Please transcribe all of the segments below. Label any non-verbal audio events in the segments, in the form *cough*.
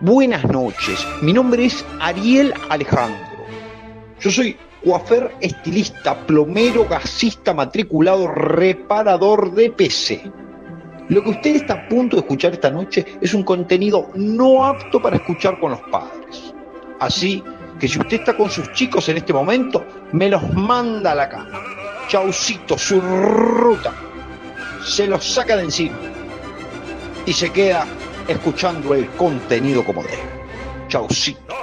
Buenas noches, mi nombre es Ariel Alejandro. Yo soy coafer, estilista, plomero, gasista, matriculado, reparador de PC. Lo que usted está a punto de escuchar esta noche es un contenido no apto para escuchar con los padres. Así que si usted está con sus chicos en este momento, me los manda a la cama. Chaucito, su ruta. Se los saca de encima. Y se queda escuchando el contenido como debe. Chaucito.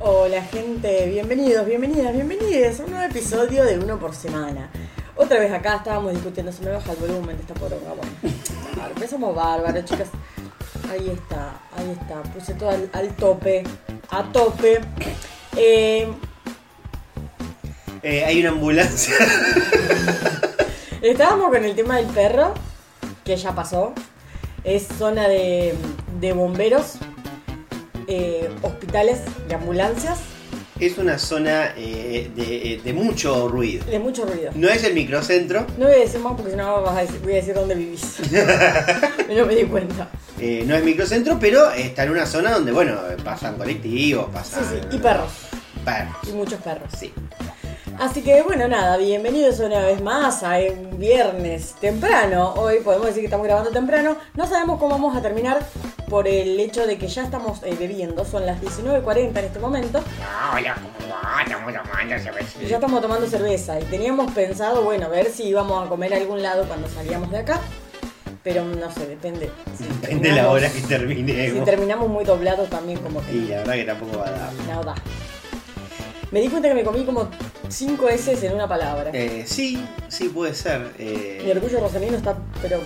Hola gente, bienvenidos, bienvenidas, bienvenidas a un nuevo episodio de Uno por Semana. Otra vez acá estábamos discutiendo, se me baja el volumen de esta poronga, bueno. Bárbaro, Empezamos bárbaro, chicas. Ahí está, ahí está, puse todo al, al tope, a tope. Eh, Eh, hay una ambulancia. *laughs* estábamos con el tema del perro, que ya pasó. Es zona de, de bomberos, eh, hospitales, de ambulancias, es una zona eh, de, de mucho ruido. de mucho ruido. No es el microcentro, No voy a decir más porque si no vas a decir, voy a decir dónde *laughs* vivís. no me di cuenta. eh, no es microcentro, pero está en una zona donde, bueno, pasan colectivos, Sí, pasan... sí, y perros. Perros, Y muchos perros. sí. Así que bueno, nada, bienvenidos una vez más a un viernes temprano. Hoy podemos decir que estamos grabando temprano. No sabemos cómo vamos a terminar por el hecho de que ya estamos eh, bebiendo. Son las 19.40 en este momento. Hola, ¿cómo va? Estamos tomando cerveza. Y ya estamos tomando cerveza. Y teníamos pensado, bueno, ver si íbamos a comer a algún lado cuando salíamos de acá. Pero no sé, depende. Si Depende de la terminamos- hora que Si terminemos. terminamos muy doblados también como que... Y la verdad que tampoco va a dar. Nada. Me di cuenta que me comí como 5 S en una palabra. Eh, sí, sí puede ser. Mi Eh, orgullo rosalino está, pero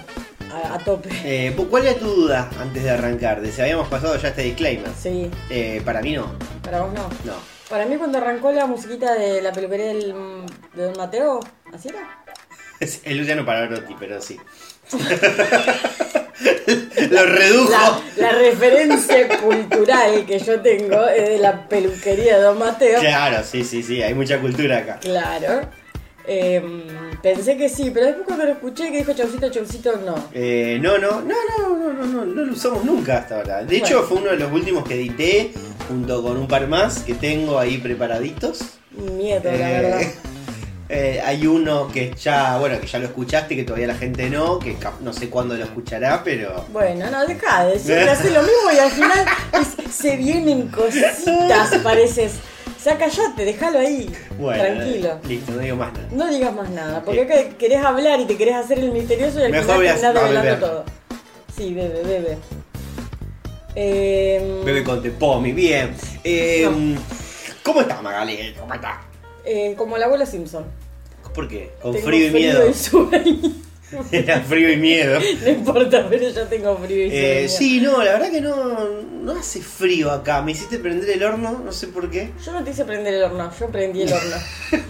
a, a tope. eh, ¿Cuál era tu duda antes de arrancar? De si habíamos pasado ya este disclaimer. Sí, Eh, para mí no, para vos no. no. Para mí cuando arrancó la musiquita de la peluquería del, de Don Mateo, ¿así era? Es *laughs* el Luciano Pavarotti, pero sí. *laughs* Lo redujo. La, la *laughs* referencia cultural que yo tengo es de la peluquería de Don Mateo. Claro, sí, sí, sí, hay mucha cultura acá. Claro. Em, pensé que sí, pero después cuando lo escuché que dijo chaucito, chaucito, no. Eh, no, no, no, no, no, no, no, no lo usamos nunca hasta ahora. De hecho, Bueno. fue uno de los últimos que edité, junto con un par más que tengo ahí preparaditos. Miedo, la Eh, verdad. eh, hay uno que ya, bueno, que ya lo escuchaste, que todavía la gente no, que cap- no sé cuándo lo escuchará, pero... Bueno, no, deja de decir, hace lo mismo y al final es- se vienen cositas, pareces. O sea, callate, déjalo ahí, Bueno, tranquilo. Listo, no digo más nada. No digas más nada, porque acá querés hablar y te querés hacer el misterioso y al Mejor voy a- final terminás a beber. develando todo. Sí, bebe, bebe. Eh, Bebe con Tepomi, bien. Eh, No. ¿Cómo estás, Magali? ¿Cómo estás? eh, como el abuelo Simpson. ¿Por qué? Con Tengo frío y miedo. *laughs* y sueño. Era frío *laughs* y miedo. No importa, pero yo tengo frío y sueño. Eh, sí, no, la verdad que no, no hace frío acá. Me hiciste prender el horno, no sé por qué. *laughs* Yo no te hice prender el horno, yo prendí el horno.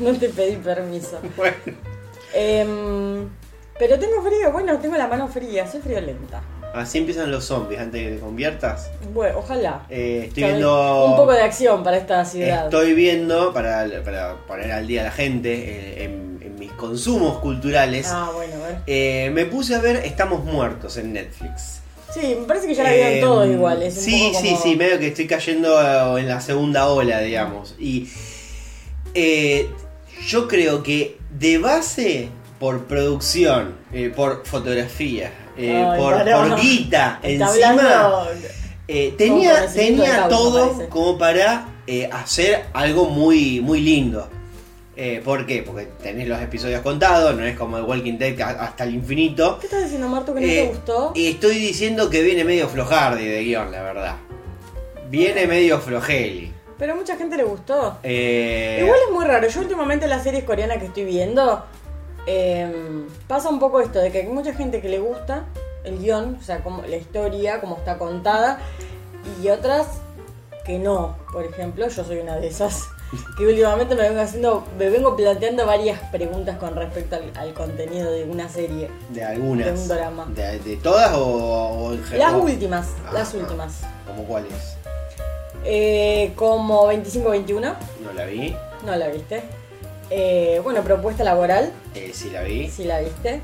No te pedí permiso. Bueno, Em, pero tengo frío, bueno, tengo la mano fría, soy friolenta. así empiezan los zombies antes de que te conviertas. Bueno, ojalá. Eh, estoy Tal- viendo. Un poco de acción para esta ciudad. Estoy viendo, para, para poner al día a la gente, eh, en, en mis consumos culturales, Ah, bueno, bueno. eh, me puse a ver Estamos Muertos en Netflix. Sí, me parece que ya la vieron todos Eh, igual. Es un sí, poco sí, como- sí, medio que estoy cayendo eh, en la segunda ola, digamos. Y eh, yo creo que de base, por producción, eh, por fotografía, eh, Ay, por, varón. por guita, *laughs* Está encima, hablando- eh, tenía, conocimiento de tenía causa, todo parece. como para eh, hacer algo muy, muy lindo. Eh, ¿Por qué? Porque tenés los episodios contados, no es como The Walking Dead que a- hasta el infinito. ¿Qué estás diciendo, Marto, que no Eh, te gustó? Y estoy diciendo que viene medio flojardi de guión, la verdad. Viene medio flojeli. Pero a mucha gente le gustó. Eh, Igual es muy raro. Yo últimamente las series coreanas que estoy viendo, em, pasa un poco esto, de que hay mucha gente que le gusta el guión, o sea, como, la historia, como está contada, y otras que no. Por ejemplo, yo soy una de esas. que últimamente me vengo haciendo, me vengo planteando varias preguntas con respecto al, al contenido de una serie. De algunas. De un drama. ¿De, de todas o, o en Las general? últimas, Ah, las ah. últimas. ¿Cómo cuáles? Eh, como 25-21, No la vi. no la viste. Eh, bueno, propuesta laboral, Eh, sí la vi. si la viste.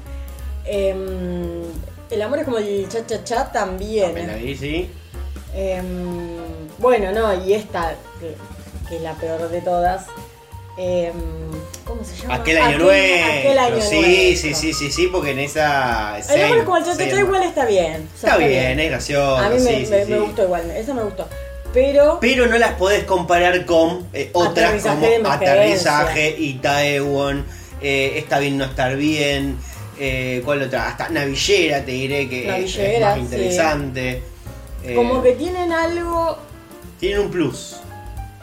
Em, el amor es como el cha-cha-cha también. También la vi, sí. Em, bueno, no, y esta, que, que es la peor de todas. em, ¿Cómo se llama? Aquel año nuevo. Aquel año sí, nuevo. sí, sí, sí, sí, porque en esa. El amor Same, es como el cha-cha-cha same. igual está bien. o sea, Está bien, es gracioso. A mí sí, me, sí, me- sí. me gustó igual, esa me gustó. Pero Pero no las podés comparar con eh, otras Aterrizaje de como emergencia. Aterrizaje, Itaewon, eh, Está bien no estar bien, eh, ¿cuál otra? Hasta Navillera te diré que es- es Navillera, más sí. interesante. Eh, como que tienen algo, Tienen un plus.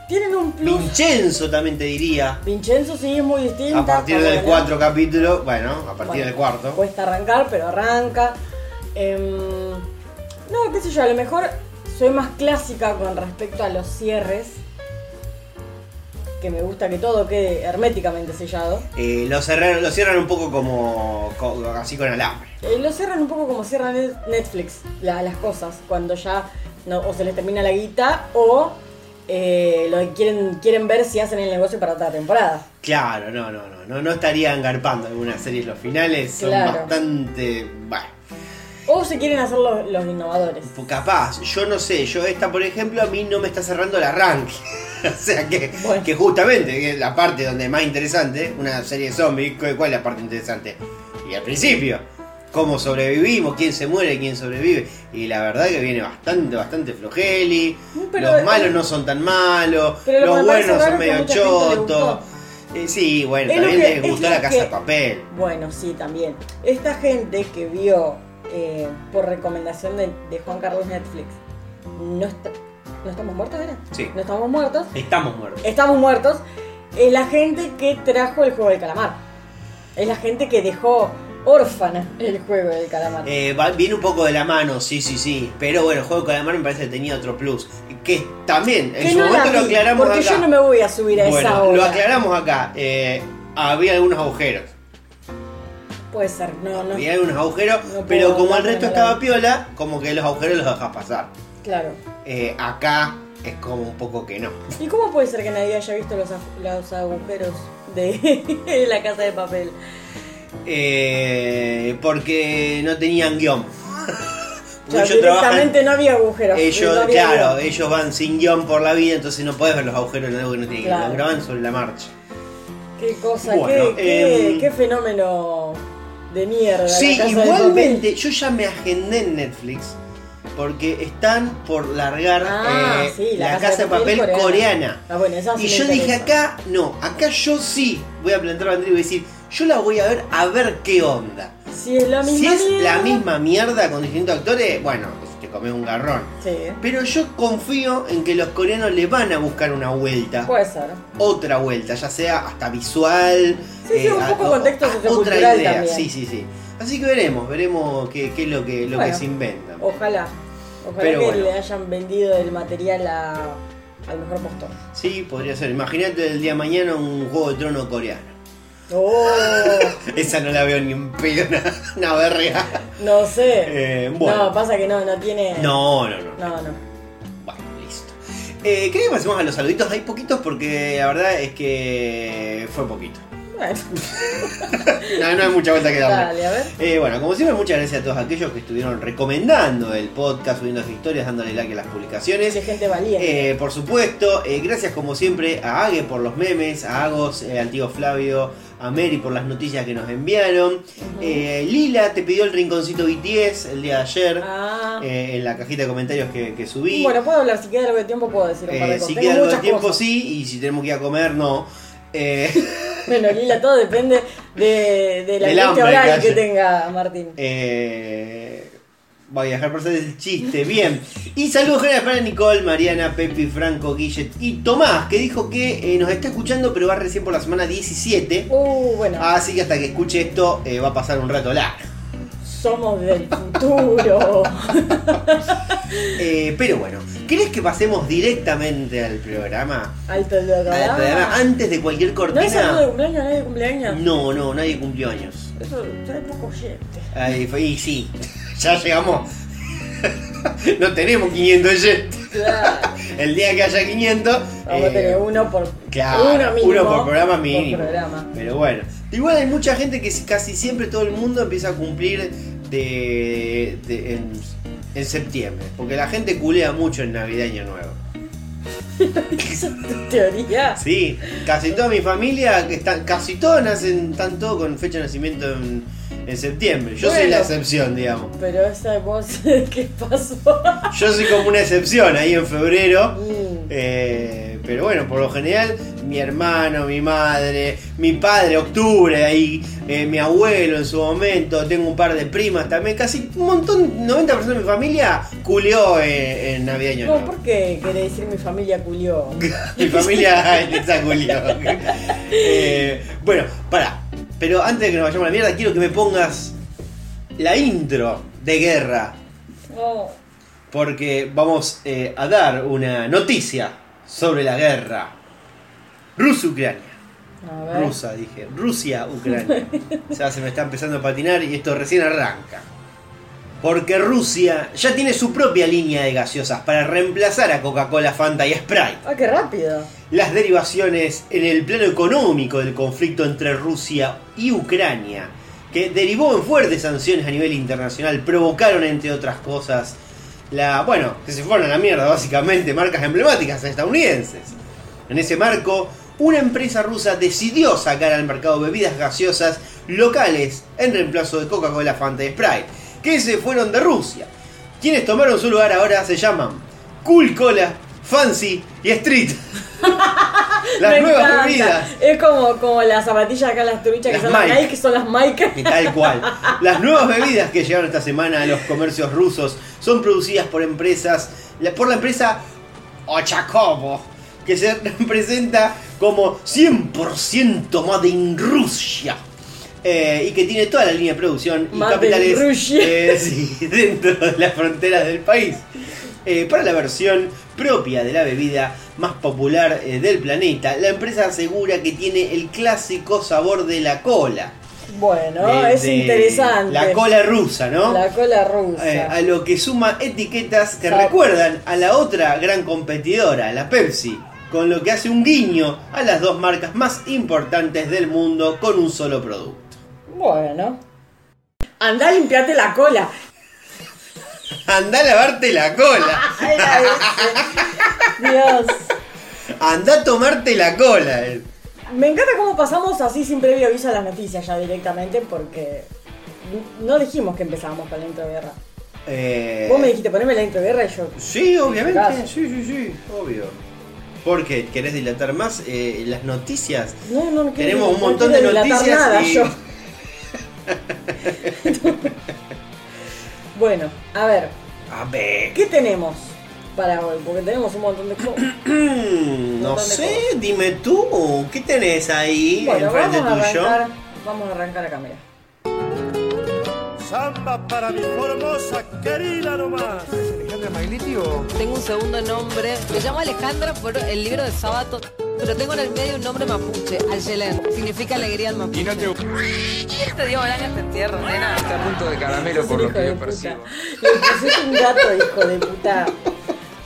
tienen un plus. Vincenzo también te diría. Vincenzo sí es muy distinta. A partir está del buena. cuatro capítulo, bueno, a partir Bueno, del cuarto. Cuesta arrancar, pero arranca. Em, no, qué sé yo, a lo mejor soy más clásica con respecto a los cierres. Que me gusta que todo quede herméticamente sellado. Eh, lo, cerraron- lo cierran un poco como, co- así con alambre. Eh, lo cierran un poco como cierran el- Netflix, la- las cosas, cuando ya no- o se les termina la guita o eh, lo que quieren, quieren ver si hacen el negocio para otra temporada. Claro, no, no, no, no, no estarían garpando algunas series. Los finales son Claro. bastante. Bueno, O se quieren hacer los, los innovadores. Pues capaz, yo no sé, yo esta por ejemplo a mí no me está cerrando el arranque. *laughs* o sea que, Bueno. que justamente que es la parte donde más interesante, una serie de zombies, ¿cu- ¿cuál es la parte interesante? Y al principio, cómo sobrevivimos, quién se muere, quién sobrevive. Y la verdad que viene bastante, bastante flojeli. Pero- los malos no son tan malos, Pero lo que los me parece buenos raro son es que medio mucha gente le chotos. gustó. Eh, sí, bueno, Es lo también que- les es gustó lo la casa que- de papel. Bueno, sí, también. Esta gente que vio eh, por recomendación de, de Juan Carlos Netflix, no, está- ¿no estamos muertos, era? Sí. No estamos muertos. Estamos muertos. Estamos muertos. Es la gente que trajo el juego del calamar. Es la gente que dejó órfana el juego del calamar. Eh, va- viene un poco de la mano, sí, sí, sí. Pero bueno, el juego con la mano me parece que tenía otro plus. Que también, en Que su no la momento lo vi, aclaramos Porque acá. yo no me voy a subir a esa bueno, ola. lo aclaramos acá. Eh, había algunos agujeros. Puede ser, no, no. Había algunos agujeros, No puedo pero como el hablar, resto no la estaba vi. piola, como que los agujeros los dejas pasar. Claro. Eh, acá es como un poco que no. ¿Y cómo puede ser que nadie haya visto los, af- los agujeros de *laughs* la casa de papel? Eh, porque no tenían *laughs* guión. O sea, Muchos trabajan- directamente no había agujeros. Ellos, no había Eh, claro, guión. ellos van sin guión por la vida, entonces no podés ver los agujeros de algo que no tienen Claro. Lo graban sobre la marcha. Qué cosa, Bueno, qué, qué- em, qué fenómeno de mierda. la Sí, Casa de igualmente, yo ya me agendé en Netflix porque están por largar Papel. Ah, eh, sí, la, casa de papel, coreana. Ah, bueno, esa sí Y me yo dije interesa. acá, no, acá yo sí voy a plantar bandera y voy a decir, yo la voy a ver a ver qué onda. Si es la Si misma. es la mierda. misma mierda con distintos actores, bueno, pues, te comes un garrón. Sí, Pero yo confío en que los coreanos le van a buscar una vuelta. puede ser. otra vuelta, ya sea hasta visual. eh, Sí, sí, un a- poco contexto a- Otra sociocultural idea, también. sí, sí, sí. Así que veremos, veremos qué, qué es lo que, lo Bueno. Oh. que se inventa. Ojalá. Ojalá Pero que bueno. le hayan vendido el material a, al mejor postor. Sí, podría ser. Imagínate el día de mañana un juego de trono coreano. *laughs* Oh, Esa no la veo ni en pedo, *laughs* una, una verga. no sé. Eh, bueno. No, pasa que no, no tiene. No, no, no. No, no. Bueno, listo. Eh, ¿Qué que pasemos a los saluditos? Hay poquitos porque la verdad es que fue poquito. Bueno, No, no hay mucha vuelta que darle. dale, a ver. Eh, bueno, como siempre, muchas gracias a todos aquellos que estuvieron recomendando el podcast, subiendo sus historias, dándole like a las publicaciones. Es gente valiente. Eh, por supuesto, eh, gracias como siempre a Age por los memes, a Agos, eh, al tío Flavio, a Mary por las noticias que nos enviaron. Ujú. Eh, Lila te pidió el rinconcito BTS el día de ayer Ah. eh, en la cajita de comentarios que, que subí. Bueno, puedo hablar, si queda algo de tiempo puedo decir un par de Eh, cosas. si Tengo queda algo de muchas tiempo, cosas. sí, y si tenemos que ir a comer, no. Eh, *laughs* Bueno, Lila, todo depende de, de la Del hambre angustia que oral haya. que tenga Martín. Eh, voy a dejar pasar el chiste, bien. Y saludos generales para Nicole, Mariana, Pepi, Franco, Guillet y Tomás, que dijo que eh, nos está escuchando, pero va recién por la semana 17. Uh, bueno. Ah. Así que hasta que escuche esto eh, va a pasar un rato largo. Somos del *laughs* futuro. Eh, pero bueno, ¿crees que pasemos directamente al programa? Alto el Ah, Al programa antes de cualquier ¿No es algo de cortina. cumpleaños? ¿Nadie de cumpleaños? No, no, nadie cumplió años. Eso trae poco gente. Ahí fue- y sí, *laughs* ya llegamos. *laughs* no tenemos 500 oyentes. Claro. El día que haya 500. Vamos a eh, tener Ah, uno por, Claro, uno mínimo. por programa mínimo. Por programa. *laughs* Pero bueno, igual hay mucha gente que casi siempre todo el mundo empieza a cumplir de, de- en, en septiembre. Porque la gente culea mucho en Navidad y Año Nuevo. Teoría. Sí, casi toda mi familia, que están, casi todos nacen, están todos con fecha de nacimiento en, en septiembre. Yo soy Bueno. la excepción, digamos. Pero esa voz *laughs* que pasó. Yo soy como una excepción ahí en febrero. Mm. Eh, pero bueno, por lo general, mi hermano, mi madre, mi padre, octubre, ahí, eh, mi abuelo en su momento, tengo un par de primas también, casi un montón, 90% de mi familia culió eh, en Navidad y Año No, Nuevo. ¿por qué quiere decir mi familia culió? *laughs* Mi familia está culió. Eh, bueno, para, pero antes de que nos vayamos a la mierda, quiero que me pongas la intro de guerra, Oh, porque vamos eh, a dar una noticia sobre la guerra Rusia-Ucrania. a ver. Rusa, dije. Rusia, Ucrania. o sea, se me está empezando a patinar y esto recién arranca. Porque Rusia ya tiene su propia línea de gaseosas para reemplazar a Coca-Cola, Fanta y Sprite. Ah, qué rápido. Las derivaciones en el plano económico del conflicto entre Rusia y Ucrania, que derivó en fuertes sanciones a nivel internacional, provocaron, entre otras cosas, la. bueno, que se fueron a la mierda, básicamente, marcas emblemáticas estadounidenses. En ese marco, una empresa rusa decidió sacar al mercado bebidas gaseosas locales en reemplazo de Coca-Cola, Fanta y Sprite, que se fueron de Rusia. Quienes tomaron su lugar ahora se llaman Cool Cola, Fancy *laughs* y Street. Las Me nuevas encanta. bebidas. Es como, como las zapatillas acá, las truchas que Las son las Mike. Nike, que son las Mike. *laughs* Y Tal cual. Las nuevas bebidas que llegaron esta semana a los comercios rusos son producidas por empresas, la- por la empresa Ochakovo, que se representa como 100% Made in Russia. eh, y que tiene toda la línea de producción y Made in capitales Russia. eh, sí, *laughs* dentro de las fronteras del país. Eh, para la versión propia de la bebida más popular eh, del planeta, la empresa asegura que tiene el clásico sabor de la cola. Bueno, De- es de interesante. La cola rusa, ¿no? La cola rusa. Eh, a lo que suma etiquetas que Sa- recuerdan a la otra gran competidora, la Pepsi, con lo que hace un guiño a las dos marcas más importantes del mundo con un solo producto. *laughs* Bueno. Andá a limpiarte la cola. Anda a lavarte la cola, Ay, la vez. Dios. anda a tomarte la cola. eh. Me encanta cómo pasamos así sin previo aviso a las noticias ya directamente porque no dijimos que empezábamos con la intro de guerra. Eh, Vos me dijiste poneme la intro de guerra y yo. Sí, obviamente, Caso. sí, sí, sí, obvio. Porque querés dilatar más eh, las noticias. No, no, no quiero- Tenemos un no montón de quiero dilatar noticias. nada y- yo. *laughs* Bueno, a ver, A ver, ¿qué tenemos para hoy? Porque tenemos un montón de cosas. Mm, no Montón de sé, dime tú, ¿qué tenés ahí Bueno, enfrente vamos a tuyo? arrancar. Vamos a arrancar acá, mira. Samba para mi formosa querida nomás. Alejandra Magliti o Tengo un segundo nombre. Me llamo Alejandra por el libro de Sábato, pero tengo en el medio un nombre mapuche, Ayelén. Significa alegría en mapuche. Te digo, Braña, te entierro, nena. Está a punto de caramelo Sos por un lo hijo que de yo puta. percibo. *laughs* Le pusiste un gato, hijo de puta.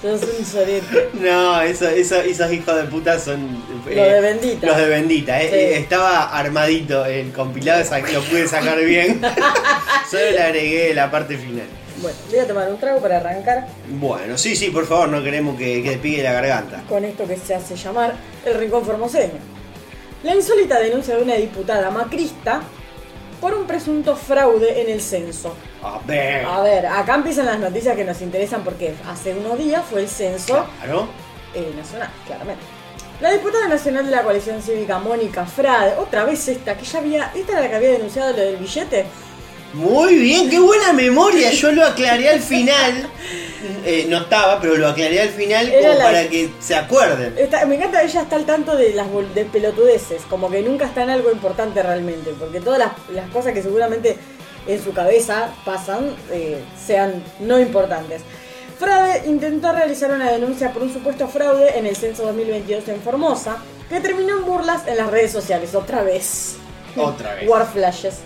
Sos un sorete. No, eso- eso- esos hijos de puta son. eh, Los de bendita. Los de bendita, eh, Sí. eh, Estaba armadito el compilado, sa- lo pude sacar *laughs* bien. Solo le agregué la parte final. Bueno, voy a tomar un trago para arrancar. Bueno, sí, sí, por favor, no queremos que, que te pique la garganta. con esto que se hace llamar el Rincón Formoseño. La insólita denuncia de una diputada macrista por un presunto fraude en el censo. A ver. A ver, acá empiezan las noticias que nos interesan porque hace unos días fue el censo Claro. eh, nacional, claramente. La diputada nacional de la coalición cívica Mónica Frade, otra vez esta, que ya había, esta era la que había denunciado lo del billete. Muy bien, qué buena memoria. Yo lo aclaré al *laughs* final. Eh, no estaba, pero lo aclaré al final Era como la- para que se acuerden. Está- me encanta, ella está al tanto de las bol- de pelotudeces, como que nunca está en algo importante realmente, porque todas las, las cosas que seguramente en su cabeza pasan eh, sean no importantes. Frade intentó realizar una denuncia por un supuesto fraude en el censo 2022 en Formosa, que terminó en burlas en las redes sociales otra vez. Otra vez. Warflashes.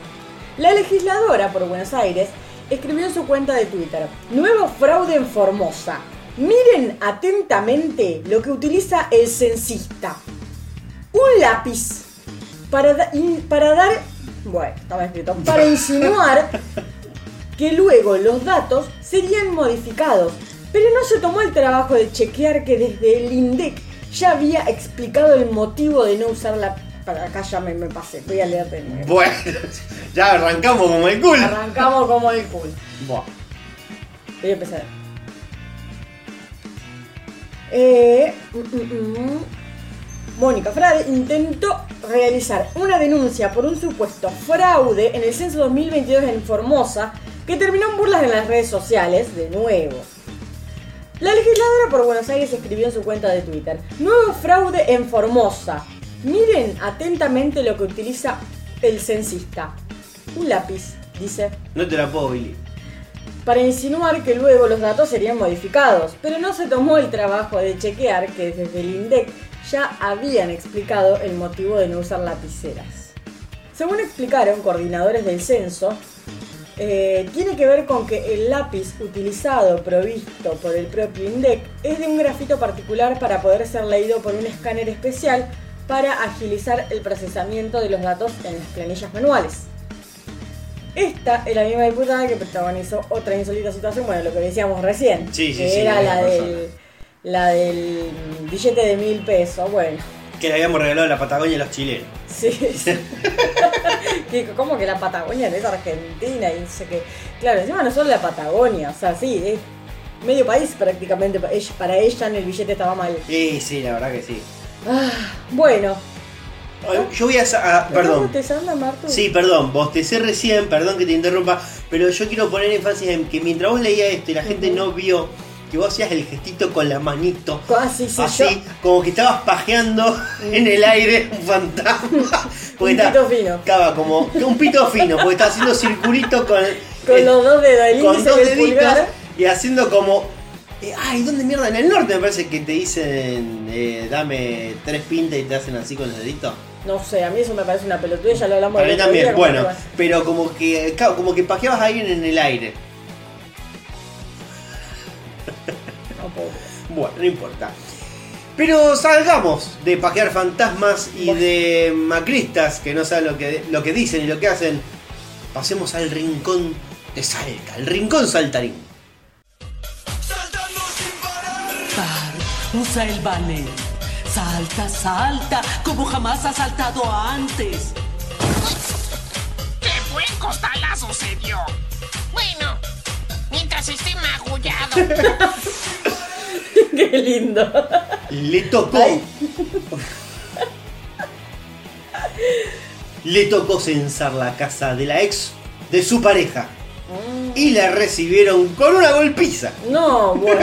La legisladora por Buenos Aires escribió en su cuenta de Twitter, nuevo fraude en Formosa. Miren atentamente lo que utiliza el censista. Un lápiz para, da- in- para dar... Bueno, estaba escrito. Para insinuar que luego los datos serían modificados, pero no se tomó el trabajo de chequear que desde el INDEC ya había explicado el motivo de no usar la... Para acá ya me, me pasé, voy a leer de nuevo. Bueno, ya arrancamos como el culo. Arrancamos como el culo. Buah. Voy a empezar. Eh, mm, mm, mm. Mónica Frade intentó realizar una denuncia por un supuesto fraude en el censo 2022 en Formosa que terminó en burlas en las redes sociales de nuevo. La legisladora por Buenos Aires escribió en su cuenta de Twitter, nuevo fraude en Formosa. Miren atentamente lo que utiliza el censista. Un lápiz, dice No te la puedo, Billy. para insinuar que luego los datos serían modificados, pero no se tomó el trabajo de chequear que desde el INDEC ya habían explicado el motivo de no usar lapiceras. Según explicaron coordinadores del censo, eh, tiene que ver con que el lápiz utilizado provisto por el propio INDEC es de un grafito particular para poder ser leído por un escáner especial para agilizar el procesamiento de los datos en las planillas manuales. Esta es la misma diputada que protagonizó otra insólita situación, bueno, lo que decíamos recién, Sí, sí, que sí, era la la misma del, persona. la del billete de mil pesos, bueno. Que le habíamos regalado la Patagonia a los chilenos. Sí, sí. *laughs* que como que la Patagonia no es Argentina y no sé qué. Claro, encima no solo la Patagonia, o sea, sí, es medio país prácticamente. pa- ella- Para ella en el billete estaba mal. Sí, sí, la verdad que sí. Ah, bueno. Ay, Yo voy a... sa- a- perdón. ¿Te anda, Martu? Sí, perdón, bostecé recién, perdón que te interrumpa, pero yo quiero poner énfasis en que mientras vos leías esto y la gente no vio que vos hacías el gestito con la manito, Ah, sí, sí, así, yo. como que estabas pajeando en el aire un *laughs* fantasma. porque Un está- pito fino. Estaba como un pito fino, porque estaba haciendo circulito con, eh, Con los dos dedos, el con índice dos y el deditos pulgar. y haciendo como... eh, ay, ¿dónde mierda? En el norte me parece que te dicen, eh, dame tres pintas y te hacen así con los deditos. No sé, a mí eso me parece una pelotuda, ya lo hablamos Para mí el otro también, día, bueno, como que- pero como que claro, como que pajeabas a alguien en el aire. No puedo. Bueno, no importa. Pero salgamos de pajear fantasmas y Bueno. de macristas que no saben lo que, lo que dicen y lo que hacen. Pasemos al rincón de Salta, el rincón saltarín. saltar. Usa el ballet. Salta, salta, como jamás ha saltado antes. ¡Qué buen costalazo se dio! Bueno, mientras esté magullado. *laughs* Qué lindo. Le tocó. Le tocó censar la casa de la ex de su pareja. Y la recibieron con una golpiza. No, bueno.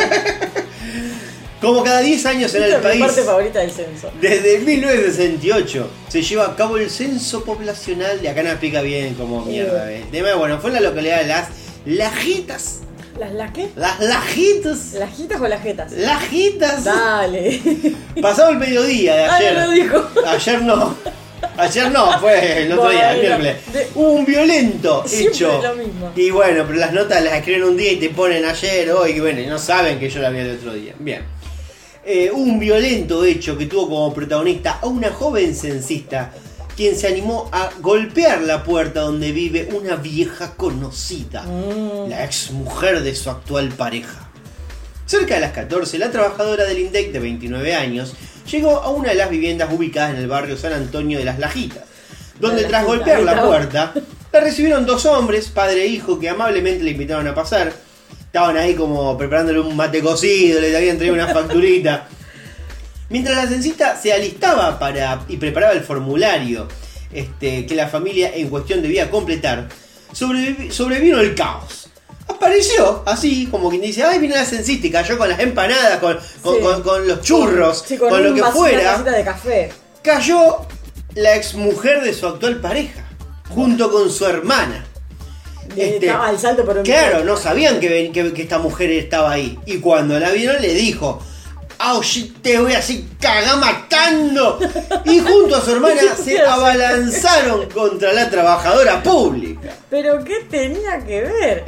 Como cada 10 años en Esta el es mi país, parte favorita del censo. desde 1968 se lleva a cabo el censo poblacional de acá no explica bien cómo mierda es. El tema, bueno, fue en la localidad de Las Lajitas. ¿Las las qué? Las Lajitas. ¿Las jitas o las jetas? *laughs* Lajitas. Dale. Pasado el mediodía de Ay, ayer. Ah, lo dijo. Ayer no. Ayer no, fue el otro día, el Bueno, miércoles. de- Hubo un violento Siempre hecho. lo mismo. Y bueno, pero las notas las escriben un día y te ponen ayer, hoy, y bueno, y no saben que yo la vi el otro día. Bien. Eh, un violento hecho que tuvo como protagonista a una joven censista, quien se animó a golpear la puerta donde vive una vieja conocida, Mm. la ex mujer de su actual pareja. Cerca de las 14, la trabajadora del INDEC de 29 años llegó a una de las viviendas ubicadas en el barrio San Antonio de las Lajitas, donde La tras Lajita, golpear ahí la está. puerta, la recibieron dos hombres, padre e hijo, que amablemente le invitaron a pasar. Estaban ahí como preparándole un mate cocido, le habían traído una facturita. Mientras la censista se alistaba para y preparaba el formulario este, que la familia en cuestión debía completar, sobrevi- sobrevino el caos. Apareció así, como quien dice, ay, vino la censista y cayó con las empanadas, con, con- Sí. con- con los churros, Sí, con, lo un que vaso- Una fuera. tacita de café. Cayó la exmujer de su actual pareja, junto con su hermana. Le este, daba el salto por un Claro, no sabían que, ven- que- que esta mujer estaba ahí. Y cuando la vieron le dijo, ¡Au, shit, te voy así cagá matando! Y junto a su hermana se abalanzaron contra la trabajadora pública. Pero ¿qué tenía que ver?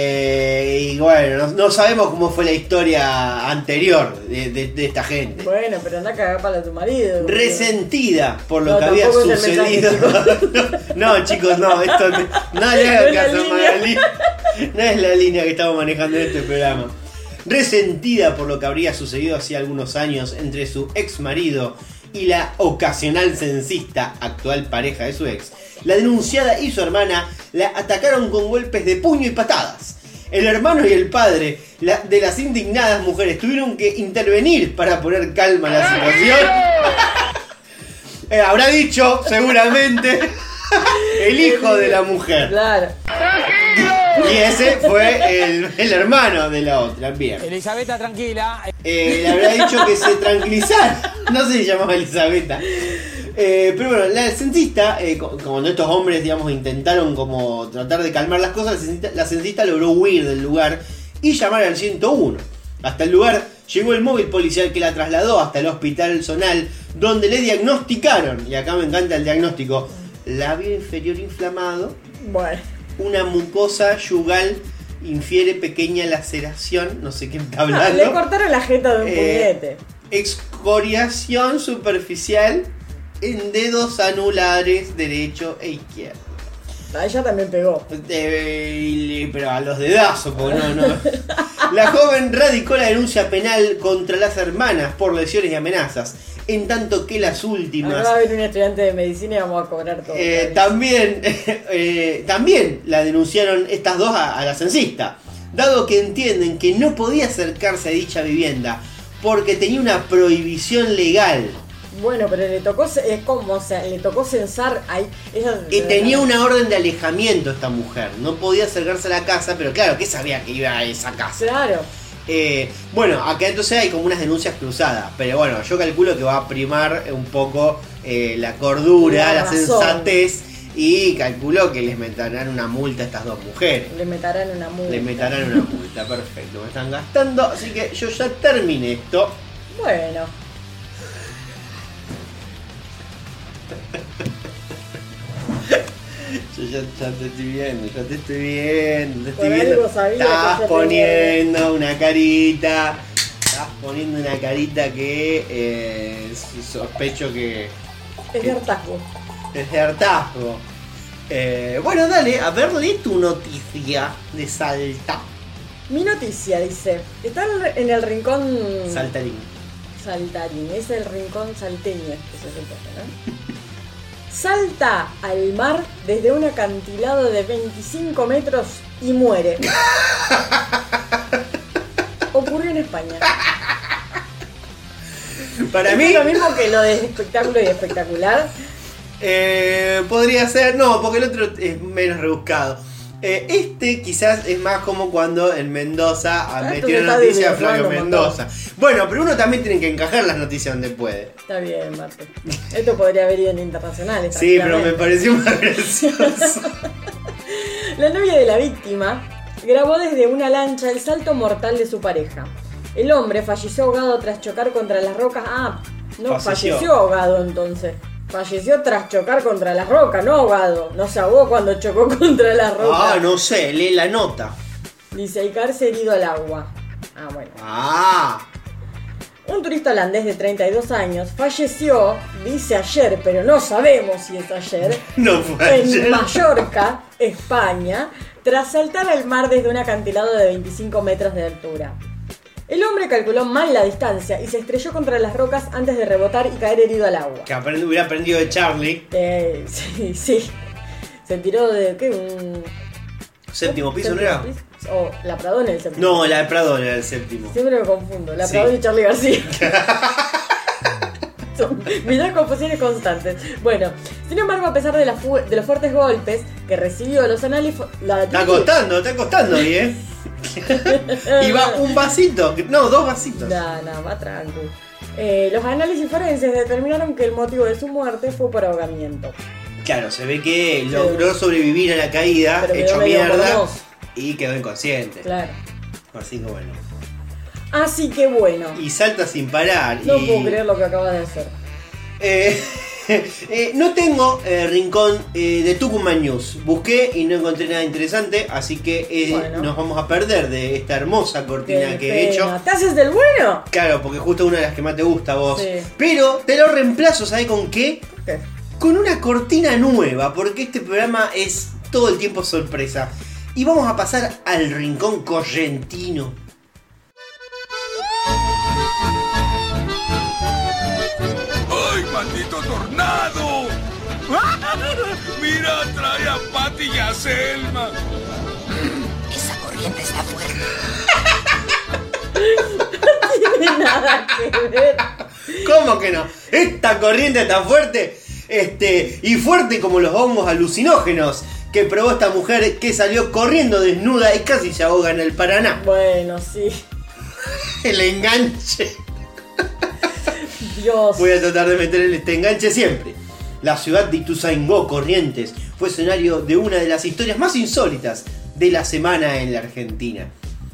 Eh, y bueno, no, no sabemos cómo fue la historia anterior de, de- de esta gente. Bueno, pero anda a cagar para tu marido. Resentida por lo No, que había tampoco es el sucedido. mensaje, *laughs* no, chicos, no, esto no, no le No hagan es la caso, línea. Magali. No es la línea que estamos manejando en este programa. Resentida por lo que habría sucedido hacía algunos años entre su ex marido y la ocasional censista, actual pareja de su ex, la denunciada y su hermana la atacaron con golpes de puño y patadas. El hermano y el padre la- de las indignadas mujeres tuvieron que intervenir para poner calma a la situación. Eh, habrá dicho, seguramente, el hijo de la mujer. Claro. Y ese fue el, el hermano de la otra, bien. Elisabetta, tranquila. Eh, le habrá dicho que se tranquilizara. No sé si se llamaba Elisabetta. Eh, pero bueno, la censista, eh, co- cuando estos hombres, digamos, intentaron como tratar de calmar las cosas, la censista, la censista logró huir del lugar y llamar al 101. Hasta el lugar llegó el móvil policial que la trasladó hasta el hospital zonal, donde le diagnosticaron, y acá me encanta el diagnóstico, labio inferior inflamado, Bueno. una mucosa yugal infiere pequeña laceración, no sé qué está hablando. Ah, Le cortaron la jeta de un Eh, puñete. Excoriación superficial en dedos anulares derecho e izquierdo. A ella también pegó. Eh, y- pero a los dedazos, porque no, no. La joven radicó la denuncia penal contra las hermanas por lesiones y amenazas, en tanto que las últimas Ahora va a venir un estudiante de medicina y vamos a cobrar todo. Eh, también, *laughs* eh, también la denunciaron estas dos a, a la censista, dado que entienden que no podía acercarse a dicha vivienda porque tenía una prohibición legal Bueno, pero le tocó, ce- es como, o sea, le tocó censar ahí. Ella, y tenía una orden de alejamiento esta mujer. No podía acercarse a la casa, pero claro, que sabía que iba a esa casa. Claro. Eh, bueno, acá entonces hay como unas denuncias cruzadas, pero bueno, yo calculo que va a primar un poco eh, la La cordura, la, razón. sensatez y calculo que les meterán una multa a estas dos mujeres. Le meterán una multa. Le meterán una multa, perfecto. Me están gastando, así que yo ya terminé esto. Bueno. Yo ya, ya te estoy viendo, ya te estoy viendo, te estoy Por algo viendo. sabía que Estás yo te poniendo una carita. Estás poniendo una carita que eh, sospecho que Es de hartazgo. es de hartazgo. Eh, bueno, dale, a ver, lee tu noticia de Salta. Mi noticia dice: está en el- en el rincón. Saltarín. Saltarín, es el rincón salteño, este que se supone, ¿no? Salta al mar desde un acantilado de 25 metros y muere. Ocurrió en España. Para Es mí, lo mismo que lo de espectáculo y espectacular. Eh, podría ser, no, porque el otro es menos rebuscado. Eh, este quizás es más como cuando en Mendoza ah, Ah, tú metió me una estás noticia a desvirtuando Flavio un Mendoza. Bueno, pero uno también tiene que encajar las noticias donde puede. Está bien, Marte. Esto podría haber ido en internacionales. Sí, pero me tranquilamente. pareció *laughs* más gracioso. La novia de la víctima grabó desde una lancha el salto mortal de su pareja. El hombre falleció ahogado tras chocar contra las rocas. Ah, no, Falleció. falleció, ahogado entonces. Falleció tras chocar contra las rocas, no ahogado. No se ahogó cuando chocó *laughs* contra las rocas. ah, no sé, lee la nota. Dice, y caerse herido al agua. Ah, bueno. Ah, Un turista holandés de 32 años falleció, dice ayer, pero no sabemos si es ayer, no fue en ayer. Mallorca, España, tras saltar al mar desde un acantilado de 25 metros de altura. El hombre calculó mal la distancia y se estrelló contra las rocas antes de rebotar y caer herido al agua. Que aprend- hubiera aprendido de Charlie. Eh, *laughs* sí, sí. Se tiró de. ¿Qué? ¿Un. ¿Séptimo piso no séptimo era? piso? O la Pradona el séptimo. No, la de Pradón era el séptimo. Siempre me confundo. La Sí. Pradona y Charlie *laughs* García. Son- Mirá confusiones constantes. Bueno, sin embargo, a pesar de, la fu- de los fuertes golpes que recibió, los análisis. La... Está costando, está costando, ¿y eh? *laughs* Y va un vasito, no, dos vasitos. Nada, nada, va tranqui. Eh, los análisis forenses determinaron que el motivo de su muerte fue por ahogamiento. Claro, se ve que logró sobrevivir a la caída, Pero hecho quedó medio mierda gordoso. y quedó inconsciente. Claro. Así que bueno. Así que bueno. Y salta sin parar. No y- puedo creer lo que acabas de hacer. *laughs* Eh, eh, no tengo eh, rincón eh, de Tucumán News. Busqué y no encontré nada interesante, así que eh, Bueno. nos vamos a perder de esta hermosa cortina Qué que he hecho. pena. ¿Te haces del bueno? Claro, porque justo una de las que más te gusta a vos. Sí. Pero te lo reemplazo, ¿sabes con qué? *laughs* ¿Qué? Con una cortina nueva, porque este programa es todo el tiempo sorpresa. Y vamos a pasar al rincón correntino. ¡Ay, maldito tornado! Mira, trae a Patty y a Selma. *laughs* Esa corriente está fuerte. Tiene nada que ver. ¿Cómo que no? Esta corriente tan fuerte, este, y fuerte como los hongos alucinógenos que probó esta mujer que salió corriendo desnuda y casi se ahoga en el Paraná. *laughs* Bueno, sí. El enganche. Dios. Voy a tratar de meter el- este enganche siempre. La ciudad de Ituzaingó, Corrientes, fue escenario de una de las historias más insólitas de la semana en la Argentina.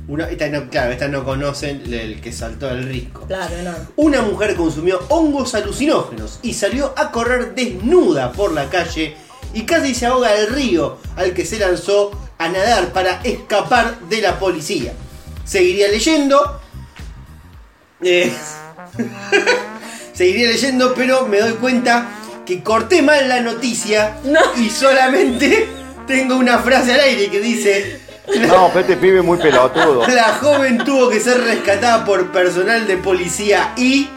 Una, esta no, claro, esta no conocen el que saltó el risco. Claro, no. Una mujer consumió hongos alucinógenos y salió a correr desnuda por la calle y casi se ahoga el río al que se lanzó a nadar para escapar de la policía. Seguiría leyendo. eh, *laughs* seguiría leyendo, pero me doy cuenta que corté mal la noticia No. y solamente tengo una frase al aire que dice. No, pero este pibe es muy pelotudo. *laughs* La joven tuvo que ser rescatada por personal de policía y.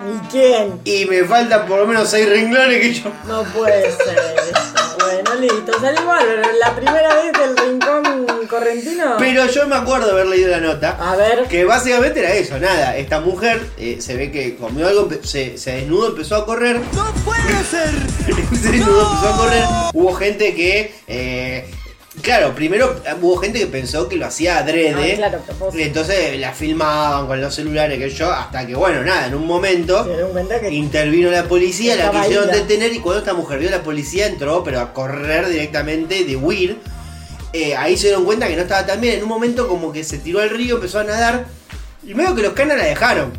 ¿Y quién? Y me faltan por lo menos seis renglones que yo. No puede ser. eso. Bueno, listo. Salimos al- la primera vez del rincón correntino. Pero yo me acuerdo haber leído la nota. A ver. Que básicamente era eso, nada. Esta mujer eh, se ve que comió algo, empe- se, se desnudó, empezó a correr. ¡No puede ser! *laughs* se desnudó, empezó a correr. Hubo gente que. eh, Claro, primero eh, hubo gente que pensó que lo hacía adrede. Ah, claro, a propósito. Y entonces la filmaban con los celulares que yo, hasta que bueno, nada, en un momento Se dieron cuenta que- intervino la policía, la Estaba quisieron ida. detener y cuando esta mujer vio a la policía entró, pero a correr directamente, de huir. Eh, ahí se dieron cuenta que no estaba tan bien. En un momento como que se tiró al río, empezó a nadar y medio que los canas la dejaron.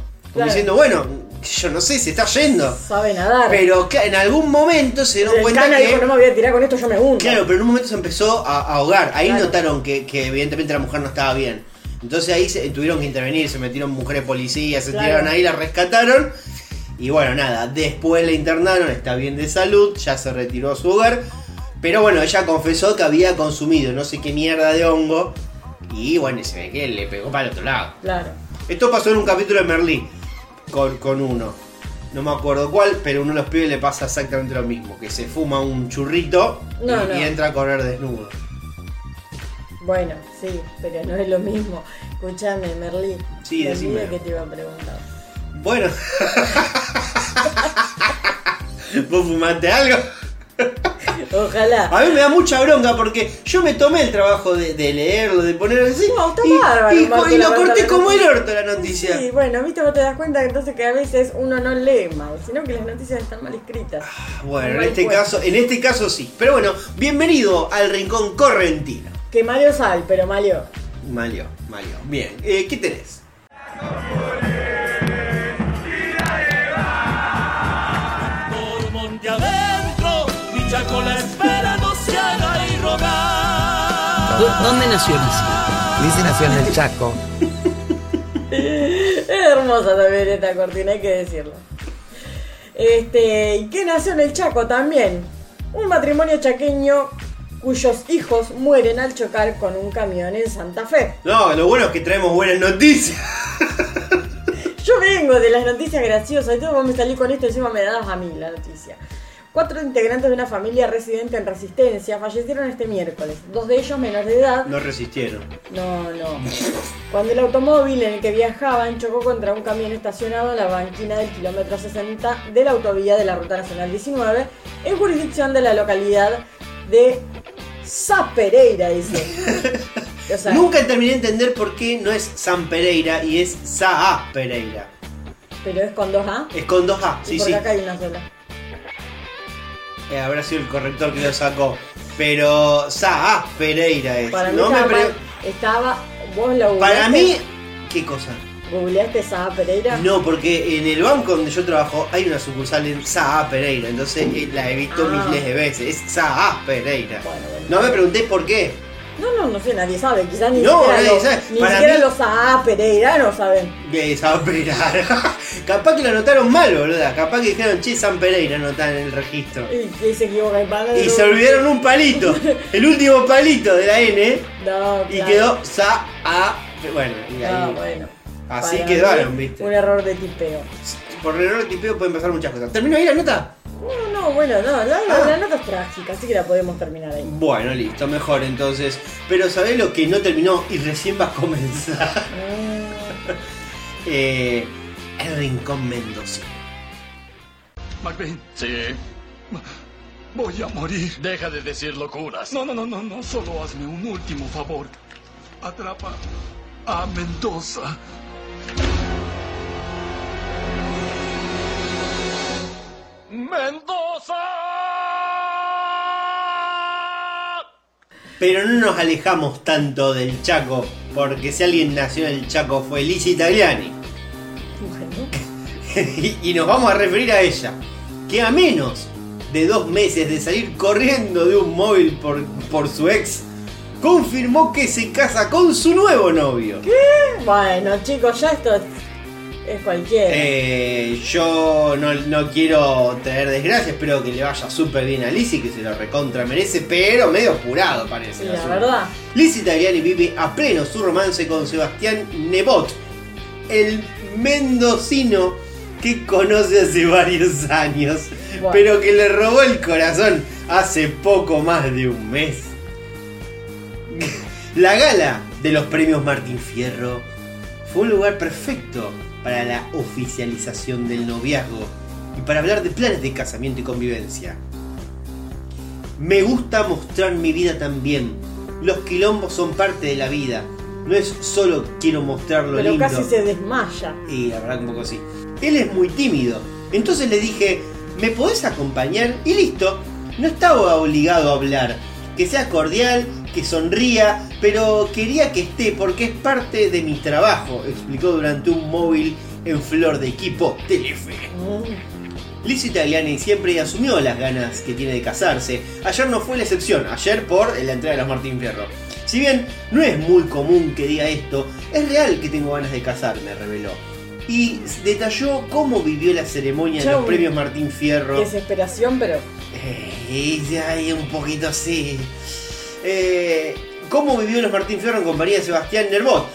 Claro. Como diciendo, bueno, yo no sé, se está yendo. Sabe nadar. Pero claro, en algún momento se dieron el cuenta cana que... dijo, no me voy a tirar con esto, yo me hundo. Claro, pero en un momento se empezó a, a ahogar. Ahí Claro. notaron que, que evidentemente la mujer no estaba bien. Entonces ahí se, tuvieron que intervenir, se metieron mujeres policías, se Claro. tiraron ahí, la rescataron. Y bueno, nada, después la internaron, está bien de salud, ya se retiró a su hogar. Pero bueno, ella confesó que había consumido no sé qué mierda de hongo. Y bueno, se ve que le pegó para el otro lado. Claro. Esto pasó en un capítulo de Merlí con, con uno. No me acuerdo cuál, pero uno de los pibes le pasa exactamente lo mismo. Que se fuma un churrito y, No, no. y entra a correr desnudo. Bueno, sí, pero no es lo mismo. Escúchame, Merlí. Sí, Me decime. olvidé que te iba a preguntar. Bueno. *laughs* ¿Vos fumaste algo? Ojalá. A mí me da mucha bronca porque yo me tomé el trabajo de, de leerlo, de ponerlo así. No, está y, bárbaro, y- Marco, y la lo verdad, corté la como el noticia. orto la noticia. Sí, bueno, viste, vos te das cuenta que entonces que a veces uno no lee mal, sino que las noticias están mal escritas. Bueno, en Mal este puestas. caso, en este caso sí. Pero bueno, bienvenido al rincón correntino. Que Mario sal, pero Mario. Malio, malio. Bien, eh, ¿qué tenés? Por monte adentro, dicha con la espera no se haga y rogar. ¿Dónde nació Lizzy nació en el Chaco. Es hermosa también esta cortina, hay que decirlo. Este, y que nació en el Chaco también. Un matrimonio chaqueño cuyos hijos mueren al chocar con un camión en Santa Fe. No, lo bueno es que traemos buenas noticias. Yo vengo de las noticias graciosas, entonces vos me salí con esto, encima me das a mí la noticia. Cuatro integrantes de una familia residente en Resistencia fallecieron este miércoles, dos de ellos menores de edad. No resistieron. No, no. Cuando el automóvil en el que viajaban chocó contra un camión estacionado en la banquina del kilómetro 60 de la autovía de la Ruta Nacional 19, en jurisdicción de la localidad de Sapereira, *laughs* dice. O sea, Nunca terminé de entender por qué no es San Pereira y es Saa Pereira. pero es con dos A. Es con dos A, y sí, porque sí. acá hay una sola. eh, habrá sido el corrector que lo sacó. Pero Saas Pereira es. Para mí no me estaba, pre- mal. Este- Estaba- Vos la googleaste. Para mí, ¿qué cosa? ¿Googleaste Saba Pereira? No, porque en el banco donde yo trabajo hay una sucursal en Saa Pereira, entonces eh, la he visto Ah. miles de veces. Es Saa Pereira. No me pregunté por qué. No, no, no sé, nadie sabe. Quizás ni No, siquiera, nadie los, sabe. Ni Para siquiera mí- los Saba Pereira no saben. De San Pereira. *laughs* Capaz que lo anotaron mal, boluda. Capaz que dijeron, che, San Pereira anotan en el registro. Y, y se equivocan. Y se olvidaron *laughs* un palito. El último palito de la N. No, Y claro. quedó Sa A. Bueno, y ahí. No, bueno. Así Para quedaron, mí, viste. Un error de tipeo. Por error de tipeo pueden pasar muchas cosas. ¿Terminó ahí la nota? No, no, bueno, no, la, Ah. la- la nota es trágica, así que la podemos terminar ahí. *laughs* Bueno, listo, mejor entonces. Pero ¿sabés lo que no terminó y recién va a comenzar? Ah. *laughs* Eh, el Rincón Mendoza. Macbeth. Sí. Voy a morir. Deja de decir locuras. No, no, no, no, no. Solo hazme un último favor. Atrapa a Mendoza. Pero no nos alejamos tanto del Chaco, porque si alguien nació en el Chaco fue Lizzie Italiani. y, *laughs* y nos vamos a referir a ella, que a menos de dos meses de salir corriendo de un móvil por, por su ex, confirmó que se casa con su nuevo novio. ¿Qué? Bueno, chicos, ya esto es, es cualquiera. Eh, yo no, no quiero traer desgracias, espero que le vaya súper bien a Lizzie, que se lo recontra merece, pero medio apurado parece. Sí, el la asunto. verdad. Lizzie Tagliani vive a pleno su romance con Sebastián Nebot, el mendocino que conoce hace varios años, Bueno. pero que le robó el corazón hace poco más de un mes. La gala de los premios Martín Fierro fue un lugar perfecto para la oficialización del noviazgo y para hablar de planes de casamiento y convivencia. Me gusta mostrar mi vida también. Los quilombos son parte de la vida. No es solo quiero mostrar lo pero lindo. casi se desmaya. Y la verdad que un poco sí. Él es muy tímido. Entonces le dije, ¿me podés acompañar? Y listo. No estaba obligado a hablar. Que sea cordial, que sonría, pero quería que esté porque es parte de mi trabajo, explicó durante un móvil en flor de equipo Telefe. Lizzie Tagliani siempre asumió las ganas que tiene de casarse. Ayer no fue la excepción, ayer por la entrega de los Martín Fierro. Si bien no es muy común que diga esto, es real que tengo ganas de casarme, reveló. Y detalló cómo vivió la ceremonia de Chau. los premios Martín Fierro. Desesperación, pero. Eh, y ahí un poquito así. Eh, ¿Cómo vivió los Martín Fierro en compañía de Sebastián Nervot?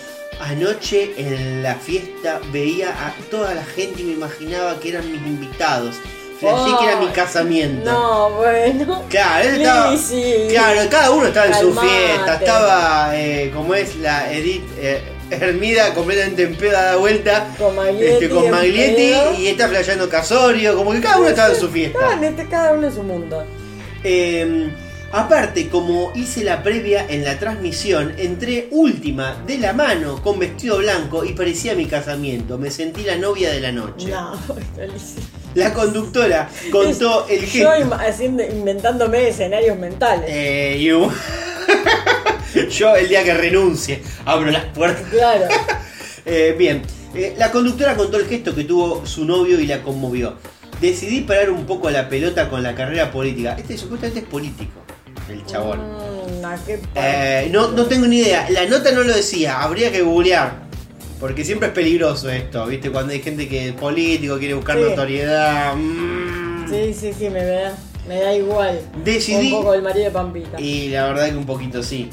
Anoche en la fiesta veía a toda la gente y me imaginaba que eran mis invitados. Flashé que era mi Ay, casamiento. No, bueno. Claro, él estaba- Lizzy. Claro, cada uno estaba en su Calmate. fiesta. Estaba, eh, como es la Edith eh, Hermida, completamente en pedo a la vuelta. Con Maglietti. Este, con en Maglietti pedo. y está flasheando Casorio. Como que cada uno estaba en su fiesta. Estaban este- cada uno en su mundo. Eh, aparte, como hice la previa en la transmisión, entré última, de la mano, con vestido blanco y parecía mi casamiento. Me sentí la novia de la noche. No, *laughs* está Lizzy. La conductora contó Yo el gesto. im- haciendo- inventándome escenarios mentales. Eh, y hubo- *laughs* Yo el día que renuncie, abro las puertas. Claro. Eh, bien, Eh, la conductora contó el gesto que tuvo su novio y la conmovió. Decidí parar un poco la pelota con la carrera política. Este supuestamente es político, el chabón. Mm, ¿a qué pa- Eh, no, no tengo ni idea. La nota no lo decía. Habría que googlear. Porque siempre es peligroso esto, ¿viste? Cuando hay gente que es político, quiere buscar Sí. notoriedad. mm. Sí, sí, sí, me da, me da igual. Decidí- Un poco el marido de Pampita. Y la verdad que un poquito sí.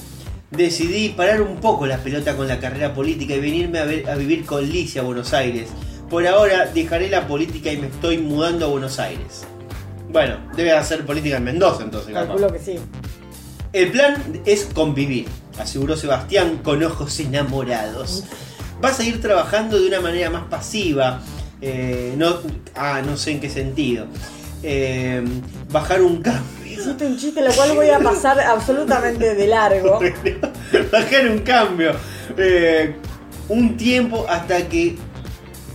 Decidí parar un poco la pelota con la carrera política y venirme a, ver- a vivir con Lizzie a Buenos Aires. Por ahora dejaré la política y me estoy mudando a Buenos Aires. Bueno, debe hacer política en Mendoza entonces. capaz. Calculo que sí. El plan es convivir, aseguró Sebastián con ojos enamorados. Vas a ir trabajando de una manera más pasiva. eh, no, ah, no sé en qué sentido. Eh, bajar un cambio. Hiciste un chiste, la cual voy a pasar absolutamente de *laughs* largo. bajar un cambio. eh, un tiempo hasta que.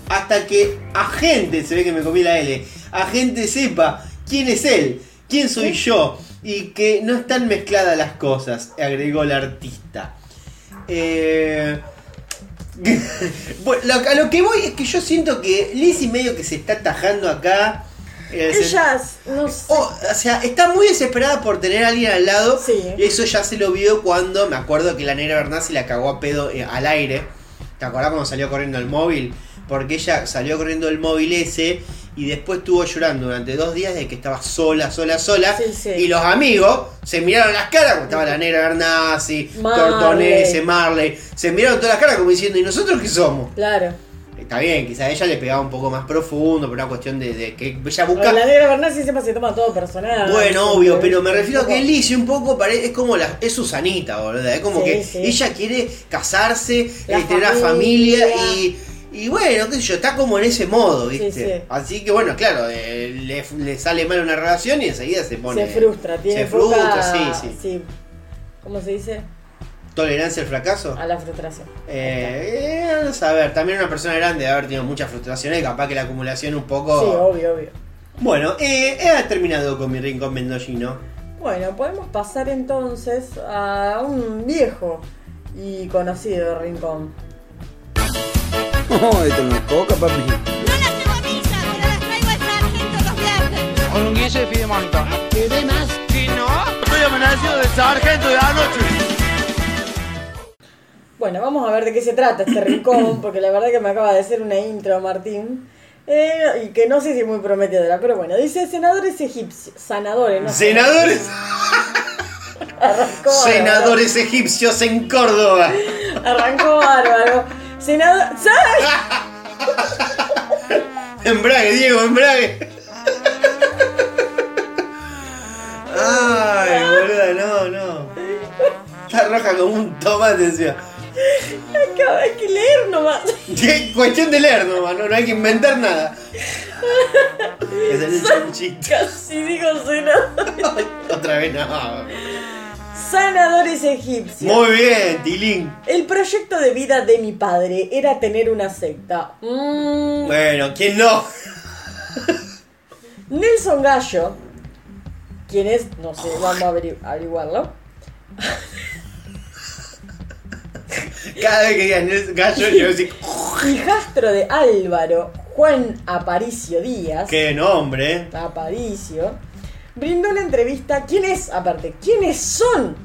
Hasta que agente, se ve que me comí la L. Agente sepa quién es él. ¿Quién soy yo? Y que no están mezcladas las cosas, agregó el artista. Eh, *laughs* bueno, lo- a lo que voy es que yo siento que Lizzie medio que se está tajando acá. eh, se- Ellas, no sé. o, Oh, o sea, está muy desesperada por tener a alguien al lado. Y eso ya se lo vio cuando me acuerdo que la negra Bernal se la cagó a pedo eh, al aire. ¿Te acordás cuando salió corriendo el móvil? Porque ella salió corriendo el móvil ese y después estuvo llorando durante dos días de que estaba sola, sola, sola. Y los amigos se miraron las caras, porque estaba la negra Bernasi, Marley. Tortonese, Marley. Se miraron todas las caras como diciendo, ¿y nosotros qué somos? Claro. Está bien, quizá ella le pegaba un poco más profundo, pero una cuestión de, de que ella busca... La negra Bernasi siempre se toma todo personal. Bueno, obvio, pero me refiero a que Lizzie un poco pare- es como la, es Susanita, ¿verdad? Es Sí, como que sí. ella quiere casarse, La eh, tener una familia. familia y, y bueno, qué sé yo, está como en ese modo, Sí, ¿viste? sí. Así que bueno, claro, eh, le, le sale mal una relación y enseguida se pone. se frustra, tiene se frustra, poca- sí, sí. ¿Cómo se dice? Tolerancia al fracaso. A la frustración. Eh, eh, vamos a ver, también una persona grande de haber tenido muchas frustraciones, capaz que la acumulación un poco. Sí, obvio, obvio. Bueno, eh, he terminado con mi rincón mendocino. *laughs* Bueno, podemos pasar entonces a un viejo y conocido rincón. No, esto no es coca, papi. Con un guille de Pidemonto. ¿Qué más? Si no, estoy amenazado de sargento de la noche. Bueno, vamos a ver de qué se trata este *coughs* rincón, porque la verdad que me acaba de hacer una intro, Martín. Eh, y que no sé si es muy prometedora, pero bueno, dice senadores egipcios. Sanadores, no sé. Senadores. Arrancó, Senadores egipcios en Córdoba. Arrancó bárbaro. Senador. ¡Ay! Embrague, Diego, embrague. Ay, boluda, no, no. Está roja como un tomate encima. Acaba hay que leer nomás. *laughs* Qué Cuestión de leer nomás, no, no hay que inventar nada. Es el chanchito. Casi digo senadores. Otra vez no. Sanadores egipcios. Muy bien, Tilín. El proyecto de vida de mi padre era tener una secta. Mm, Bueno, ¿quién no? Nelson Gallo, quien es, no sé, vamos a averi- averiguarlo. Cada vez que digan "Es gallo, yo decir, Hijastro de Álvaro Juan Aparicio Díaz. qué nombre. eh". Aparicio. Brindó una entrevista. ¿Quién es, aparte? ¿Quiénes son?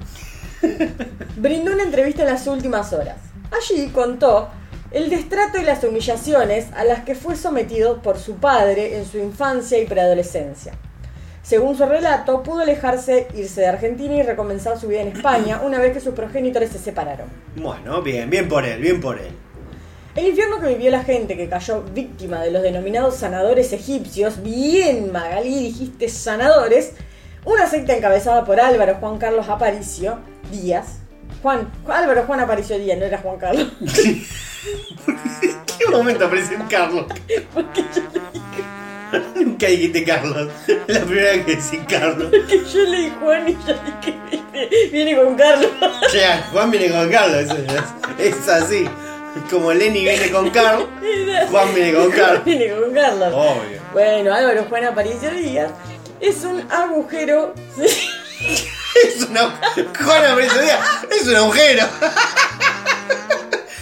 Brindó una entrevista en las últimas horas. Allí contó el destrato y las humillaciones a las que fue sometido por su padre en su infancia y preadolescencia. Según su relato, pudo alejarse, irse de Argentina y recomenzar su vida en España una vez que sus progenitores se separaron. Bueno, bien, bien por él, bien por él. El infierno que vivió la gente que cayó víctima de los denominados sanadores egipcios, bien Magalí dijiste sanadores, una secta encabezada por Álvaro Juan Carlos Aparicio Díaz. Juan, Álvaro Juan Aparicio Díaz, no era Juan Carlos. *laughs* ¿Qué momento apareció en Carlos? Nunca dijiste Carlos. Es la primera vez que decís Carlos. Que yo leí Juan y yo dije, viene, viene con Carlos. Ya, Juan viene con Carlos. eso Es, es así. Como Lenny viene con Carlos. Juan viene con Carlos. *laughs* Oh. Viene con Carlos. Obvio. Bueno, Álvaro Juan Aparicio Díaz es un agujero. *laughs* Es una. Juan Aparicio Díaz es un agujero.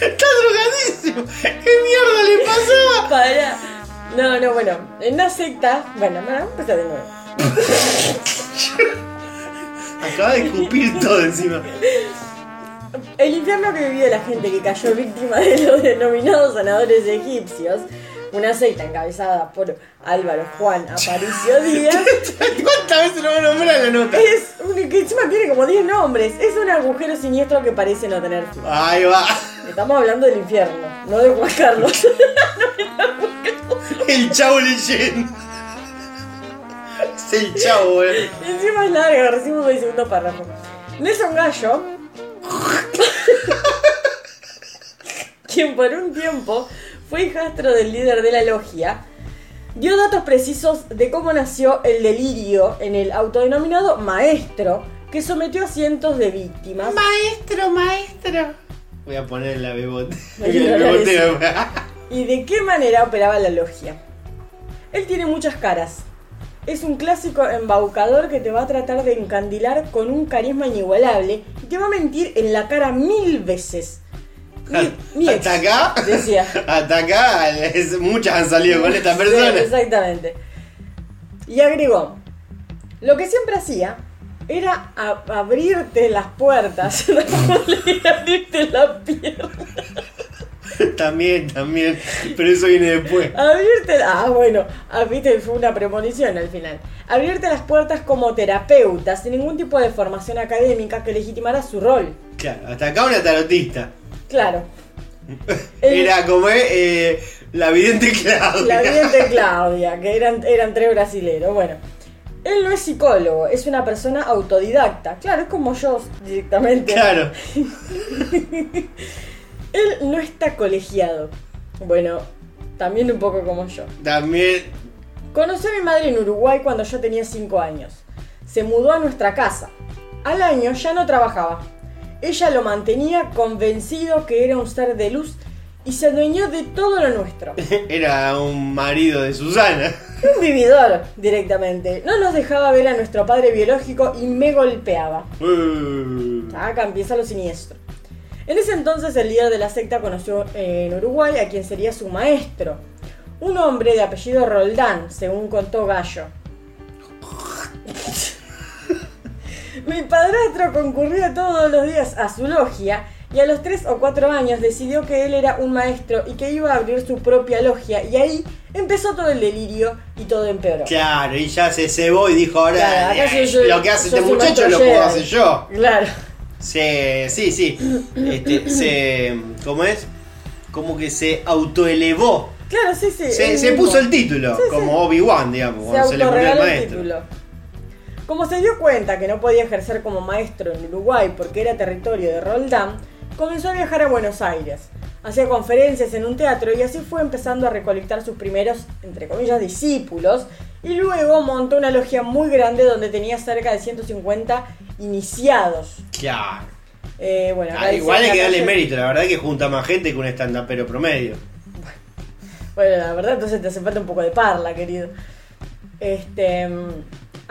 Está drogadísimo. ¿Qué mierda le pasaba? Para. No, no, bueno, en una secta. Bueno, bueno, vamos a empezar de nuevo. Acaba de escupir todo encima. El infierno que vivió la gente que cayó víctima de los denominados sanadores egipcios, una secta encabezada por Álvaro Juan Aparicio Díaz. ¿Cuántas veces lo van a nombrar en la nota? Es un, que encima tiene como 10 nombres. Es un agujero siniestro que parece no tener fin. Ahí va. Estamos hablando del infierno, no de Juan Carlos. El chavo leyendo. Es el chavo, eh. boludo. Encima es larga, recibo el segundo párrafo. Nelson Gallo, quien por un tiempo fue hijastro del líder de la logia, dio datos precisos de cómo nació el delirio en el autodenominado maestro que sometió a cientos de víctimas. Maestro, maestro. Voy a poner la bebote. Ay, El no *laughs* la beboteo. ¿Y de qué manera operaba la logia? Él tiene muchas caras. Es un clásico embaucador que te va a tratar de encandilar con un carisma inigualable y te va a mentir en la cara mil veces. Mi, mi ex Hasta acá. *laughs* decía. Hasta acá. es- muchas han salido con esta Sí, persona. exactamente. Y agregó, lo que siempre hacía era a- abrirte las puertas, *laughs* dándole- abrirte la pierna, también, también. Pero eso viene después. abrirte, la- ah bueno, ah, viste, fue una premonición al final, abrirte las puertas como terapeuta, sin ningún tipo de formación académica que legitimara su rol, Claro, hasta acá una tarotista. claro. Era como eh, la vidente La Claudia. vidente Claudia, que eran, eran tres brasileros. Bueno, él no es psicólogo, es una persona autodidacta. Claro, es como yo directamente. Claro. Él no está colegiado. Bueno, también un poco como yo. También. Conoció a mi madre en Uruguay cuando yo tenía 5 años. Se mudó a nuestra casa. Al año ya no trabajaba. Ella lo mantenía convencido que era un ser de luz y se adueñó de todo lo nuestro. Era un marido de Susana. Un vividor directamente. No nos dejaba ver a nuestro padre biológico y me golpeaba. Uh, Acá empieza lo siniestro. En ese entonces el líder de la secta conoció eh, en Uruguay a quien sería su maestro. Un hombre de apellido Roldán, según contó Gallo. Mi padrastro concurría todos los días a su logia y a los 3 o 4 años decidió que él era un maestro y que iba a abrir su propia logia y ahí empezó todo el delirio y todo empeoró. Claro, y ya se cebó y dijo ahora Claro, acá eh, soy yo- lo que hace yo este soy muchacho maestro lo puedo Jedi. hacer yo. Claro. Se, sí, sí. Este, se, ¿Cómo es? Como que se autoelevó. Claro, sí, sí. Se, él se mismo. puso el título, Sí, sí. como Obi-Wan, digamos, se cuando se le pone el autorregaló el maestro. título. Como se dio cuenta que no podía ejercer como maestro en Uruguay porque era territorio de Roldán, comenzó a viajar a Buenos Aires. Hacía conferencias en un teatro y así fue empezando a recolectar sus primeros, entre comillas, discípulos. Y luego montó una logia muy grande donde tenía cerca de 150 iniciados. Claro. Eh, bueno, acá Ah, dice igual hay la que darle calle- mérito, la verdad que junta más gente que un stand-upero promedio. Bueno, la verdad, entonces te hace falta un poco de parla, querido. Este. mm,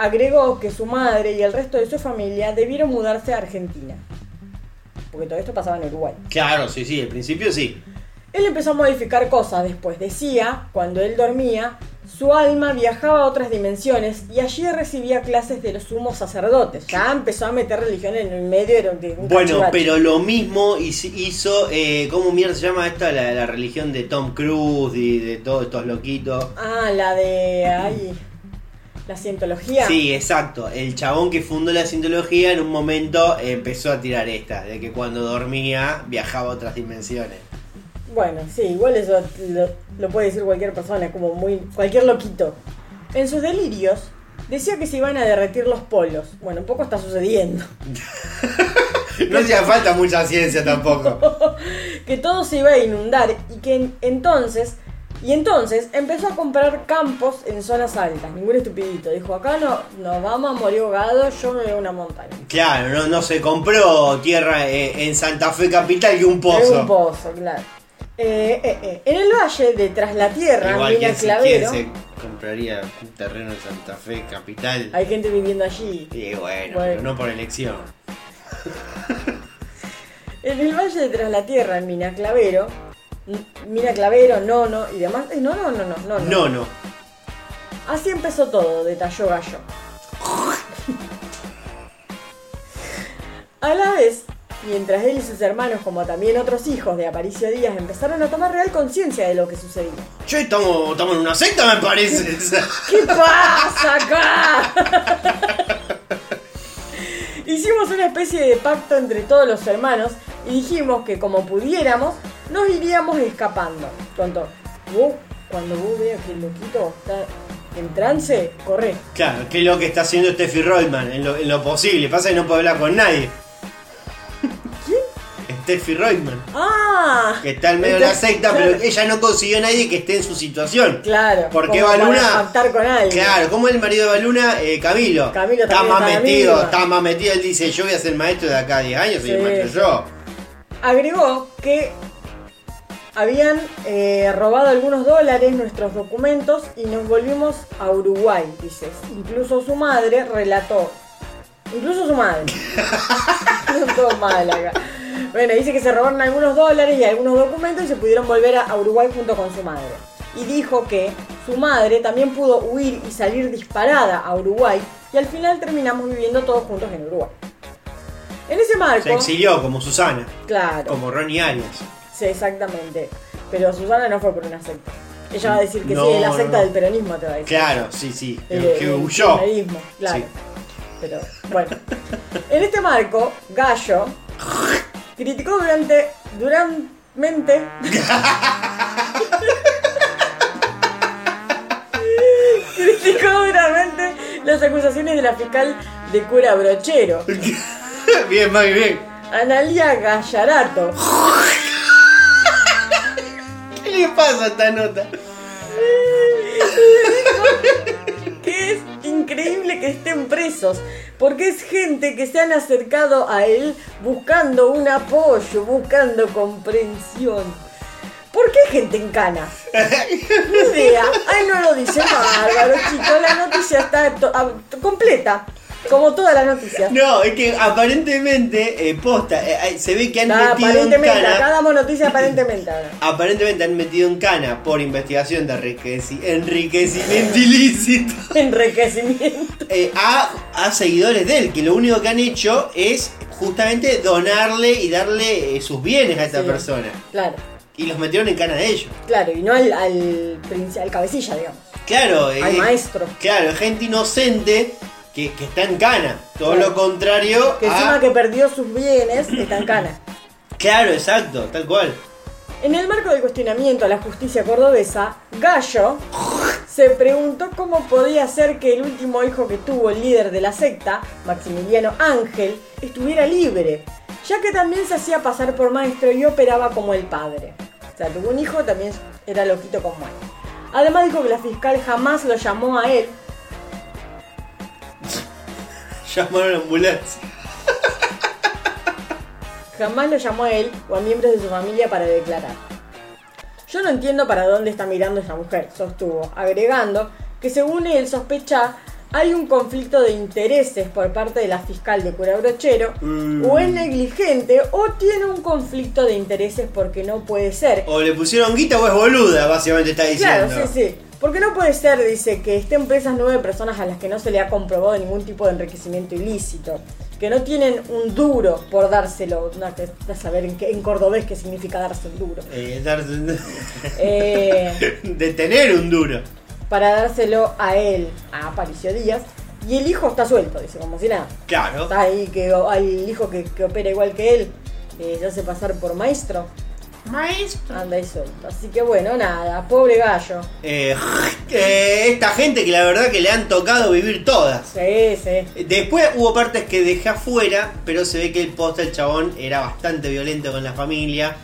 Agregó que su madre y el resto de su familia debieron mudarse a Argentina. Porque todo esto pasaba en Uruguay. Claro, sí, sí, al principio sí. Él empezó a modificar cosas después. Decía, cuando él dormía, su alma viajaba a otras dimensiones y allí recibía clases de los sumos sacerdotes. Ya empezó a meter religión en el medio de un- de un Bueno, cachivache. pero lo mismo hizo, hizo, eh, ¿cómo mierda se llama esta? La, la religión de Tom Cruise y de todos estos loquitos. Ah, la de. Ay. La cientología. Sí, exacto. El chabón que fundó la cientología en un momento empezó a tirar esta, de que cuando dormía viajaba a otras dimensiones. Bueno, sí, igual eso lo, lo puede decir cualquier persona, como muy cualquier loquito. En sus delirios decía que se iban a derretir los polos. Bueno, un poco está sucediendo. *laughs* No *laughs* hacía falta mucha ciencia tampoco. Que todo se iba a inundar y que en- entonces y entonces empezó a comprar campos en zonas altas. Ningún estupidito. Dijo, acá no nos vamos a morir ahogados, yo me veo una montaña. Claro, no, no se compró tierra eh, en Santa Fe Capital que un Es pozo. un pozo, claro. Eh, eh, eh. En el valle de Tras la Tierra, Igual Mina que si Clavero, quién se compraría un terreno en Santa Fe Capital. hay gente viviendo allí. Y bueno, Bueno. pero no por elección. En el Valle de Tras la Tierra, en Mina Clavero, M- Mina Clavero, Nono y demás. eh, no, no, no, no, no, no. No, no. Así empezó todo, detalló Gallo. A la vez, mientras él y sus hermanos, como también otros hijos de Aparicio Díaz, empezaron a tomar real conciencia de lo que sucedía. Che, estamos, estamos en una secta, me *laughs* parece. ¿Qué pasa acá? Hicimos una especie de pacto entre todos los hermanos y dijimos que como pudiéramos nos iríamos escapando. Contó. Vos, cuando vos veas que el loquito está en trance, corre. Claro, que es lo que está haciendo Steffi Rollman en lo, en lo posible. Pasa que no puede hablar con nadie. ¿Quién? Steffi Rollman. ¡Ah! Que está en medio de la Entonces, secta, claro. pero ella no consiguió a nadie que esté en su situación. Claro. Porque como para Baluna. pactar con alguien. Claro, como el marido de Baluna, eh, Camilo. Camilo está también más está en la metido, misma. está más metido. Él dice: Yo voy a ser maestro de acá a 10 años, soy Sí. el maestro yo. Agregó que Habían eh, robado algunos dólares, nuestros documentos y nos volvimos a Uruguay, dices. Incluso su madre relató. Incluso su *laughs* madre. No, todo mal acá. Bueno, dice que se robaron algunos dólares y algunos documentos y se pudieron volver a- a Uruguay junto con su madre. Y dijo que su madre también pudo huir y salir disparada a Uruguay y al final terminamos viviendo todos juntos en Uruguay. En ese marco... Se exilió como Susana, Claro. como Ronnie Arias. Sí, exactamente. Pero Susana no fue por una secta. Ella va a decir que No, sí, es la no, secta no. del peronismo, te va a decir. Claro, sí, sí. El- Que, el huyó. kirchnerismo, claro. Sí. Pero bueno. En este marco, Gallo criticó durante. *laughs* duramente. criticó duramente las acusaciones de la fiscal de cura brochero. *laughs* bien, muy bien. Analia Gallarato. ¿Qué le pasa a esta nota? que es increíble que estén presos, porque es gente que se han acercado a él buscando un apoyo, buscando comprensión. ¿Por qué gente en cana? Ni idea. Ay, no lo dice bárbaro, chicos. La noticia está to- a- completa, como todas las noticias. No, es que aparentemente, eh, posta, eh, eh, se ve que han Ah, metido en aparentemente, cana. acá damos noticias aparentemente ahora. *laughs* Aparentemente han metido en cana por investigación de enriqueci- enriquecimiento ilícito. eh, Enriquecimiento. a, a seguidores de él, que lo único que han hecho es justamente donarle y darle eh, sus bienes a esta Sí. persona. Claro, Y los metieron en cana de ellos. claro, y no al, al, princi- al cabecilla, digamos. Claro, eh, Al maestro. Claro, gente inocente que, que está en cana. Todo Claro. lo contrario. Que a- encima que perdió sus bienes, está en cana. Claro, exacto, tal cual. *laughs* En el marco del cuestionamiento a la justicia cordobesa, Gallo se preguntó cómo podía ser que el último hijo que tuvo el líder de la secta, Maximiliano Ángel, estuviera libre, ya que también se hacía pasar por maestro y operaba como el padre. O sea, tuvo un hijo, también era loquito como él. Además dijo que la fiscal jamás lo llamó a él Llamaron a la ambulancia. Jamás lo llamó a él o a miembros de su familia para declarar. Yo no entiendo para dónde está mirando esa mujer, sostuvo, agregando que según él sospecha hay un conflicto de intereses por parte de la fiscal de cura brochero, o es negligente o tiene un conflicto de intereses porque no puede ser. O le pusieron guita o es boluda, básicamente está diciendo. Claro, sí, sí. Porque no puede ser, dice, que estén presas nueve personas a las que no se le ha comprobado ningún tipo de enriquecimiento ilícito. Que no tienen un duro por dárselo. No, que a saber en, qué- en cordobés qué significa darse un duro. Eh, dar- Eh, de *laughs* tener un duro. para dárselo a él, a Aparicio Díaz. Y el hijo está suelto, dice, como si nada. Claro. Está ahí, que hay el hijo que, que opera igual que él. eh, se hace pasar por maestro. Maestro. Anda ahí suelto. Así que bueno, nada, pobre gallo. Eh, *laughs* eh, esta gente que la verdad que le han tocado vivir todas. Sí, sí. Después hubo partes que dejé afuera, pero se ve que el posta el chabón era bastante violento con la familia.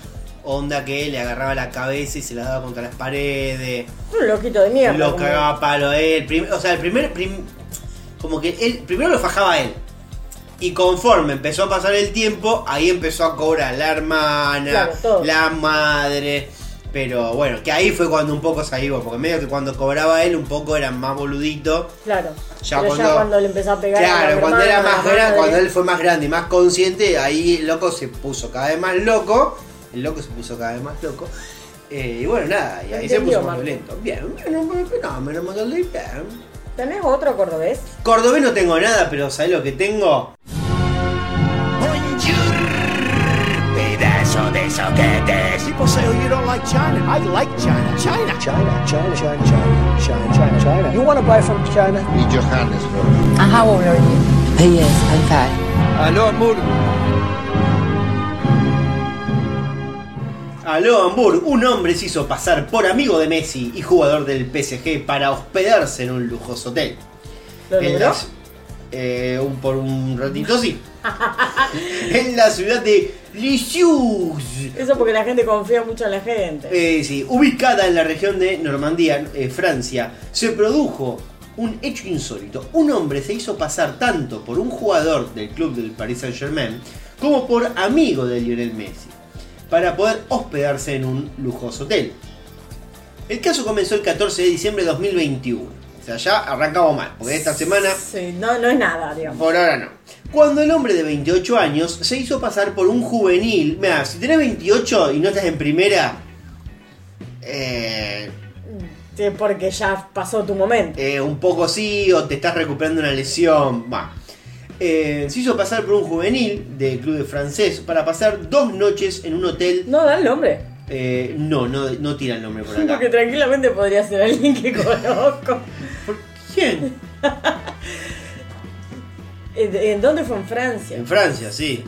Onda que le agarraba la cabeza y se la daba contra las paredes. Un loquito de mierda. Lo como- cagaba a palo él. Prim- o sea, el primer. prim- como que él. Primero lo fajaba a él. Y conforme empezó a pasar el tiempo, ahí empezó a cobrar la hermana, Claro, todo. la madre. Pero bueno, que ahí fue cuando un poco salió. Porque medio que cuando cobraba él, un poco era más boludito. Claro. Ya Pero ya cuando- cuando le empezó a pegar. a Claro, la cuando hermana, era a la más grande, madre, cuando él fue más grande y más consciente, ahí el loco se puso cada vez más loco. El loco se puso cada vez más loco. Eh, y bueno, nada, y ahí se Entendió, puso más Marco. violento. Bien, bueno, un fenómeno, Manuel Ley, bien. ¿Tenés otro cordobés? Cordobés no tengo nada, pero ¿sabes lo que tengo? Pedazo de soquetes. People say, oh, you don't like China. I like China. China. China, China, China, China, China, China, China. You want to buy from China? Y Johannesburg. And how old are you? Yes, I'm five. Aló, Hamburgo. Aló Hamburg, un hombre se hizo pasar por amigo de Messi y jugador del PSG para hospedarse en un lujoso hotel. ¿Lo En logró? la ci- eh, un- por un ratito sí. *laughs* en la ciudad de Lisieux. Eso porque la gente confía mucho en la gente. Eh, sí, ubicada en la región de Normandía, eh, Francia, se produjo un hecho insólito. Un hombre se hizo pasar tanto por un jugador del club del Paris Saint-Germain como por amigo de Lionel Messi. para poder hospedarse en un lujoso hotel. El caso comenzó el 14 de diciembre de 2021. O sea, ya arrancamos mal, porque esta semana Sí, no, no es nada, digamos. por ahora no. Cuando el hombre de 28 años se hizo pasar por un juvenil. Mira, si tenés 28 y no estás en primera. Eh, Sí, porque ya pasó tu momento. eh, un poco sí, o te estás recuperando una lesión. Va. Eh, se hizo pasar por un juvenil del club de francés para pasar dos noches en un hotel. No, da el nombre. Eh, no, no, no tira el nombre por acá. Porque tranquilamente podría ser alguien que *laughs* conozco. ¿Quién? ¿En Eh, en dónde fue? En Francia. En Francia, sí.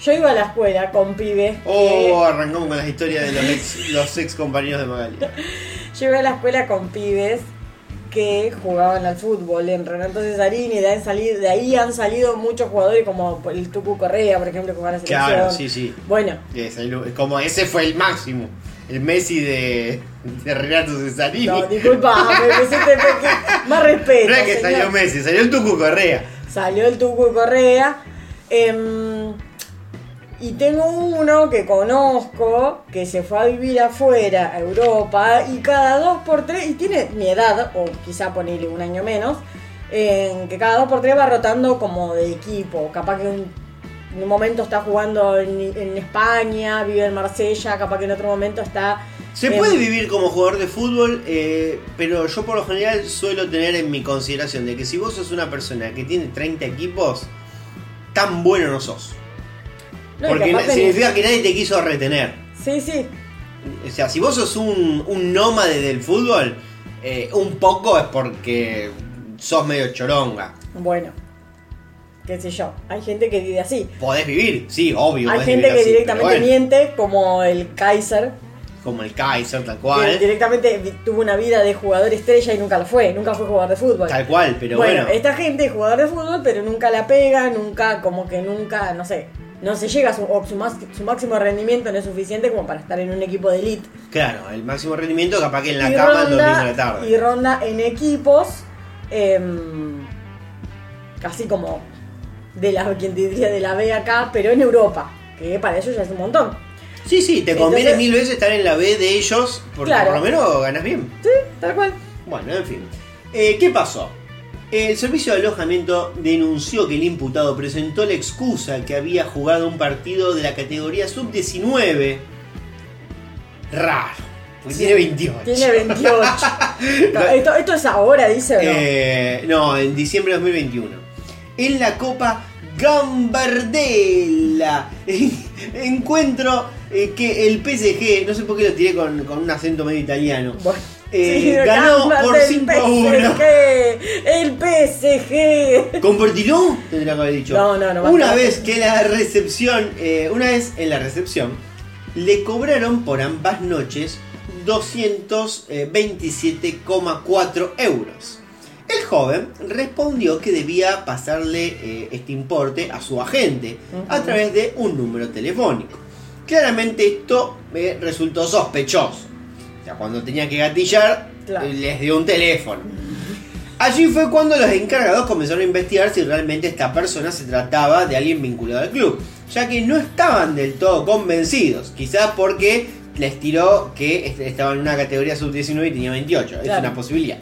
Yo iba a la escuela con pibes. que- Oh, arrancamos con las historias de los ex, los ex compañeros de Magali. Yo iba a la escuela con pibes que jugaban al fútbol en Renato Cesarini. De ahí, han salido, de ahí han salido muchos jugadores como el Tucu Correa, por ejemplo, que jugaba en la selección. Claro, sí, sí. *laughs* Bueno, Es el- es como ese fue el máximo. El Messi de, de Renato Cesarini. no, disculpa, me pusiste peque- más *laughs* respeto. No es que salió señor. Messi, salió el Tucu Correa. Salió el Tucu Correa. em, y tengo uno que conozco que se fue a vivir afuera, a Europa, y cada dos por tres, y tiene mi edad, o quizá ponerle un año menos, em, que cada dos por tres va rotando como de equipo. Capaz que un, en un momento está jugando en, en España, vive en Marsella, capaz que en otro momento está. Se em, puede vivir como jugador de fútbol, eh, pero yo por lo general suelo tener en mi consideración de que si vos sos una persona que tiene 30 equipos, tan bueno no sos. no, y Porque capaz que- significa que nadie te quiso retener. Sí, sí. O sea, si vos sos un, un nómade del fútbol, eh, un poco es porque sos medio choronga. Bueno, qué sé yo. Hay gente que vive así. Podés vivir, sí, obvio. Hay podés gente vivir que así, directamente pero bueno, miente, como el Kaiser, Como el Kaiser, tal que cual. directamente vi- tuvo una vida de jugador estrella y nunca lo fue, nunca fue jugador de fútbol. Tal cual, pero bueno. bueno, esta gente es jugador de fútbol, pero nunca la pega, nunca, como que nunca, no sé, no se llega a su, o su, más- su máximo rendimiento no es suficiente como para estar en un equipo de elite. Claro, el máximo rendimiento capaz que en la y cama el domingo ronda, a la tarde. y ronda en equipos, em, casi como de la, quien diría de la B acá, pero en Europa, que para ellos ya es un montón. Sí, sí, te conviene Entonces- mil veces estar en la B de ellos, porque Claro. por lo menos ganas bien. Sí, tal cual. Bueno, en fin. Eh, ¿Qué pasó? El servicio de alojamiento denunció que el imputado presentó la excusa que había jugado un partido de la categoría sub-19. Raro. Porque tiene 28. Tiene 28. *laughs* esto, esto es ahora, dice. ¿o no? Eh, no, en diciembre de 2021. En la Copa Gambardella. *laughs* Encuentro eh, que el PSG, no sé por qué lo tiré con, con un acento medio italiano, eh, Sí, ganó gana por del 5 a 1. PSG, el PSG. Con Bertilón tendría que haber dicho. No, no, no, Una basta. vez que la recepción, eh, una vez en la recepción, le cobraron por ambas noches eh, 227,4 euros. El joven respondió que debía pasarle eh, este importe a su agente a través de un número telefónico. Claramente esto eh, resultó sospechoso. O sea, cuando tenía que gatillar, Claro. eh, les dio un teléfono. Allí fue cuando los encargados comenzaron a investigar si realmente esta persona se trataba de alguien vinculado al club, ya que no estaban del todo convencidos, quizás porque les tiró que est- estaba en una categoría sub-19 y tenía 28, es Claro. una posibilidad.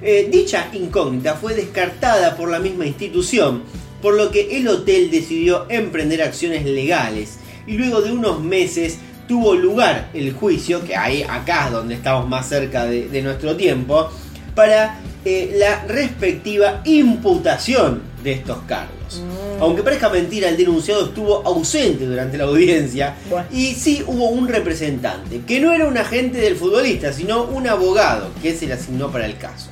Eh, dicha incógnita fue descartada por la misma institución, por lo que el hotel decidió emprender acciones legales y luego de unos meses tuvo lugar el juicio, que ahí acá es donde estamos más cerca de, de nuestro tiempo, para eh, la respectiva imputación de estos cargos. Aunque parezca mentira, el denunciado estuvo ausente durante la audiencia Bueno. y sí hubo un representante, que no era un agente del futbolista, sino un abogado que se le asignó para el caso.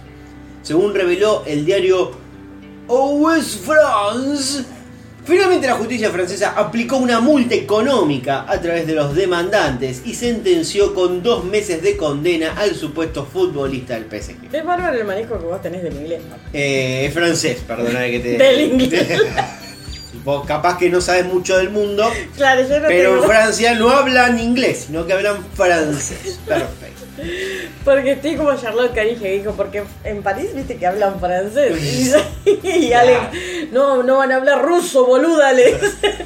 Según reveló el diario Ouest France, finalmente la justicia francesa aplicó una multa económica a través de los demandantes y sentenció con dos meses de condena al supuesto futbolista del PSG. Es bárbaro el manejo que vos tenés del inglés. Eh, es francés, perdona que te... *laughs* Del inglés. *laughs* Vos capaz que no sabes mucho del mundo, Claro, yo no pero en tengo- Francia no hablan inglés, sino que hablan francés. Perfecto. Porque estoy como Charlotte Carige dijo, porque en París viste que hablan francés. Y, y Alex, no, no van a hablar ruso, boluda, Alex.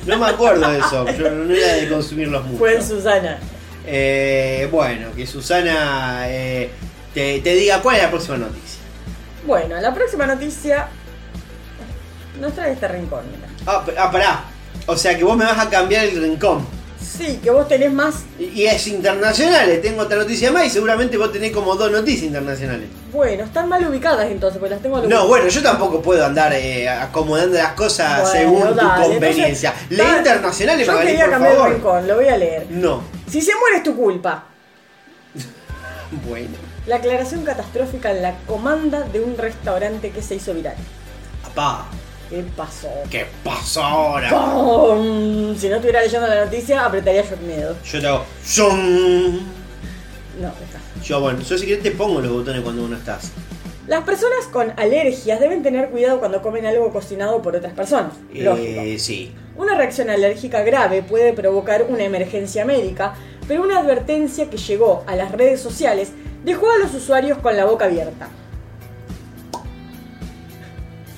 No me acuerdo de eso, yo no era de consumirlos mucho. Fue en Susana. Eh, bueno, que Susana eh, te, te diga cuál es la próxima noticia. Bueno, la próxima noticia nos trae este rincón. mira. Ah, pa- ah, pará. O sea que vos me vas a cambiar el rincón. Sí, que vos tenés más. Y, y es internacionales. Tengo otra noticia más y seguramente vos tenés como dos noticias internacionales. Bueno, están mal ubicadas entonces, porque las tengo al No, bueno, yo tampoco puedo andar eh, acomodando las cosas Bueno, según dale, tu conveniencia. entonces, Lee dale. internacionales, Yo Magalí, quería por cambiar el favor. rincón, lo voy a leer. No. Si se muere es tu culpa. Bueno. La aclaración catastrófica en la comanda de un restaurante que se hizo viral. Papá, ¿Qué pasó? ¿qué pasó ahora? ¡Pum! Si no estuviera leyendo la noticia, apretaría yo el miedo. Yo te hago. ¡Zum! No, deja. Yo, bueno, yo si querés te pongo los botones cuando uno estás. Las personas con alergias deben tener cuidado cuando comen algo cocinado por otras personas. Lógico. Eh, sí. Una reacción alérgica grave puede provocar una emergencia médica, pero una advertencia que llegó a las redes sociales dejó a los usuarios con la boca abierta.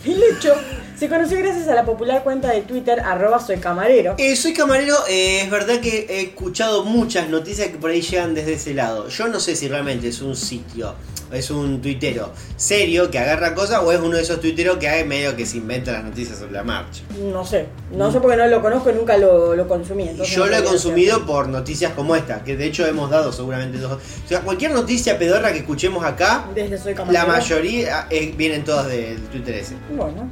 El hecho se conoció gracias a la popular cuenta de Twitter arroba soy camarero. Eh, soy camarero, eh, es verdad que he escuchado muchas noticias que por ahí llegan desde ese lado. Yo no sé si realmente es un sitio, es un tuitero serio que agarra cosas o es uno de esos tuiteros que hay medio que se inventa las noticias sobre la marcha. No sé, no sé porque no lo conozco y nunca lo, lo consumí. Y entonces yo no lo he podría consumido por noticias como esta, que de hecho hemos dado seguramente dos. O sea, cualquier noticia pedorra que escuchemos acá, decir. Desde soy camarero. la mayoría eh, vienen todas del Twitter ese. Bueno.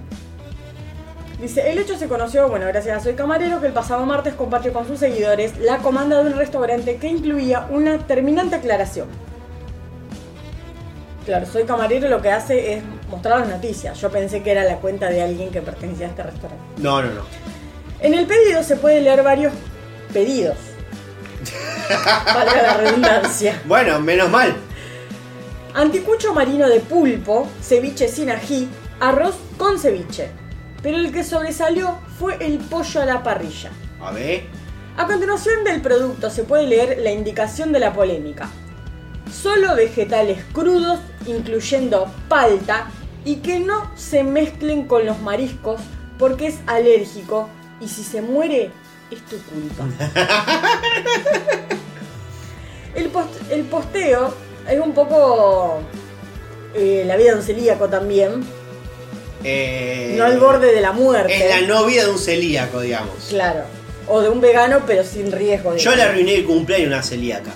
Dice, el hecho se conoció, bueno, gracias a Soy Camarero, que el pasado martes compartió con sus seguidores la comanda de un restaurante que incluía una terminante aclaración. Claro, Soy Camarero lo que hace es mostrar las noticias. Yo pensé que era la cuenta de alguien que pertenecía a este restaurante. No, no, no. En el pedido se puede leer varios pedidos. Valga la redundancia. Bueno, menos mal. Anticucho marino de pulpo, ceviche sin ají, arroz con ceviche. Pero el que sobresalió fue el pollo a la parrilla. A ver. A continuación del producto se puede leer la indicación de la polémica. Solo vegetales crudos, incluyendo palta, y que no se mezclen con los mariscos porque es alérgico y si se muere es tu *laughs* culpa. el, post- el posteo es un poco eh, la vida de un celíaco también, eh, no al borde de la muerte. Es la novia de un celíaco, digamos. Claro, o de un vegano pero sin riesgo. de- Yo le arruiné el cumpleaños a una celíaca.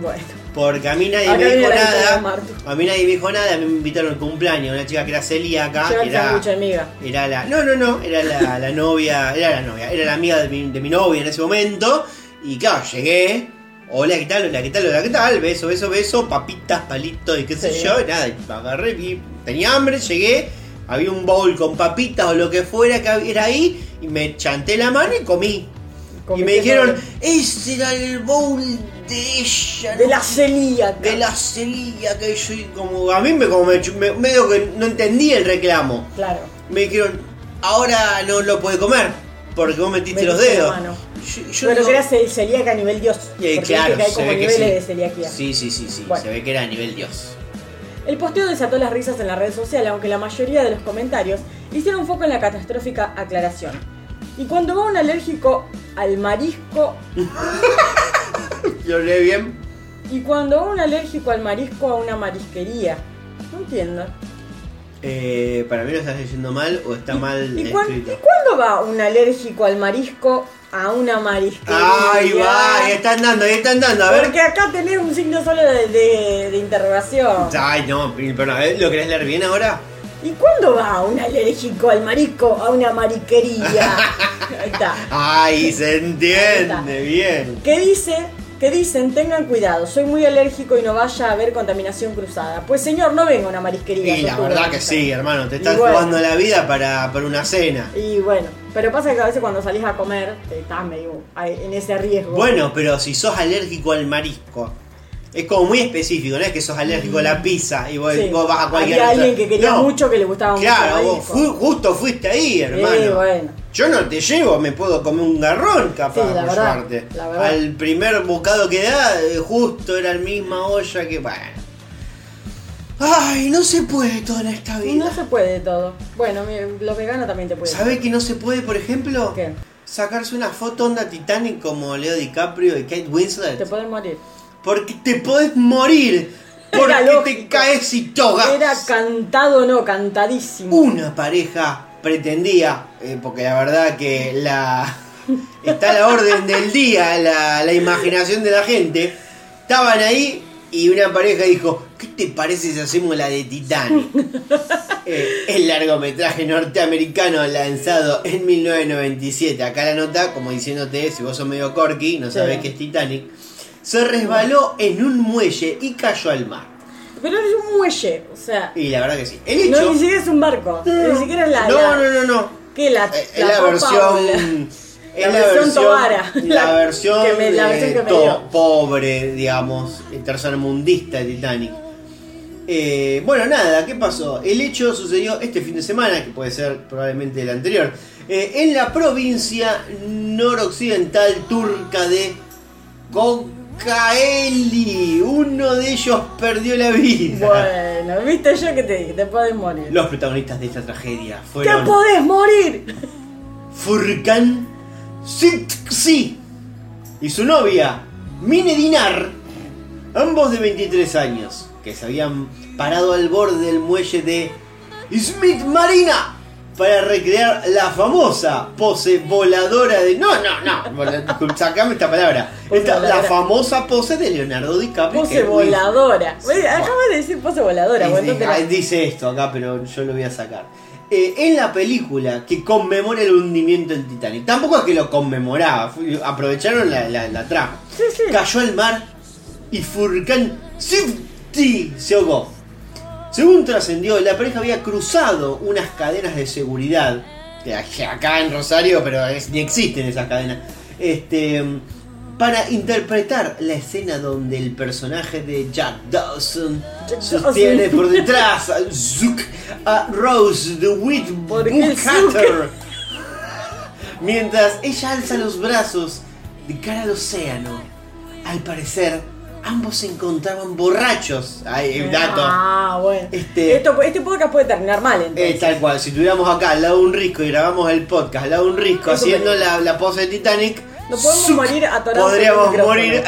Bueno. Porque a mí nadie Acá me viene dijo la historia de nada. Ah, Martu. A mí nadie me dijo nada. A mí me invitaron al cumpleaños. Una chica que era celíaca. Lleva Que el sándwich de era, miga. era la. No, no, no. Era la, la novia. Era la novia. Era la amiga de mi, de mi novia en ese momento. Y claro, llegué. Hola, ¿qué tal? Hola, ¿qué tal? Hola, ¿qué tal? Beso, beso, beso. Papitas, palitos y qué sé Sí. yo. Y nada, y me agarré. vi- tenía hambre, llegué. Había un bowl con papitas o lo que fuera que hab- era ahí. Y me chanté la mano y comí. Y me Comiste dijeron, todo. ese era el bowl de ella. De ¿no? la celíaca. de la celilla que yo y como a mí me como me, chu- me- medio que no entendí el reclamo. Claro. Me dijeron, ahora no lo puede comer porque vos metiste Metiste los la dedos. mano. Yo, yo Pero digo- que era cel- celíaca a nivel Dios. Eh, porque viste claro, que hay se como ve que niveles sí. de celiaquía. Sí, sí, sí, sí, Bueno. se ve que era a nivel Dios. El posteo desató las risas en la red social, aunque la mayoría de los comentarios hicieron foco en la catastrófica aclaración. Y cuando va un alérgico al marisco, Lo leí bien. y cuando va un alérgico al marisco a una marisquería. No entiendo. Eh, para mí lo estás leyendo mal o está mal ¿Y, cuan- escrito. y cuándo va un alérgico al marisco a una marisquería? Ahí va, ahí están dando, ahí están dando, a ver. Porque acá tenés un signo solo de, de- de interrogación. Ay, no, pero a ver, ¿lo querés leer bien ahora? ¿Y cuándo va un alérgico al marisco a una *laughs* mariquería? Ahí está. Ay, se entiende, bien. ¿Qué dice? ¿Qué dicen? Tengan cuidado, soy muy alérgico y no vaya a haber contaminación cruzada. Pues señor, no venga a una marisquería. Y yo la tuve verdad una. que sí, hermano, te estás Y bueno. jugando la vida para, para una cena. Y bueno, pero pasa que a veces cuando salís a comer, te estás medio ahí, en ese riesgo. Bueno, pero si sos alérgico al marisco, es como muy específico, no es que sos alérgico a la pizza y vos, Sí. vos vas a cualquier Había otro- alguien que quería No, mucho que le gustaba mucho. Claro, el vos marisco. fu- justo fuiste ahí, Sí, hermano. bueno. Yo no te llevo, me puedo comer un garrón, capaz, Sí, la por verdad, suerte. la verdad. Al primer bocado que da, eh, justo era la misma olla que. Bueno. Ay, no se puede todo en esta vida. No se puede todo. Bueno, mi- los veganos también te pueden. ¿Sabe que no se puede, por ejemplo? Sacarse una foto onda Titanic como Leo DiCaprio y Kate Winslet. Te puedes morir. Porque te podés morir. Porque te caes y togas. Era cantado, no, cantadísimo. Una pareja pretendía, eh, porque la verdad que la está a la orden del día, la, la imaginación de la gente. Estaban ahí y una pareja dijo, ¿qué te parece si hacemos la *laughs* de Titanic? Eh, el largometraje norteamericano lanzado en 1997. Acá la nota, como diciéndote, si vos sos medio corky, no sabés Sí. que es Titanic. Se resbaló en un muelle y cayó al mar. Pero es un muelle, o sea. Y la verdad que sí. El hecho, No, ni siquiera es un barco. ni siquiera es la. No, la- no, no, no. ¿Qué? La, Eh, Es la, Copa o versión. la- es la versión Tobara. *laughs* La versión. que me- la eh, versión que me to- dio. Pobre, digamos, eh, tercermundista de Titanic. Eh, bueno, nada, ¿qué pasó? El hecho sucedió este fin de semana, que puede ser probablemente el anterior, eh, en la provincia noroccidental turca de Kocaeli. Uno de ellos perdió la vida. *laughs* Bueno, viste yo que te dije, te podés morir. Los protagonistas de esta tragedia ¡Te fueron podés morir! Furkan Sitksi y su novia, Mine Dinar, ambos de 23 años, que se habían parado al borde del muelle de Smith Marina para recrear la famosa pose voladora de. No, no, *laughs* no, vola- disculpa, sacame esta palabra. Esta- la voladora. famosa pose de Leonardo DiCaprio. que Pose es muy- voladora. Acabas de decir pose voladora, Sí, bueno, sí, ah, Dice esto acá, pero yo lo voy a sacar. Eh, en la película que conmemora el hundimiento del Titanic, tampoco es que lo conmemoraba, fue- aprovecharon la, la, la trama. Cayó al mar y Furkan Sifti se ahogó. Según trascendió, la pareja había cruzado unas cadenas de seguridad, que ac- acá en Rosario, pero es- ni existen esas cadenas, este, para interpretar la escena donde el personaje de Jack Dawson sostiene por detrás a, Zuck- a Rose de Whitbuckhatter *laughs* mientras ella alza los brazos de cara al océano. Al parecer, ambos se encontraban borrachos. Ay, eh, dato. Ah, bueno. Este- Esto- este podcast puede terminar mal, entonces. Eh, tal cual, si tuviéramos acá al lado de un risco y grabamos el podcast al lado de un risco Eso haciendo parece. la, la pose de Titanic, no podemos morir atorados. en el podríamos micrófono. morir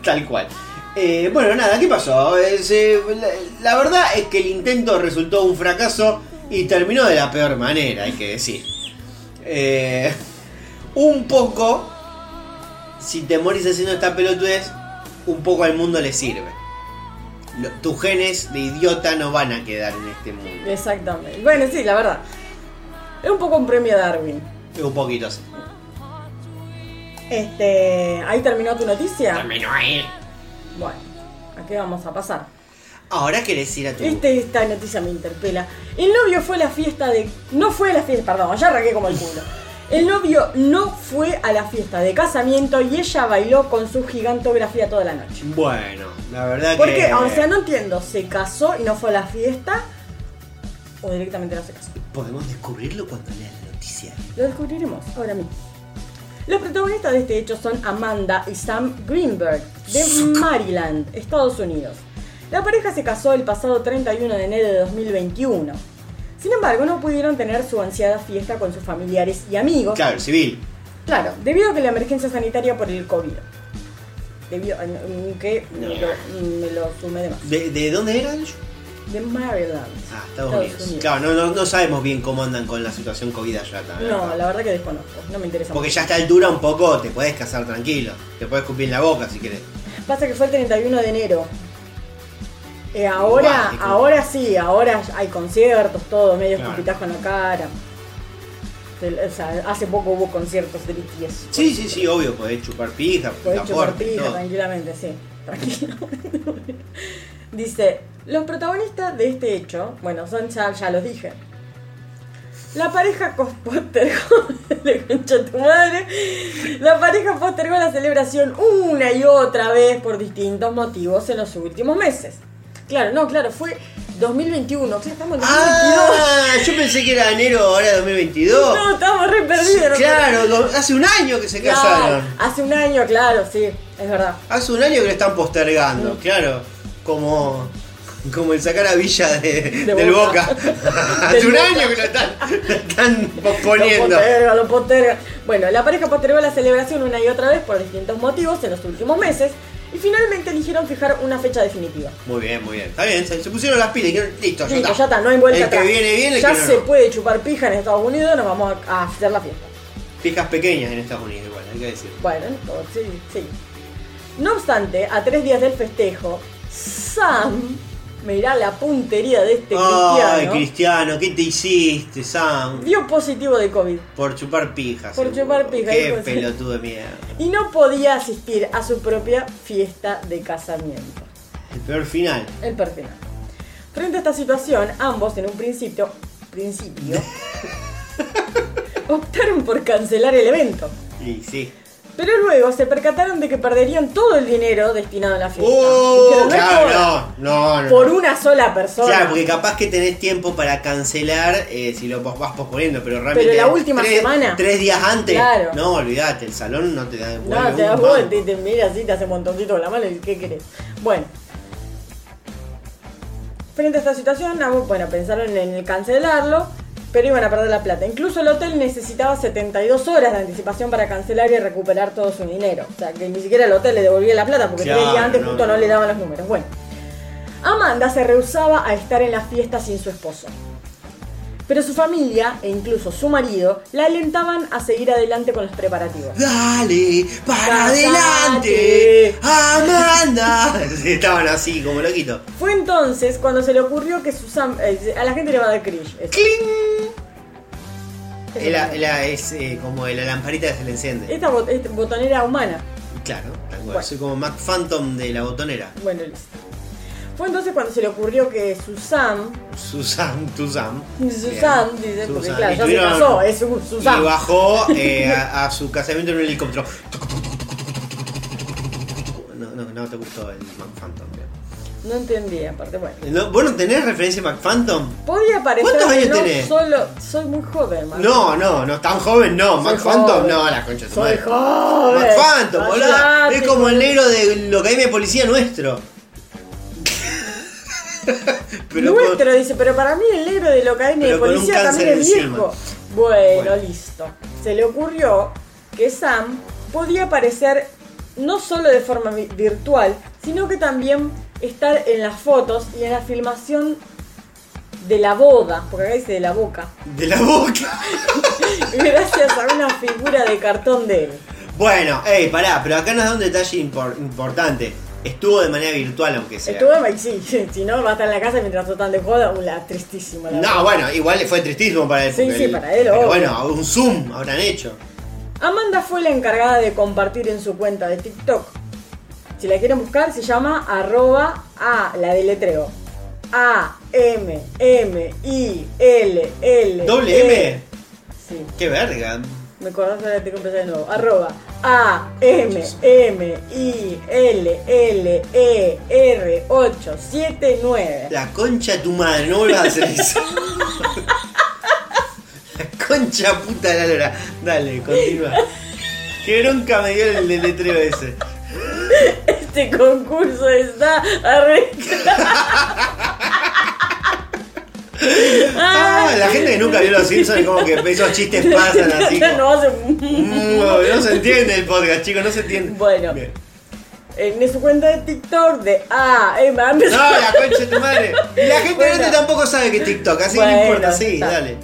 *laughs* tal cual. Eh, bueno, nada, ¿qué pasó? Eh, se- la, la verdad es que el intento resultó un fracaso y terminó de la peor manera, hay que decir. Eh, un poco, si te morís haciendo esta pelotudez, un poco al mundo le sirve. Lo- tus genes de idiota no van a quedar en este mundo. Exactamente. Bueno, sí, la verdad. Es un poco un premio Darwin. Un poquito así. Este, ahí terminó tu noticia. Terminó ahí. Bueno, ¿a qué vamos a pasar? Ahora querés ir a tu... Este, esta noticia me interpela. El novio fue a la fiesta de. No fue a la fiesta, perdón, ya arranqué como el culo. El novio no fue a la fiesta de casamiento y ella bailó con su gigantografía toda la noche. Bueno, la verdad ¿Por que... qué? O sea, no entiendo. ¿Se casó y no fue a la fiesta? ¿O directamente no se casó? Podemos descubrirlo cuando lea la noticia. Lo descubriremos ahora mismo. Los protagonistas de este hecho son Amanda y Sam Greenberg, de Maryland, Estados Unidos. La pareja se casó el pasado 31 de enero de 2021. Sin embargo, no pudieron tener su ansiada fiesta con sus familiares y amigos. Claro, el civil. Claro, debido a que la emergencia sanitaria por el COVID. Debido a mm, que me lo, me lo sumé de más. ¿De, de dónde era ellos? De Maryland. Ah, Estados, Estados Unidos. Unidos. Claro, no, no, no sabemos bien cómo andan con la situación COVID allá también. No, la verdad que desconozco. No me interesa. Porque mucho. ya a esta altura un poco te podés casar tranquilo. Te podés cupir en la boca si querés. Pasa que fue el 31 de enero. Eh, ahora, Guau, qué ahora sí, ahora hay conciertos, todo, medio Claro. escupitas con la cara. Del- o sea, hace poco hubo conciertos de BTS. Sí, sí, sí, obvio, podés chupar pija, Podés picar chupar fuerte y pija todo. tranquilamente, sí. *laughs* Tranquilo. Dice, los protagonistas de este hecho, bueno, son ya, ya los dije. La pareja cos- postergó, *laughs* le concha tu madre. La pareja postergó la celebración una y otra vez por distintos motivos en los últimos meses. Claro, no, claro, fue 2021, ¿qué estamos en 2022? Ah, yo pensé que era enero ahora de 2022. No, estamos re perdidos. Claro, lo- hace un año que se Claro, casaron. hace un año, claro, sí, es verdad. Hace un año que lo están Mm. postergando, claro. Como, como el sacar a Villa de- del Boca. *laughs* Hace un año que lo están, lo están Lo posponiendo. posterga, lo posterga. Bueno, la pareja postergó la celebración una y otra vez por distintos motivos en los últimos meses y finalmente eligieron fijar una fecha definitiva. Muy bien, muy bien. Está bien, se, se pusieron las pilas y dijeron, listo, ya Listo, está. ya está, no hay vuelta El atrás. que viene bien, el ya que no, se no. puede chupar pija en Estados Unidos, nos vamos a, a hacer la fiesta. Fijas pequeñas en Estados Unidos, igual, hay que decir. Bueno, entonces, sí. No obstante, a tres días del festejo, Sam, mirá la puntería de este Ay, cristiano, Cristiano, ¿qué te hiciste, Sam? dio positivo de COVID Por chupar pijas. Por chupar pija, hijo de- Qué pelotudo de mierda. y no podía asistir a su propia fiesta de casamiento. El peor final. El perfil. Frente a esta situación, ambos en un principio, *laughs* principio optaron por cancelar el evento. Y sí. Pero luego se percataron de que perderían todo el dinero destinado a la fiesta. ¡Oh! Dijeron, "No es por- Claro, no, no. no. Por una sola persona. Claro, porque capaz que tenés tiempo para cancelar eh, si lo pos- vas posponiendo, pero realmente. Pero la última tres, semana. Tres días antes. Claro. No, olvídate, el salón no te da No, vuelve te un das mango. vuelta y te mira así, te hace un montoncito con la mano y ¿qué querés? Bueno. Frente a esta situación, ambos, bueno, pensaron en el cancelarlo, pero iban a perder la plata. Incluso el hotel necesitaba 72 horas de anticipación para cancelar y recuperar todo su dinero. O sea, que ni siquiera el hotel le devolvía la plata porque Claro, tres días antes no, justo no. no le daban los números. Bueno. Amanda se rehusaba a estar en la fiesta sin su esposo. Pero su familia, e incluso su marido, la alentaban a seguir adelante con los preparativos. Dale, para Casate. adelante, Amanda. *laughs* Estaban así, como loquitos. Fue entonces cuando se le ocurrió que Susan. eh, a la gente le va a dar cringe. eso. Eso El- es. la- es eh, como la lamparita que se le enciende. Esta, bot- esta botonera humana. Claro, tal cual. Eh. Bueno. Soy como Mac Phantom de la botonera. Bueno, listo. Fue entonces cuando se le ocurrió que Susan. Susan, Susan. Susan, Bien. dice, porque Susan. claro, ya Y se tuvieron- casó, es un Susan. Y bajó eh, a, a su casamiento en un helicóptero. No, no, no te gustó el Mac Phantom. creo. No entendía, aparte, bueno. No, ¿Vos no tenés referencia a Mac Phantom? Podía parecer ¿Cuántos que años no tenés? solo. Soy muy joven, Marta. No, no, no, tan joven no. Mac Soy Phantom, joven. no, la concha de tu Soy madre. joven. Mac Phantom, boludo. Cállate, Es como el negro de lo que hay de *laughs* policía nuestro. Pero con- Nuestro dice, pero para mí el negro de lo que hay en el Pero con un policía cáncer también es encima. viejo. Bueno, Bueno. listo. Se le ocurrió que Sam podía aparecer no solo de forma vi- virtual, sino que también estar en las fotos y en la filmación de la boda, porque acá dice de la boca, *laughs* de la boca. gracias a una figura de cartón de él. Bueno, ey, pará, pero acá nos da un detalle impor- importante. Estuvo de manera virtual, aunque sea. Estuvo en sí, *laughs* si no va a estar en la casa mientras tratan de joda, la tristísima. la No, verdad. bueno, igual fue tristísimo para él. Sí, porque sí, él- para él, pero obvio. Bueno, un zoom habrán hecho. Amanda fue la encargada de compartir en su cuenta de TikTok. Si la quieren buscar, se llama arroba a la deletreo. A M M I L L E. ¿Doble M? Sí. Qué verga. Me acordás ahora tengo que empezar de nuevo. Arroba A M M I L L E R 879. La concha de tu madre, no vuelvas a hacer eso. *laughs* la concha puta de la lora. Dale, continúa. Qué bronca me dio el deletreo ese. Este concurso está arre... *laughs* Ah, la gente que nunca vio los Simpsons, como que esos chistes *laughs* pasan así. como- No hace- Mm, no se entiende el podcast, chicos, no se entiende. Bueno. Bien. *laughs* En su cuenta de TikTok de Ah, Emma. No, la concha de tu madre. Y la gente Bueno. grande tampoco sabe que es TikTok, así que Bueno, no importa, sí, está. dale.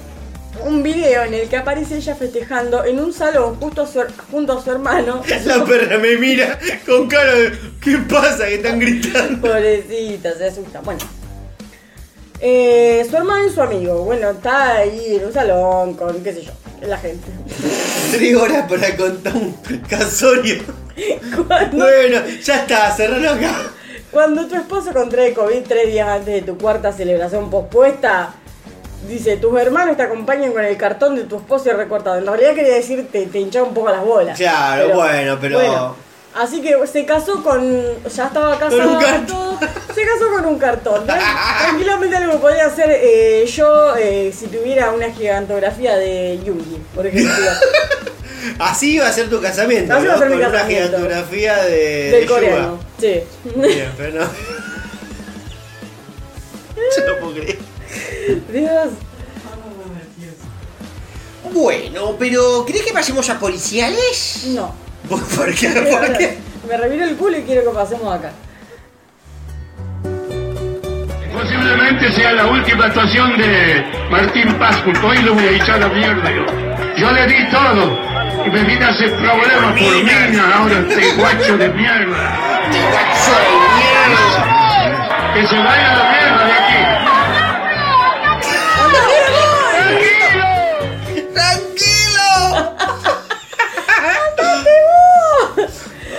Un video en el que aparece ella festejando en un salón justo a su her- junto a su hermano. *laughs* La perra me mira con cara de. ¿Qué pasa? Que están gritando. Pobrecita, se asusta. Bueno. Eh, su hermano y su amigo. Bueno, está ahí en un salón con, qué sé yo, la gente. *laughs* Tres horas para contar un casorio. Bueno, ya está, cerralo acá. Cuando tu esposo contrae COVID tres días antes de tu cuarta celebración pospuesta, dice, tus hermanos te acompañan con el cartón de tu esposo recortado. En realidad quería decir, te, te hinchaba un poco las bolas. Claro, bueno, pero. bueno. Así que se casó con. Ya estaba casada Con un con todo. Se casó con un cartón. ¿no? Tranquilamente algo que podría hacer eh, yo eh, si tuviera una gigantografía de Yugi, por *laughs* ejemplo. Así iba a ser tu casamiento, Así ¿no? iba a ser mi Con una casamiento. gigantografía de, del de coreano. Yuga. *laughs* Sí. Bien, *laughs* pero no. Yo no puedo creer. Dios. Bueno, pero ¿crees que pasemos a policiales? No. ¿Por por qué? ¿Por qué? Me reviro el culo y quiero que pasemos acá. Posiblemente sea la última actuación de Martín Pascuto. Hoy lo voy a echar a mierda yo. Yo le di todo. Y me vine a hacer problemas por mina. Ahora este guacho de mierda. guacho de mierda. Que se vaya la mierda de aquí.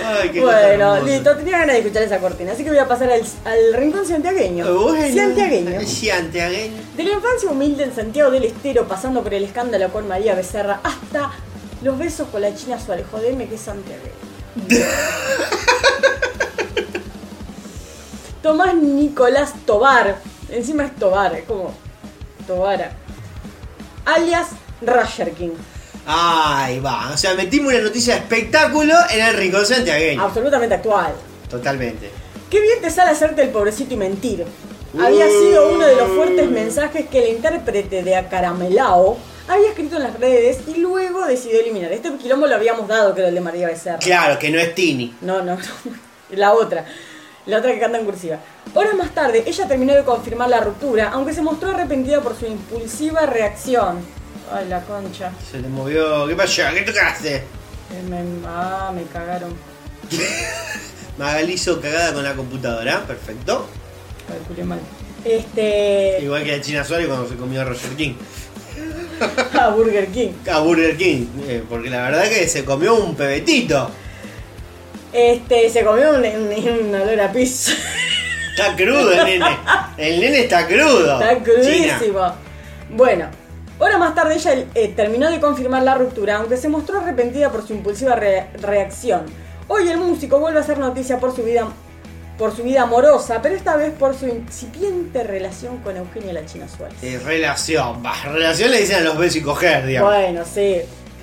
Ay, qué cosa Bueno, hermosa. listo, tenía ganas de escuchar esa cortina, así que voy a pasar al, al rincón santiagueño. Ah, Bueno. Santiagueño. Santiagueño. De la infancia humilde en Santiago del Estero, pasando por el escándalo con María Becerra, hasta los besos con la China Suárez. Jodeme que es *laughs* santiagueño. Tomás Nicolás Tobar. Encima es Tobar, es como Tobara. Alias Rasher King. Ahí va. O sea, metimos una noticia de espectáculo en el rincón santiagueño. Absolutamente actual. Totalmente. Qué bien te sale hacerte el pobrecito y mentir. Había sido uno de los fuertes mensajes que el intérprete de Acaramelao había escrito en las redes y luego decidió eliminar. Este quilombo lo habíamos dado, creo, el de María Becerra. Claro, que no es Tini. No, no, *laughs* no. La otra. La otra que canta en cursiva. Horas más tarde, ella terminó de confirmar la ruptura, aunque se mostró arrepentida por su impulsiva reacción. Ay, la concha. Se le movió. ¿Qué pasó? ¿Qué tocaste? Eh, me- ah, me cagaron. Magali hizo cagada con la computadora. Perfecto. Calculé mal. Este. Igual que la China Suárez cuando se comió a Roger King. *laughs* A ah, Burger King. A Burger King. eh, porque la verdad que se comió un pebetito. Este, se comió un, un- un olor a pizza. Está crudo el nene. El nene está crudo. Está China. crudísimo. Bueno, horas más tarde ella eh, terminó de confirmar la ruptura, aunque se mostró arrepentida por su impulsiva re- reacción. Hoy el músico vuelve a hacer noticia por su vida por su vida amorosa, pero esta vez por su incipiente relación con Eugenia la China Suárez. Eh, relación. Bah, relación le dicen a los besos y coger, digamos. Bueno, sí.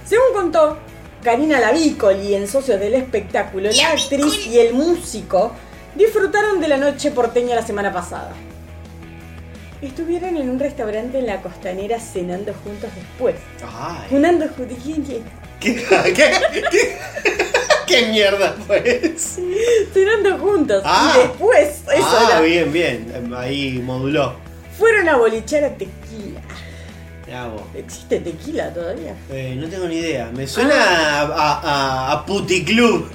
Según contó Karina Lavicoli en Socios del Espectáculo, la actriz y el músico disfrutaron de la noche porteña la semana pasada. Estuvieron en un restaurante en la costanera cenando juntos después. Ay. Junando jutiquinqui. ¿Qué, *laughs* qué, qué- qué mierda pues? Cenando juntos. Ah. Y después, eso ah, era. bien, bien. Em, Ahí moduló. Fueron a bolichar a tequila. Bravo. ¿Existe tequila todavía? Eh, no tengo ni idea. Me suena Ah. a, a, a- a puticlub.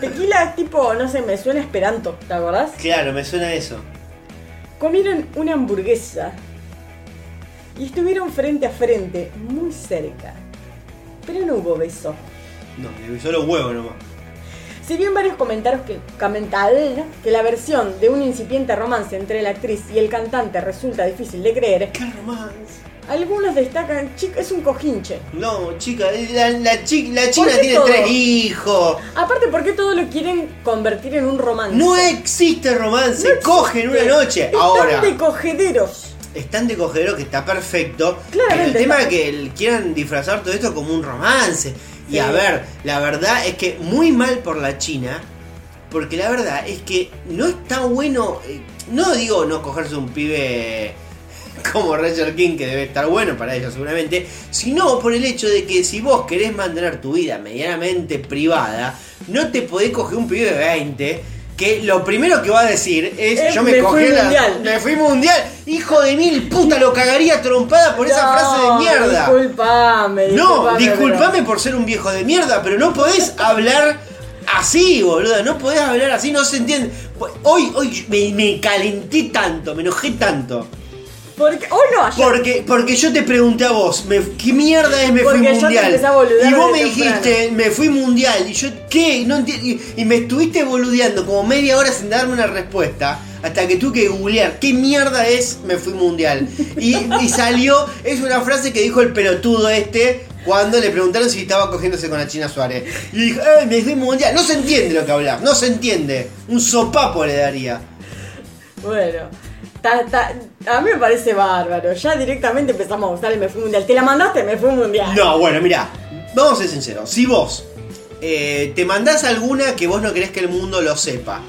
Tequila es tipo, no sé, me suena a esperanto, ¿te acordás? Claro, me suena a eso. Comieron una hamburguesa y estuvieron frente a frente, muy cerca. Pero no hubo beso. No, me besó los huevos nomás. Si bien varios comentarios que, comentarios que la versión de un incipiente romance entre la actriz y el cantante resulta difícil de creer, algunos destacan, chica, es un cojinche. No, chica, la, la chi- la ¿Por china qué tiene todo? tres hijos. Aparte, ¿por qué todo lo quieren convertir en un romance? No existe romance. No Cogen una existe. noche. Están Ahora. de cogederos. Están de cogedero que está perfecto. Claramente, el tema está- es que el- quieran disfrazar todo esto como un romance. Y a Sí. ver, la verdad es que muy mal por la China. Porque la verdad es que no está bueno. eh, No digo no cogerse un pibe *laughs* como Roger King, que debe estar bueno para ella seguramente, sino por el hecho de que si vos querés mantener tu vida medianamente privada, no te podés coger un pibe de 20 que lo primero que va a decir es Eh, yo me, me cogí fui a la- mundial. me fui mundial, hijo de mil puta, lo cagaría trompada por esa No, frase de mierda. Disculpame, no, disculpame, disculpame pero- por ser un viejo de mierda, pero no podés hablar así, boludo. No podés hablar así, no se entiende. Hoy, hoy me, me calenté tanto, me enojé tanto. Porque, hoy no, ayer. Porque, porque yo te pregunté a vos, me- ¿qué mierda es me Porque fui yo te mundial? empecé a boludear y vos me desde dijiste, me fui mundial. Y yo, ¿qué? No enti- y, y me estuviste boludeando como media hora sin darme una respuesta. Hasta que tuve que googlear, ¿qué mierda es me fui mundial? Y, y salió, es una frase que dijo el pelotudo este, cuando le preguntaron si estaba cogiéndose con la China Suárez. Y dijo, ¡ay, me fui mundial! No se entiende lo que habla, no se entiende. Un sopapo le daría. Bueno, ta- ta- a mí me parece bárbaro. Ya directamente empezamos a usar el Me Fui Mundial. ¿Te la mandaste? Me Fui Mundial. No, bueno, mira, vamos a ser sinceros. Si vos eh, te mandás alguna que vos no querés que el mundo lo sepa,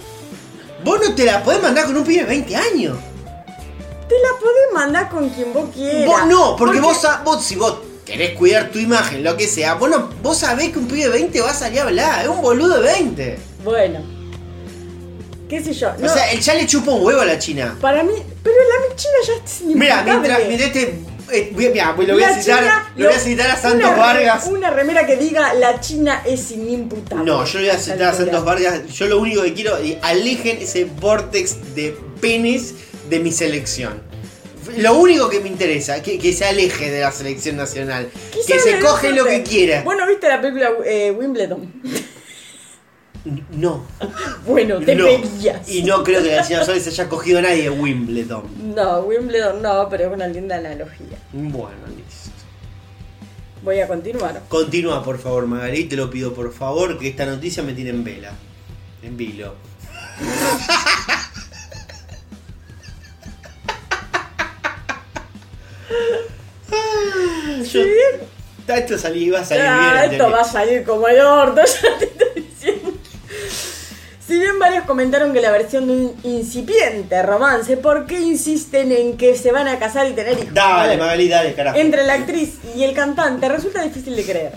vos no te la podés mandar con un pibe de 20 años. Te la podés mandar con quien vos quieras. Vos no, porque, vos, sa- vos si vos querés cuidar tu imagen, lo que sea, vos, no- vos sabés que un pibe de 20 va a salir a hablar, es un boludo de 20. Bueno. ¿Qué sé yo? O sea, el ya le chupa un huevo a la China. Para mí, pero la China ya es Mira, inimputable. mientras, mientras este... eh, voy a- mirá, lo voy a La citar, China, lo voy a citar a una Santos re- Vargas. Una remera que diga la China es inimputable. No, yo le voy a esta citar a altura. Santos Vargas. Yo lo único que quiero es alejen ese vortex de penes de mi selección. Lo único que me interesa, que, que se aleje de la selección nacional. Quizá Que le se dé coge lo que suerte. quiera. Bueno, ¿viste la película eh, Wimbledon? *laughs* No. Bueno, te no. pedías. Y no creo que la China Suárez haya cogido a nadie de Wimbledon. No, Wimbledon no, pero es una linda analogía. Bueno, listo. Voy a continuar. Continúa, por favor, Magali. Te lo pido, por favor, que esta noticia me tiene en vela. *laughs* En vilo. Ah, yo- Ta- Esto salí, iba a salir Ah, bien. esto va a salir como el orto, *laughs* ya te estoy diciendo. Si bien varios comentaron que la versión de un incipiente romance, ¿por qué insisten en que se van a casar y tener hijos? A Dale, ver, Magali, dale, carajo. Entre la actriz y el cantante resulta difícil de creer.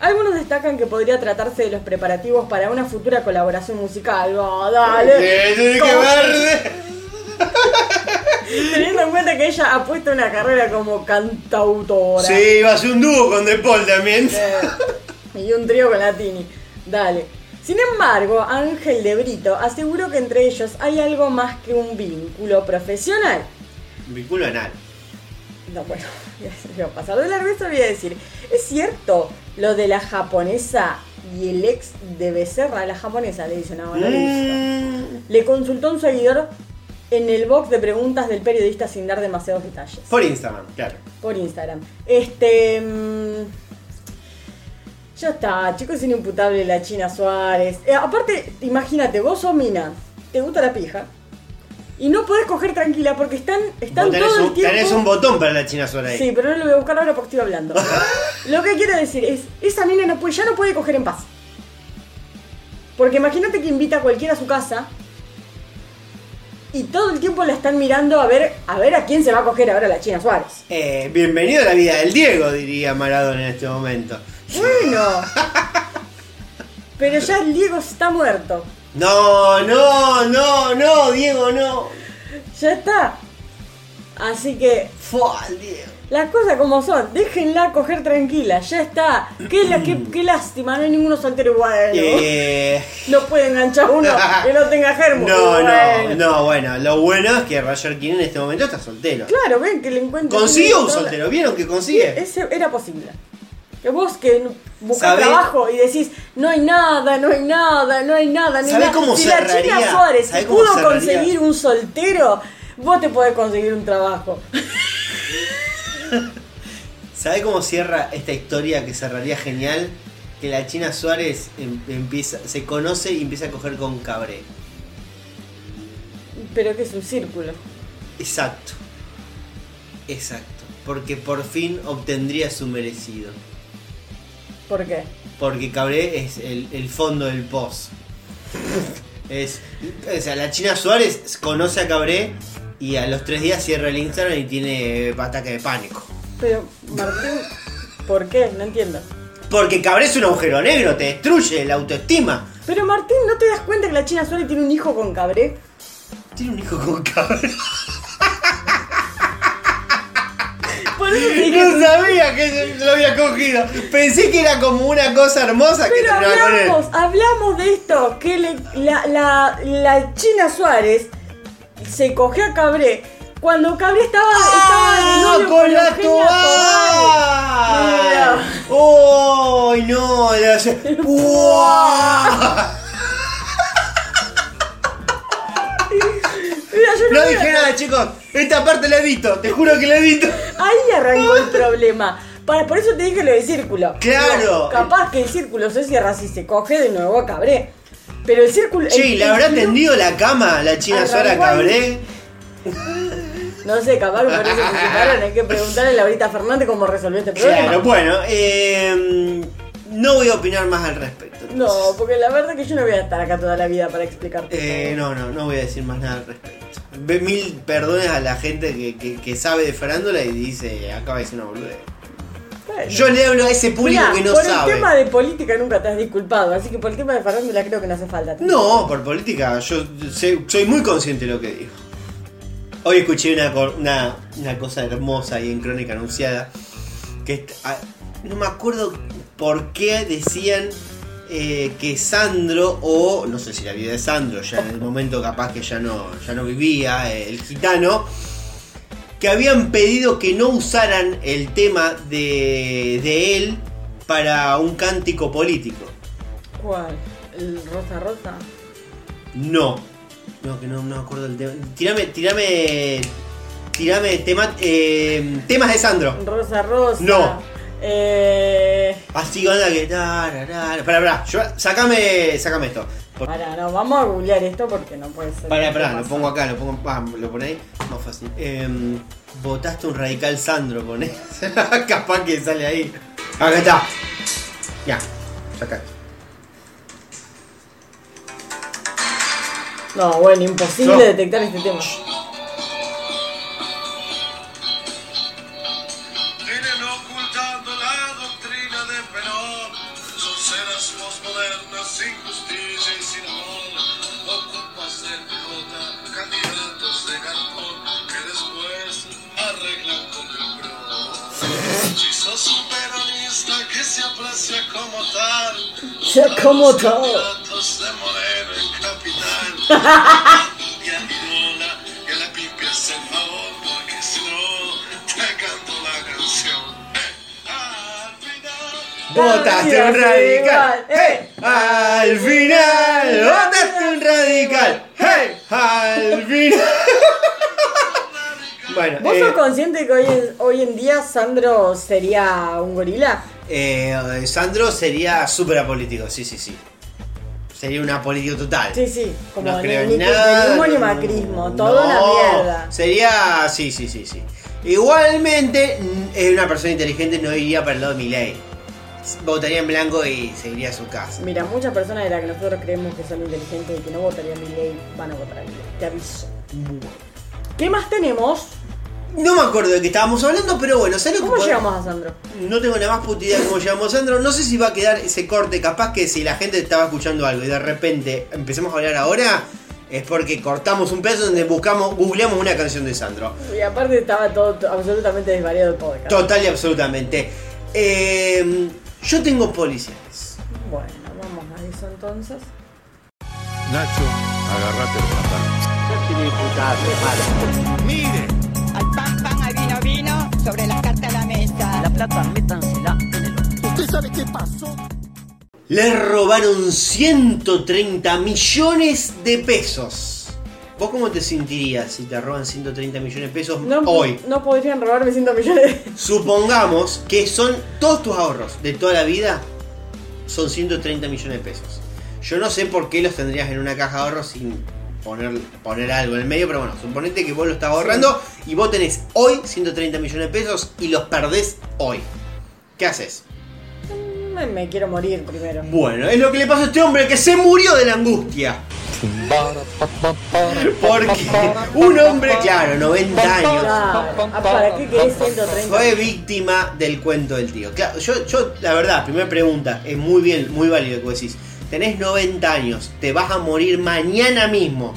Algunos destacan que podría tratarse de los preparativos para una futura colaboración musical. Ah, dale. Eh, tiene que Como- ver. Teniendo en cuenta que ella ha puesto una carrera como cantautora. Sí, iba a ser un dúo con De Paul también. Eh, y un trío con Latini. Dale. Sin embargo, Ángel de Brito aseguró que entre ellos hay algo más que un vínculo profesional. Vinculo anal. No, bueno, *laughs* iba a pasar de largo eso voy a decir. Es cierto lo de la japonesa y el ex de Becerra, la japonesa, le dicen ahora. le Mm. dicen. Le consultó un seguidor en el box de preguntas del periodista sin dar demasiados detalles. Por Instagram, claro. Por Instagram. Este. mm, ya está, chicos, es inimputable la China Suárez. Eh, aparte, imagínate, vos sos mina, te gusta la pija. Y no podés coger tranquila porque están, están Vos tenés, todo el un, tiempo. tenés un botón para la China Suárez. Sí, pero no lo voy a buscar ahora porque estoy *laughs* hablando. lo que quiero decir es, esa mina no puede, ya no puede coger en paz. Porque imagínate que invita a cualquiera a su casa y todo el tiempo la están mirando a ver a ver a quién se va a coger ahora la China Suárez. Eh, bienvenido a la vida del Diego, diría Maradona en este momento. Bueno. Pero ya el Diego está muerto. No, no, no, no, Diego, no. Ya está. Así que. Diego. Las cosas como son, déjenla coger tranquila, ya está. Qué, la- qué- qué lástima, no hay ninguno soltero igual. Eh, No puede enganchar uno que no tenga germo. no, no, Bueno. no, bueno. Lo bueno es que Roger King en este momento está soltero. Claro, ven que le encuentro. Consiguió un soltero, ¿vieron que consigue? Ese era posible. Que vos que no- buscás ¿Sabés? trabajo y decís, no hay nada, no hay nada, no hay nada, no hay ¿Sabés nada. cómo si la cerraría? China Suárez ¿Sabés cómo pudo cerraría? conseguir un soltero, vos te podés conseguir un trabajo. ¿Sabe cómo cierra esta historia que cerraría genial? Que la China Suárez em- empieza, se conoce y empieza a coger con Cabré. Pero que es un círculo. Exacto. Exacto. Porque por fin obtendría su merecido. ¿Por qué? Porque Cabré es el, el fondo del pozo. Es, o sea, la China Suárez conoce a Cabré y a los tres días cierra el Instagram y tiene eh, ataque de pánico. Pero, Martín, ¿por qué? No entiendo. Porque Cabré es un agujero negro, te destruye la autoestima. Pero Martín, ¿no te das cuenta que la China Suárez tiene un hijo con Cabré? Tiene un hijo *laughs* con Cabré. Por eso te dije- *laughs* No sabía que lo había cogido. Pensé que era como una cosa hermosa que Pero terminaba con él. hablamos, hablamos de esto, que le- la, la- la China Suárez se cogió a Cabré cuando Cabré estaba, Ah, estaba de novio con la Eugenia Tobal. Tobal. Mira. ¡Ay, no! la hace- ¡Uah! Mira, yo no No voy a- *laughs* dije nada, chicos. Esta parte la edito, te juro que la edito. Ahí arrancó el problema. Para, por eso te dije lo del círculo. Claro. Digo, capaz que el círculo se cierra si se coge de nuevo a Cabré. Pero el círculo. Che, el- ¿le el habrá giro- tendido la cama la china Sora Arrancó ahí. Cabré? No sé, capaz por eso se separaron. Hay que preguntarle a Laurita Fernández cómo resolvió este problema. Claro, bueno, eh, no voy a opinar más al respecto. No, porque la verdad que yo no voy a estar acá toda la vida para explicarte. Eh, no, no, no voy a decir más nada al respecto. Ve Mil perdones a la gente que, que- que sabe de farándula y dice, acaba de decir una boludez. Bueno. Yo le hablo a ese público Mirá, que no por sabe. el tema de política nunca te has disculpado, así que por el tema de farándula creo que no hace falta. No, por política, yo sé- soy muy consciente de lo que digo. Hoy escuché una, cor- una, una cosa hermosa y en crónica anunciada. Que est- ah, no me acuerdo por qué decían eh, que Sandro, o no sé si la vida de Sandro, ya en el momento capaz que ya no, ya no vivía, eh, el gitano, que habían pedido que no usaran el tema de, de él para un cántico político. ¿Cuál? ¿El rosa rosa? No. No, que no, no me acuerdo el tema. Tirame, tirame. Tirame tema- eh, temas de Sandro. Rosa rosa. No. Eh. Así anda que. Pará, pará. Yo, sacame, sacame esto. Por- Pará, no, vamos a googlear esto porque no puede ser. Pará, pará, lo pongo acá, lo pongo. ah, lo ponéis. Más fácil. Em, votaste un radical Sandro, ponés. *laughs* Capaz que sale ahí. Acá está. Ya, saca. No, bueno, imposible No. detectar este tema. Vienen ocultando la doctrina de Perón. Son ceras modernas sin justicia y sin amor. Ocupas de picota, candidatos de cartón que después arreglan con el pro. Si sos un peronista que se aprecia como tal, Ya como todo. candidatos de Moreno en capital. Y a Viola y a la pipi hacen favor, porque si no, te canto la canción. Eh, Votaste un radical. ¡Hey! Al final, votaste un radical. ¡Hey! Al *laughs* final. Bueno, ¿Vos eh, sos consciente que hoy en, hoy en día Sandro sería un gorila? eh, Sandro sería súper apolítico, sí, sí, sí. Sería un apolítico total. Sí, sí, como No ni, creo en ni nada, kirchnerismo ni no, macrismo, todo una No, mierda. Sería, sí, sí, sí, sí. Igualmente, mm, es una persona inteligente, no iría para el lado de Milei. Votaría en blanco y se iría a su casa. Mira, muchas personas de las que nosotros creemos que son inteligentes y que no votarían mi ley van a votar a mi ley. Te aviso. ¿Qué más tenemos? No me acuerdo de qué estábamos hablando, pero bueno, ¿sabes lo que ¿Cómo pod- llegamos a Sandro? No tengo la más puta idea de cómo llegamos, Sandro. No sé si va a quedar ese corte. Capaz que si la gente estaba escuchando algo y de repente empezamos a hablar ahora, es porque cortamos un pedazo donde buscamos, googleamos una canción de Sandro. Y aparte estaba todo t- absolutamente desvariado el podcast. Total y absolutamente. Eh, yo tengo policiales. Bueno, vamos a eso entonces. Nacho, agarrate el Mire. Al pan, pan, al vino, vino, sobre las cartas a la mesa. La plata, métansela en el ¿Usted sabe qué pasó? Le robaron 130 millones de pesos. ¿Vos cómo te sentirías si te roban 130 millones de pesos hoy? No podrían robarme 100 millones. Supongamos que son todos tus ahorros de toda la vida, son 130 millones de pesos. Yo no sé por qué los tendrías en una caja de ahorros sin poner, poner algo en el medio, pero bueno, suponete que vos lo estás ahorrando y vos tenés hoy 130 millones de pesos y los perdés hoy. ¿Qué haces? Me, *laughs* me quiero morir primero. Bueno, es lo que le pasó a este hombre que se murió de la angustia. Porque un hombre, claro, 90 años. Claro. Ah, ¿Para qué querés 130 Fue víctima del cuento del tío. Claro, yo, yo, la verdad, primera pregunta, es muy bien, muy válido que vos decís. Tenés 90 años, te vas a morir mañana mismo.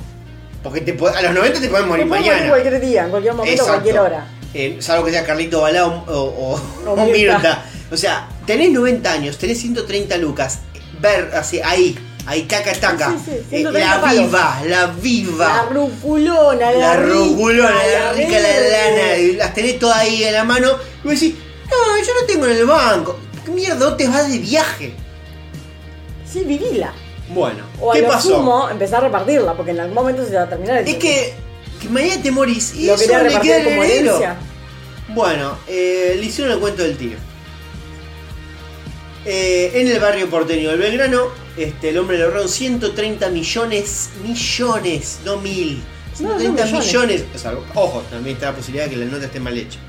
Porque te po- a los 90 te pueden Te morir puedo mañana. morir cualquier día, en cualquier momento, Exacto. cualquier hora. Eh, salvo que sea Carlito Balá o, o, o- O o Mirta. Mirta. O sea, tenés 90 años, tenés 130 lucas. Ver así, ahí, ahí, taca, taca. Sí, sí, Eh, 130 la palos. viva, la La viva. ruculona, la, La rugulona, la rica, la verde. lana. y Las tenés todas ahí en la mano. Y vos decís, no, yo no tengo en el banco. ¿Qué mierda? ¿Vos te vas de viaje? Sí, vivila. Bueno, O a ¿qué lo pasó? sumo, empezar a repartirla, porque en algún momento se va a terminar el Es que, que mañana te morís y Lo eso quería le repartir queda en el como heredero. herencia. Bueno, eh, le hicieron el cuento del tío. Eh, en el barrio porteño del Belgrano, este, el hombre le ahorraron 130 millones, millones, no mil. No, no, 130 millones. millones. O sea, ojo, también está la posibilidad de que la nota esté mal hecha.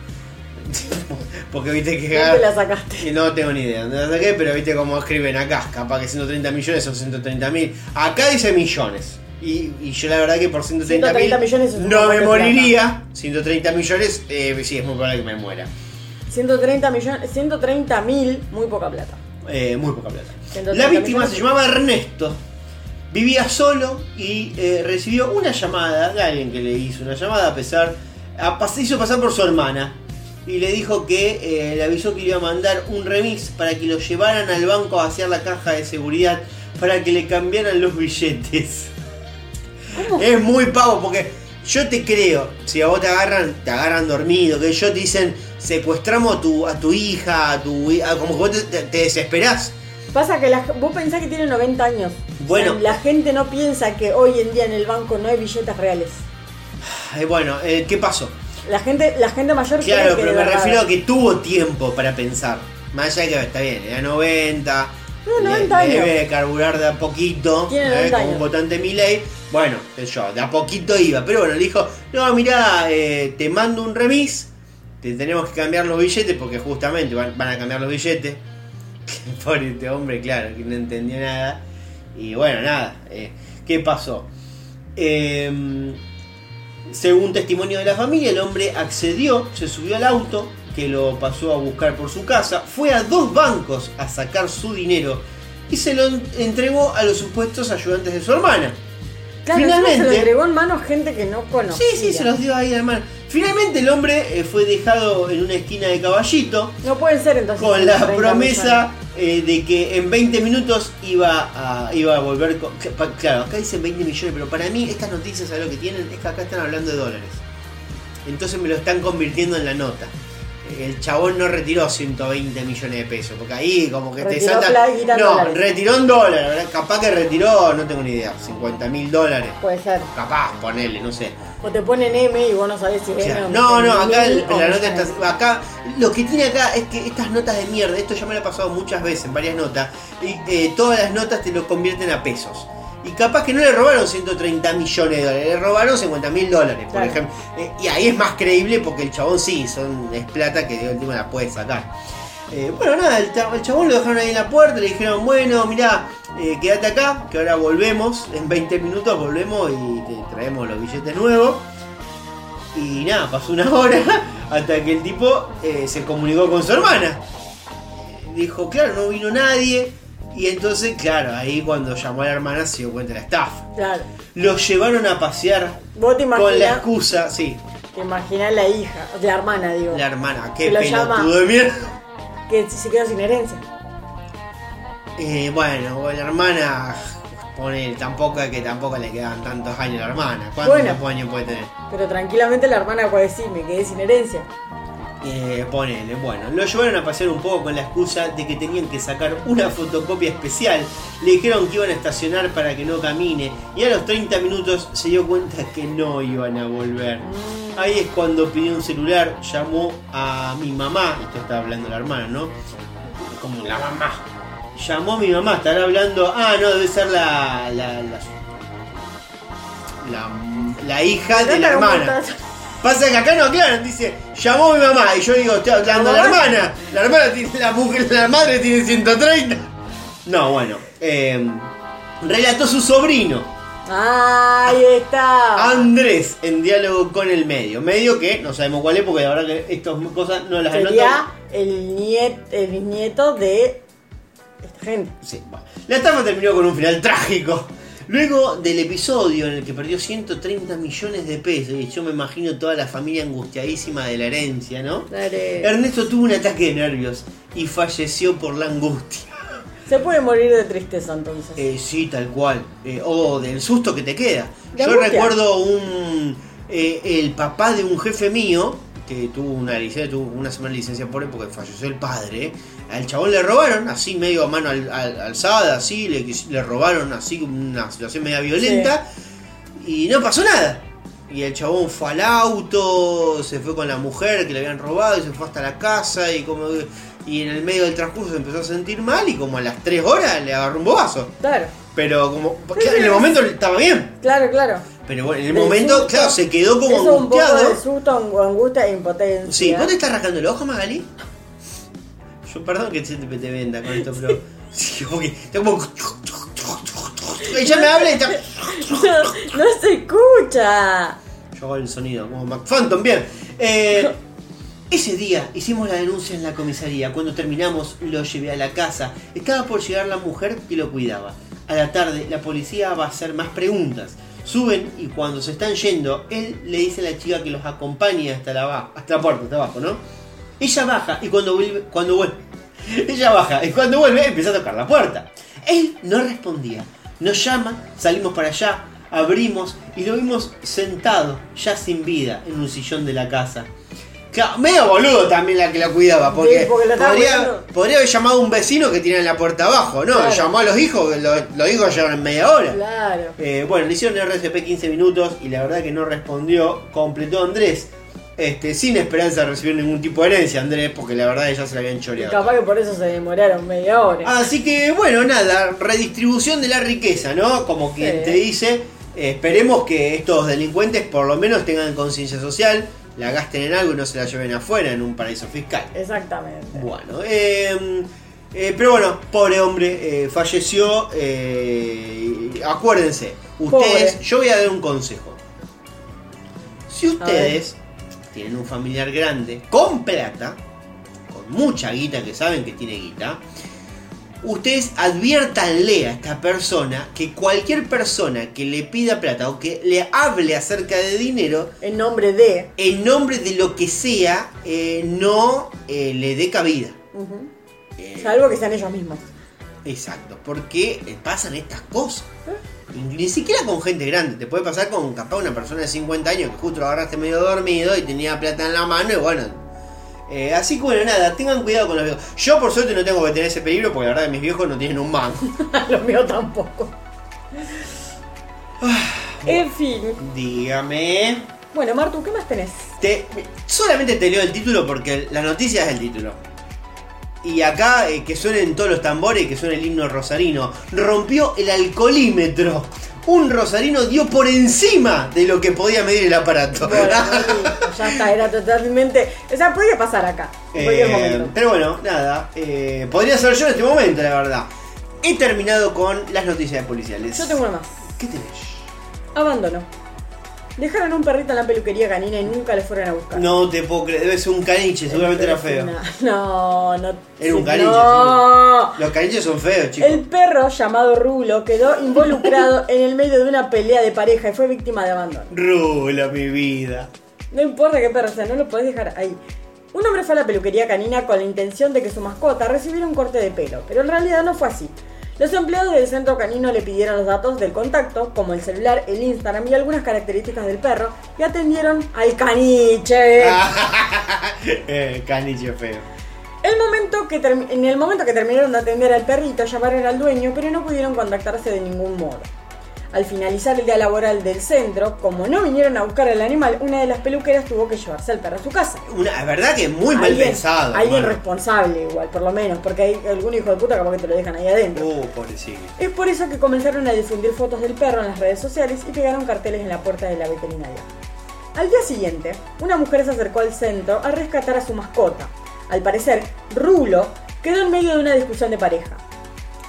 *laughs* Porque viste que. ¿Dónde la sacaste? No tengo ni idea dónde la saqué, pero viste cómo escriben acá. Capaz que 130 millones son 130 mil. Acá dice millones. Y, y yo la verdad que por 130, 130 millones es un no montón me de moriría. 130 millones, eh, sí, es muy probable que me muera. 130 millones, 130 mil, muy poca plata. Eh, muy poca plata. 130 La víctima millones. se llamaba Ernesto. Vivía solo y eh, recibió una llamada de alguien que le hizo una llamada a pesar. A, pas- hizo pasar por su hermana y le dijo que eh, le avisó que le iba a mandar un remis para que lo llevaran al banco a hacer la caja de seguridad para que le cambiaran los billetes. Es muy pavo porque yo te creo, si a vos te agarran, te agarran dormido, que yo te dicen secuestramos a tu, a tu hija, a tu hi- a- como que vos te- te- te desesperás. Pasa que la- vos pensás que tiene 90 años. Bueno. O sea, la gente no piensa que hoy en día en el banco no hay billetes reales. Eh, bueno, eh, ¿qué pasó? La gente, la gente mayor cree Claro, que pero de me verdad- refiero a que tuvo tiempo para pensar. Más allá de que está bien, era 90. No, le- 90 le años. Debe de carburar de a poquito. Tiene 90 eh, como un años. votante Miley. Bueno, qué sé yo, de a poquito iba. Pero bueno, le dijo, no, mirá, eh, te mando un remis. Te tenemos que cambiar los billetes porque justamente van, van a cambiar los billetes. *laughs* Pobre este hombre, claro, que no entendió nada. Y bueno, nada. eh, ¿Qué pasó? Em, según testimonio de la familia, el hombre accedió, se subió al auto, que lo pasó a buscar por su casa, fue a dos bancos a sacar su dinero y se lo en- entregó a los supuestos ayudantes de su hermana. Claro, encima se lo entregó en manos gente que no conoce. Sí, sí, se los dio ahí de mano. Finalmente el hombre eh, fue dejado en una esquina de caballito. No pueden ser entonces. Con la 30 promesa eh, de que en 20 minutos iba a, iba a volver con... que- pa- Claro, acá dicen 20 millones, pero para mí estas noticias a lo que tienen es que acá están hablando de dólares. Entonces me lo están convirtiendo en la nota. El chabón no retiró 120 millones de pesos, porque ahí como que te Retiró salta... plaguita en no, dólares. retiró en dólares, ¿verdad? capaz que retiró, no tengo ni idea, 50 mil dólares. Puede ser. Capaz, ponele, no sé. O te ponen M y vos no sabés si O es sea, M. no, no, acá el- mil o la nota millones. está. Acá, lo que tiene acá es que estas notas de mierda, esto ya me lo he pasado muchas veces en varias notas, y eh, todas las notas te lo convierten a pesos. Y capaz que no le robaron 130 millones de dólares, le robaron 50 mil dólares, por Claro. ejemplo. Eh, y ahí es más creíble porque el chabón sí, son, es plata que de última la puede sacar. Eh, bueno, nada, el, cha- el chabón lo dejaron ahí en la puerta, le dijeron, bueno, mirá, eh, quédate acá, que ahora volvemos, en 20 minutos volvemos y te traemos los billetes nuevos. Y nada, pasó una *laughs* hora hasta que el tipo eh, se comunicó con su hermana. Dijo, claro, no vino nadie. Y entonces, claro, ahí cuando llamó a la hermana se dio cuenta de la estafa. Claro. Lo llevaron a pasear Vos te con la imaginas. excusa, sí, Te imaginas la hija, la hermana, digo. la hermana, Que qué lo llama. pelotudo de mierda. *laughs* Que se quedó sin herencia. Eh, bueno, la hermana, pone, tampoco es que tampoco le quedaban tantos años a la hermana. ¿Cuántos Bueno. tantos años puede tener? Pero tranquilamente la hermana puede decir, me quedé sin herencia. Eh, ponele, bueno, lo llevaron a pasear un poco con la excusa de que tenían que sacar una fotocopia especial. Le dijeron que iban a estacionar para que no camine. Y a los 30 minutos se dio cuenta que no iban a volver. Ahí es cuando pidió un celular, llamó a mi mamá. Esto está hablando la hermana, ¿no? Como la mamá. Llamó a mi mamá, estará hablando. Ah, no, debe ser la. la. la, la- la hija de la Trata como hermana. estás. Pasa que acá no aclaran, dice, llamó mi mamá y yo digo, estoy hablando a la hermana. La hermana tiene, la mujer, la madre tiene 130. No, bueno. eh, relató su sobrino, Ahí Ah, está. Andrés, en diálogo con el medio. Medio que no sabemos cuál es, porque la verdad que estas cosas no las anoto. Sería el nieto, el bisnieto de esta gente. Sí, bueno. La estafa terminó con un final trágico. Luego del episodio en el que perdió 130 millones de pesos, y yo me imagino toda la familia angustiadísima de la herencia, ¿no? Ernesto tuvo un ataque de nervios y falleció por la angustia. Se puede morir de tristeza entonces. Eh, sí, tal cual. Eh, o del susto que te queda. De Yo angustia. recuerdo un. eh, el papá de un jefe mío, que tuvo una licencia, tuvo una semana de licencia por él porque falleció el padre. Al chabón le robaron, así medio a mano al- al- alzada, así, le, quis- le robaron así una situación media violenta. Y no pasó nada. Y el chabón fue al auto, se fue con la mujer que le habían robado y se fue hasta la casa y como. y en el medio del transcurso se empezó a sentir mal y como a las 3 horas le agarró un bobazo. Claro. Pero como, claro, en el momento estaba bien, Claro, claro. pero bueno, en el Del momento, susto. claro, se quedó como es un poco angustiado. de susto, ang- angustia e impotencia. Sí, ¿vos te estás rascando el ojo, Magali? Yo perdón que te, te venda con esto, *laughs* pero. Sí, porque tengo como. Ella me habla y está. *laughs* No, no se escucha. Yo hago el sonido, como Mac Phantom, bien. Eh, ese día hicimos la denuncia en la comisaría. Cuando terminamos, lo llevé a la casa. Estaba por llegar la mujer que lo cuidaba. A la tarde, la policía va a hacer más preguntas. Suben y cuando se están yendo, él le dice a la chica que los acompañe hasta la, ba- hasta la puerta, hasta abajo, ¿no? Ella baja y cuando vuelve, cuando vuelve, *laughs* ella baja y cuando vuelve empieza a tocar la puerta. Él no respondía. Nos llama, salimos para allá, abrimos y lo vimos sentado, ya sin vida, en un sillón de la casa. Claro, medio boludo también la que la cuidaba, porque, Sí, porque la estaba podría, cuidando. podría haber llamado a un vecino que tiene la puerta abajo, ¿no? Claro. Llamó a los hijos, lo- los hijos llegaron en media hora. Claro. Eh, bueno, le hicieron RCP 15 minutos y la verdad que no respondió. Completó Andrés. Este, sin esperanza de recibir ningún tipo de herencia, Andrés, porque la verdad que ya se la habían Y choreado. capaz que por eso se demoraron media hora. Así que bueno, nada, redistribución de la riqueza, ¿no? Como quien Sí. te dice, eh, esperemos que estos delincuentes por lo menos tengan conciencia social, la gasten en algo y no se la lleven afuera en un paraíso fiscal. Exactamente. Bueno, eh, eh, pero bueno, pobre hombre, eh, falleció. eh, y acuérdense, ustedes, Pobre. yo voy a dar un consejo. Si A ver. ustedes tienen un familiar grande, con plata, con mucha guita, que saben que tiene guita, ustedes adviértanle a esta persona que cualquier persona que le pida plata o que le hable acerca de dinero, En nombre de. en nombre de lo que sea, eh, no eh, le dé cabida. Ujú. Eh, Salvo que sean ellos mismos. *laughs* Exacto, porque eh, pasan estas cosas. Ni siquiera con gente grande, te puede pasar con capaz una persona de 50 años que justo lo agarraste medio dormido y tenía plata en la mano y bueno. Eh, así que bueno, nada, tengan cuidado con los viejos. Yo por suerte no tengo que tener ese peligro porque la verdad que mis viejos no tienen un mango. los míos tampoco. Ah, En fin. *laughs* Dígame. Bueno, Martu, ¿qué más *laughs* tenés? Te- solamente te leo el título porque la noticia es el título. Y acá eh, que suenen todos los tambores, que suene el himno rosarino. Rompió el alcoholímetro. Un rosarino dio por encima de lo que podía medir el aparato. *laughs* Bueno, ya está, era totalmente. O sea, podía pasar acá. En cualquier Eh, momento. pero bueno, nada. eh, podría ser yo en este momento, la verdad. He terminado con las noticias policiales. Yo tengo una más. ¿Qué tenés? Abandono. Dejaron un perrito en la peluquería canina y nunca le fueron a buscar. No te puedo creer, debe ser un caniche, seguramente era feo. *laughs* No, no. Era un caniche. No. Los caniches son feos, chicos. El perro llamado Rulo quedó involucrado en el medio de una pelea de pareja y fue víctima de abandono. Rula, mi vida. *laughs* No importa qué perro sea, no lo podés dejar ahí. Un hombre fue a la peluquería canina con la intención de que su mascota recibiera un corte de pelo, pero en realidad no fue así. Los empleados del centro canino le pidieron los datos del contacto, como el celular, el Instagram y algunas características del perro, y atendieron al caniche. Eh, caniche feo. El momento que termi- en el momento que terminaron de atender al perrito, llamaron al dueño, pero no pudieron contactarse de ningún modo. Al finalizar el día laboral del centro, como no vinieron a buscar al animal, una de las peluqueras tuvo que llevarse al perro a su casa. Una, la verdad que muy mal Alguien- pensado. Alguien hermano. responsable igual, por lo menos, porque hay algún hijo de puta capaz que te lo dejan ahí adentro. Uh, pobrecito. Es por eso que comenzaron a difundir fotos del perro en las redes sociales y pegaron carteles en la puerta de la veterinaria. Al día siguiente, una mujer se acercó al centro a rescatar a su mascota. Al parecer, Rulo quedó en medio de una discusión de pareja.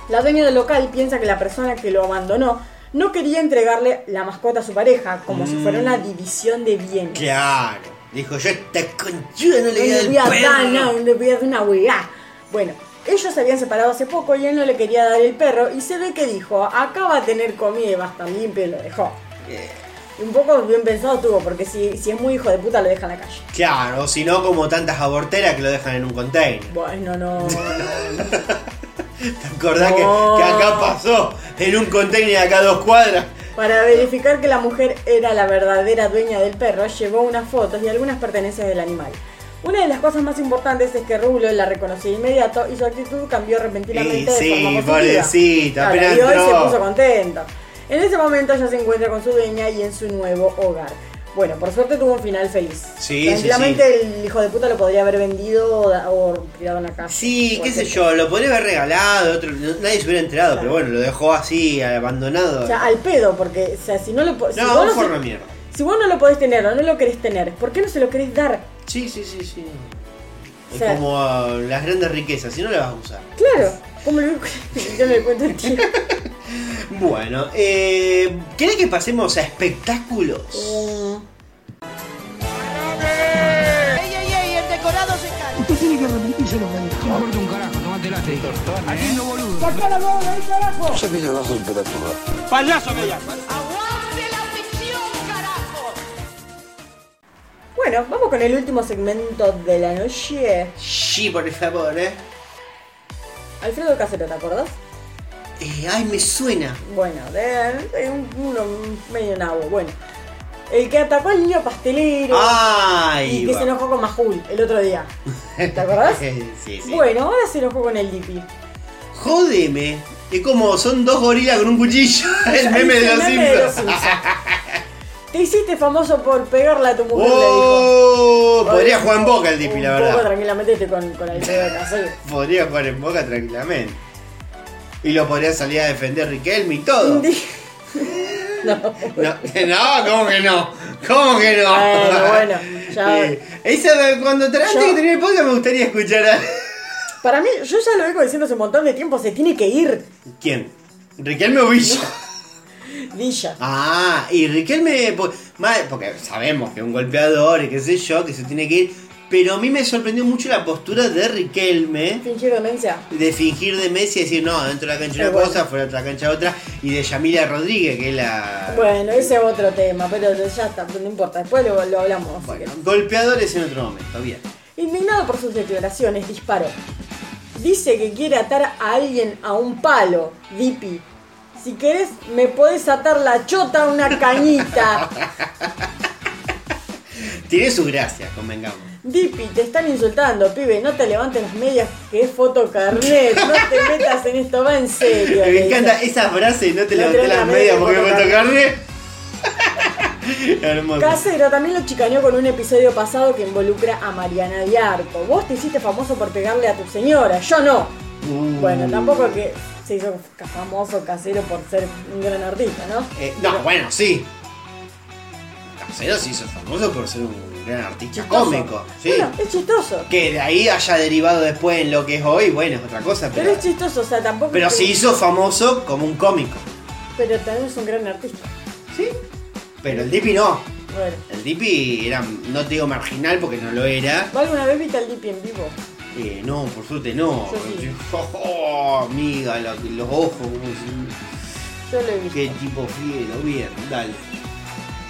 La dueña del local piensa que la persona que lo abandonó no quería entregarle la mascota a su pareja como si fuera una división de bienes. Claro. Dijo, yo esta conchuda no No le voy a dar el voy a dar, perro. no, le voy a dar una hueá. Bueno, ellos se habían separado hace poco y él no le quería dar el perro y se ve que dijo, acá va a tener comida y va a estar limpio y lo dejó. Eh, Y un poco bien pensado tuvo, porque si, si es muy hijo de puta lo deja en la calle. Claro, si no como tantas aborteras que lo dejan en un container. *laughs* Bueno, no, no. ¿Te acordás que, No. que acá pasó? En un container acá a dos cuadras. Para verificar que la mujer era la verdadera dueña del perro, llevó unas fotos y algunas pertenencias del animal. Una de las cosas más importantes es que Rulo la reconoció de inmediato y su actitud cambió Y repentinamente de forma sí, positiva. pobrecita, Claro, apenas y hoy se entró. puso contento. En ese momento ya se encuentra con su dueña y en su nuevo hogar. Bueno, por suerte tuvo un final feliz. Sí, sí, Tranquilamente el hijo de puta lo podría haber vendido o, da- o tirado en la casa. Sí, qué sé yo, lo podría haber regalado, otro- no- nadie se hubiera enterado, pero bueno, lo dejó así, abandonado. O sea, al pedo, porque o sea, si no lo po- si no, vos un no se- forno de mierda. si vos no lo podés tener o no lo querés tener, ¿por qué no se lo querés dar? Sí, sí, sí, sí. O Es sea, como ah, las grandes riquezas, si no las vas a usar. claro, como lo *laughs* yo no le cuento al tío. Bueno, eh, ¿querés que pasemos a espectáculos? ¡Ey, ey, ey! ¡El decorado se cae! Usted tiene que arrepentirse lo que dijo. No importa un carajo, tomate lastre. Haciendo boludo. ¡Sacá la mano de ahí, carajo! Yo que yo no soy pelotudo. ¡Payaso me llama! Bueno, vamos con el último segmento de la noche. Sí, por favor, eh. Alfredo Casero, ¿te acordás? Eh, ay, me suena. Bueno, de, de un, uno medio nabo. Bueno, el que atacó al niño pastelero Ay, y que va. se enojó con Majul el otro día. ¿Te acordás? *laughs* sí, sí. Bueno, ahora se enojó con el Dipi. Jódeme. Es como son dos gorilas con un cuchillo. *laughs* El meme de los Simpsons. Te hiciste famoso por pegarle a tu mujer, le dijo. Oh, podría Hoy, jugar en boca el Dipi, la Un poco verdad. tranquilamente estoy con, con el dedo acá, sí. Podría jugar en boca tranquilamente. Y lo podría salir a defender Riquelme y *laughs* todo. pues, No, *laughs* no, ¿cómo que no? ¿Cómo que no? Bueno, Ah, bueno, *laughs* ya- Eh, esa me- cuando tra- antes Ya- que tenía el podcast me gustaría escuchar a. *laughs* Para mí, yo ya lo vengo diciendo hace un montón de tiempo, se tiene que ir ¿Quién? ¿Riquelme *laughs* o Villa? Villa. Ah, y Riquelme. po- ma- Porque sabemos que es un golpeador y qué sé yo, que se tiene que ir. Pero a mí me sorprendió mucho la postura de Riquelme. Fingir demencia. De fingir de Messi y decir, no, dentro de la cancha Eh, una bueno. cosa, fuera de la cancha otra. Y de Yamila Rodríguez, que es la. Bueno, ese es otro tema, pero ya está, no importa, después lo, lo hablamos. así que no. Golpeadores en otro momento, bien. Indignado por sus declaraciones, disparó. Dice que quiere atar a alguien a un palo, Dipi. Si querés, me podés atar la chota a una *laughs* cañita. Tiene sus gracias, convengamos. Dipi, te están insultando, pibe. No te levantes las medias, que es fotocarnet. No te metas en esto, va en serio. *laughs* Me le encanta dice. esa frase, no te No levanté te las levantes medias las porque me medias, tocarle. *laughs* Hermoso. Casero también lo chicaneó con un episodio pasado que involucra a Mariana Diarco. Vos te hiciste famoso por pegarle a tu señora, yo no. Uh. Bueno, tampoco que se hizo ca- famoso casero por ser un gran artista, ¿no? Eh, no, bueno, sí. Casero se hizo famoso por ser un gran artista Chistoso. cómico. Sí. Bueno, es chistoso. Que de ahí haya derivado después en lo que es hoy, bueno, es otra cosa, Pero pero. es chistoso, o sea, tampoco. Pero es que- se hizo famoso como un cómico. Pero también es un gran artista. ¿Sí? Pero el Dipi no. Bueno. El Dipi era, no te digo marginal porque no lo era. ¿Vos alguna vez viste al Dipi en vivo? Eh, no, por suerte no. Yo sí. *laughs* Oh, amiga, la- los ojos. como- Yo lo he visto. Qué tipo fiero, bien, dale. *laughs*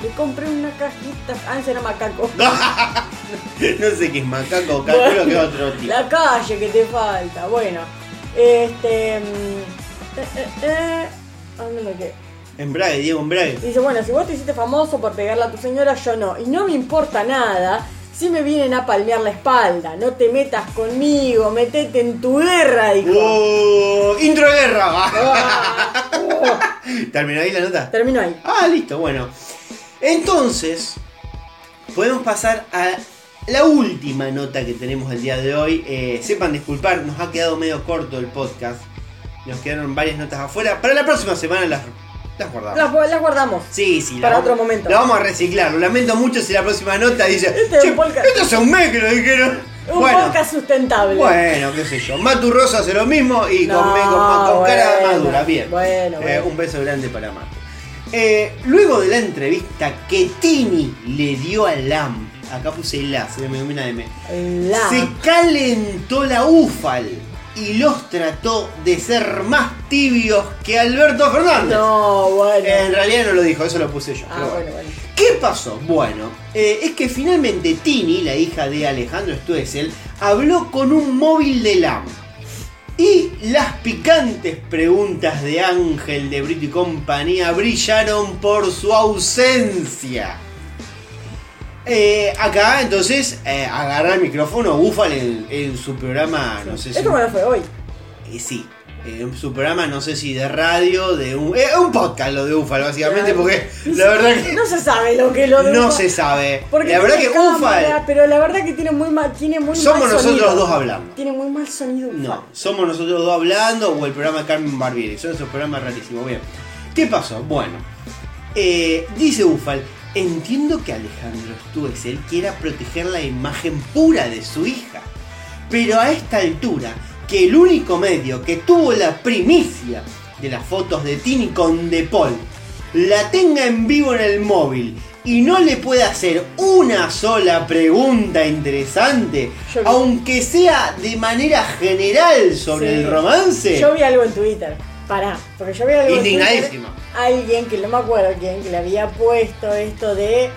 Le compré una cajita. Ah, ese era *laughs* macaco. No sé qué es macaco, calculo que es otro tipo. La calle que te falta. Bueno, este. mm, eh, eh, eh, ¿a ¿Dónde me quedé? Embrague, Diego, embrague. Dice, bueno, si vos te hiciste famoso por pegarle a tu señora, yo no. Y no me importa nada si me vienen a palmear la espalda. No te metas conmigo, metete en tu guerra, dijo. ¡Oh! ¡Intro de guerra! *laughs* ¿Terminó ahí la nota? Terminó ahí. Ah, listo, bueno. Entonces, podemos pasar a la última nota que tenemos el día de hoy. Eh, sepan disculpar, nos ha quedado medio corto el podcast. Nos quedaron varias notas afuera. Para la próxima semana las, las guardamos. Las, gu- las guardamos. Sí, sí. la Para vamos- otro momento. La vamos a reciclar. Lo lamento mucho si la próxima nota dice. Este es un "Che, podcast- esto es un mes que lo dijeron. Un podcast sustentable. Bueno, qué sé yo. Matu Rosa hace lo mismo y No, con, con- con cara bueno, madura. Bien. bueno, Eh, bueno. un beso grande para Matu. Eh, luego de la entrevista que Tini le dio a Lam, acá puse la, se me domina de me. La- Se calentó la UFAL y los trató de ser más tibios que Alberto Fernández. No, bueno. En realidad Eh, no lo dijo, eso lo puse yo. Ah, pero bueno, bueno. bueno. ¿Qué pasó? Bueno, eh, es que finalmente Tini, la hija de Alejandro Stuessel, habló con un móvil de LAM. Y las picantes preguntas de Ángel de Brito y compañía brillaron por su ausencia. Eh, acá entonces eh, agarra el micrófono Búfal en, en su programa, no sé si... Esto bueno fue hoy. Eh, sí, eh, su programa, no sé si de radio, de un, eh, un podcast lo de UFAL, básicamente, porque la verdad que No se sabe lo que lo de no Ufa- se sabe. Porque la verdad que tiene UFAL, cámara, Pero la verdad que tiene muy mal, tiene muy Somos mal nosotros sonido. los dos hablando. Tiene muy mal sonido. no, somos nosotros dos hablando, o el programa de Carmen Barbieri, son esos programas rarísimos. Bien, ¿qué pasó? Bueno, eh, dice UFAL, entiendo que Alejandro Stuezel quiera proteger la imagen pura de su hija, pero a esta altura, que el único medio que tuvo la primicia de las fotos de Tini con De Paul la tenga en vivo en el móvil y no le pueda hacer una sola pregunta interesante, aunque sea de manera general Sí. sobre el romance. Yo vi algo en Twitter. Pará, porque yo vi algo en Twitter. Indignadísimo. Alguien que no me acuerdo quién, que le había puesto esto de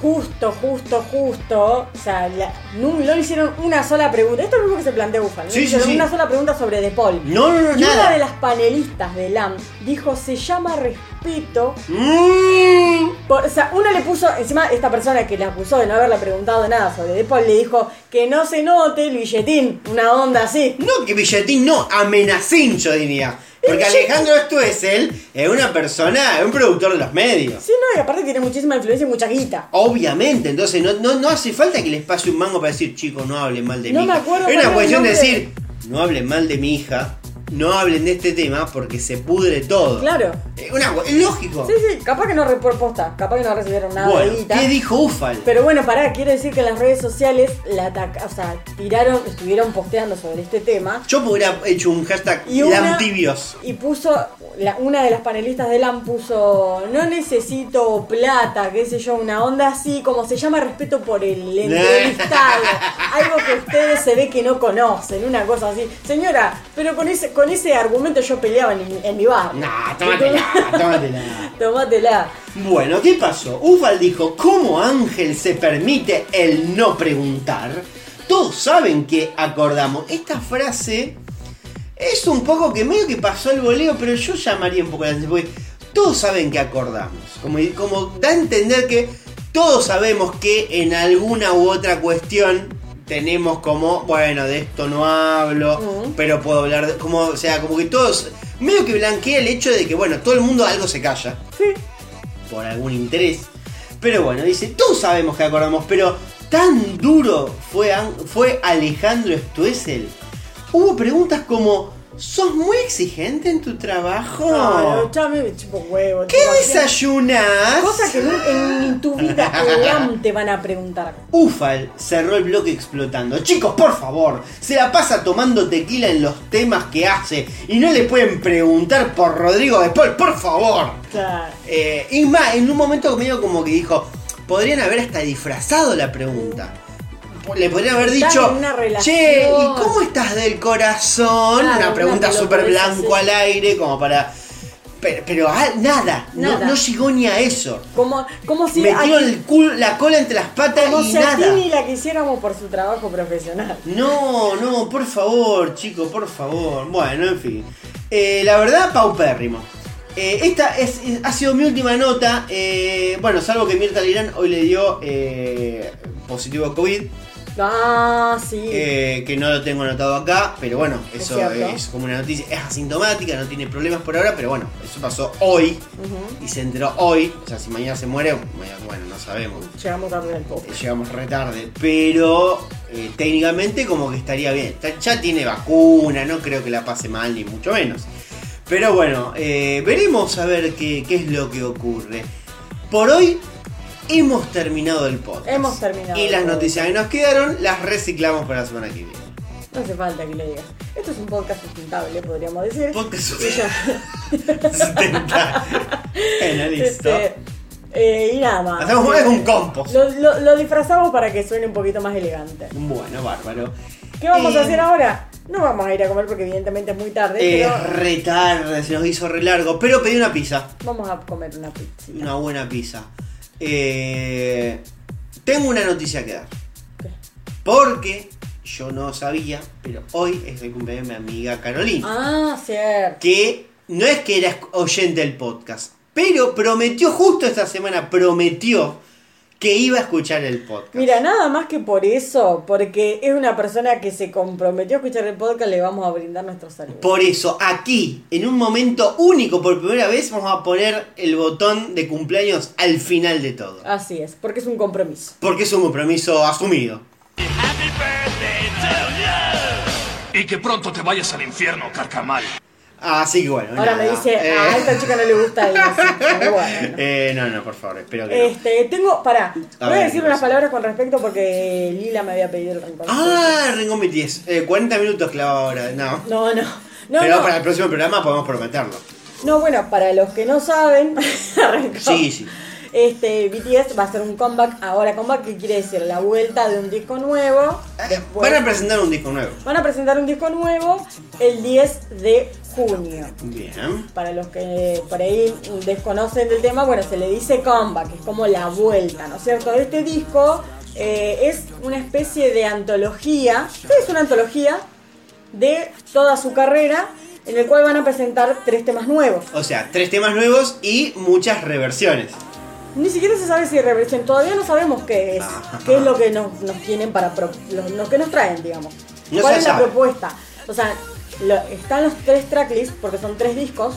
justo, justo, justo. O sea, la- no, no le hicieron una sola pregunta. Esto es lo mismo que se plantea Bufal. No Sí, le sí, hicieron sí. una sola pregunta sobre De Paul. No, no, no, y nada. una de las panelistas de LAM dijo: se llama respeto. Mm. Por- o sea, uno le puso, encima esta persona que la acusó de no haberle preguntado nada sobre De Paul le dijo que no se note el billetín, una onda así. No, que billetín no, amenacín yo diría. Porque Alejandro Stuezel es una persona, es un productor de los medios. Sí, no, y aparte tiene muchísima influencia y mucha guita. Obviamente, entonces no, no, no hace falta que les pase un mango para decir, chicos, no hablen mal de No mi me hija. acuerdo es cuál era una el cuestión de nombre. decir, no hablen mal de mi hija, no hablen de este tema porque se pudre todo. Claro. Eh, una cu- es lógico. Sí, sí, capaz que no reporta, capaz que no recibieron nada bueno, de guita. ¿qué dijo Ufal? Pero bueno, pará, quiero decir que en las redes sociales la ataca, o sea, tiraron, estuvieron posteando sobre este tema. Yo hubiera hecho un hashtag Y una- lamtibios. Y puso, la- una de las panelistas de LAM puso, no necesito plata, qué sé yo, una onda así, como se llama respeto por *laughs* el entrevistado. algo que ustedes se ve que no conocen, una cosa así. Señora, pero con ese, con ese argumento yo peleaba en, en mi bar. Nah, *laughs* tómatela, tómatela. Tomátela. Bueno, ¿qué pasó? Ufal dijo, ¿cómo Ángel se permite el no preguntar? Todos saben que acordamos. Esta frase es un poco que medio que pasó el voleo, pero yo llamaría un poco la atención, porque todos saben que acordamos. Como, como da a entender que todos sabemos que en alguna u otra cuestión tenemos como, bueno, de esto no hablo, pero puedo hablar de... Como, o sea, como que todos... Medio que blanquea el hecho de que, bueno, todo el mundo algo se calla por algún interés. Pero bueno, dice, todos sabemos que acordamos, pero tan duro fue, An- fue Alejandro Stuesel. Hubo preguntas como, ¿sos muy exigente en tu trabajo? No, no, chame, me chupo huevo. ¿Qué chupo así. desayunas? Cosa que nunca en tu *laughs* vida LAM te van a preguntar. Ufal cerró el bloque explotando. Chicos, por favor, se la pasa tomando tequila en los temas que hace y no le pueden preguntar por Rodrigo de Paul, por favor. Claro. Eh, y más, en un momento medio como que dijo, podrían haber hasta disfrazado la pregunta. Le podrían haber Estás dicho, en una relación". che, ¿y cómo estás del corazón? Claro, una una pregunta pelotudez súper blanco así. al aire, como para... Pero, pero, ah, nada, no- Nada. No, llegó ni a eso. Como, como si Metió a ti- el culo- la cola entre las patas Como y si a nada. Tini la quisiéramos por su trabajo profesional. No, no, por favor, chicos, por favor. Bueno, en fin. Eh, la verdad, paupérrimo. Eh, esta es, es- ha sido mi última nota. eh, bueno, salvo que Mirta Lirán hoy le dio eh, positivo a COVID, Ah, sí. eh, que no lo tengo anotado acá, pero bueno, Es eso cierto. es como una noticia. Es asintomática, no tiene problemas por ahora, pero bueno, eso pasó hoy Ujú. y se enteró hoy. O sea, si mañana se muere, mañana, bueno, no sabemos. Llegamos tarde al pop. eh, Llegamos re tarde, pero eh, técnicamente como que estaría bien. Está- Ya tiene vacuna, no creo que la pase mal, ni mucho menos. Pero bueno, eh, veremos a ver qué, qué es lo que ocurre. Por hoy hemos terminado el podcast. Hemos terminado. Y las todo. noticias que nos quedaron las reciclamos para la semana que viene. No hace falta que lo digas. Esto es un podcast sustentable, podríamos decir. *laughs* Podcast sustentable. *laughs* Bueno, listo. este, eh, y nada más. Hacemos es un compost. Lo, lo- lo disfrazamos para que suene un poquito más elegante. Bueno, bárbaro. ¿Qué vamos Eh, a hacer ahora? No vamos a ir a comer porque evidentemente es muy tarde, Es pero Eh, re tarde, se nos hizo re largo, pero pedí una pizza. vamos a comer una pizza. Una buena pizza. Eh, tengo una noticia que dar. Porque yo no sabía, pero hoy es el cumpleaños de mi amiga Carolina. Ah, cierto. Que no es que era oyente del podcast, pero prometió justo esta semana, prometió que iba a escuchar el podcast. Mira, nada más que por eso, porque es una persona que se comprometió a escuchar el podcast, le vamos a brindar nuestro saludo. Por eso, aquí, en un momento único por primera vez, vamos a poner el botón de cumpleaños al final de todo. Así es, porque es un compromiso. Porque es un compromiso asumido. Y que pronto te vayas al infierno, carcamal. Así Ah, que bueno. Ahora me nada. dice, "Ah, Eh, a esta chica no le gusta el así, *laughs* pero bueno. eh, no, no, por favor, espero que no. Este, tengo, pará, voy a ver, decir ¿qué unas pasa? palabras con respecto porque Lila me había pedido el rincón. Ah, Ringo BTS. Eh, 40 minutos clavado ahora. No. No, no. No, Pero no. para el próximo programa podemos prometerlo. No, bueno, para los que no saben, *laughs* arrancó. Sí, sí. Este, BTS va a hacer un comeback, ahora comeback, que quiere decir la vuelta de un disco nuevo. Después- Van a presentar un disco nuevo. van a presentar un disco nuevo el 10 de junio. Bien. Para los que por ahí desconocen del tema, bueno, se le dice comeback, es como la vuelta, ¿no es cierto? Este disco eh, es una especie de antología, sí, es una antología de toda su carrera, en el cual van a presentar tres temas nuevos. O sea, tres temas nuevos y muchas reversiones. Ni siquiera se sabe si reversión, todavía no sabemos qué es, Ah. qué es lo que nos, nos tienen para pro- lo, lo que nos traen, digamos. No ¿Cuál se es sabe. la propuesta? O sea, lo- están los tres tracklists, porque son tres discos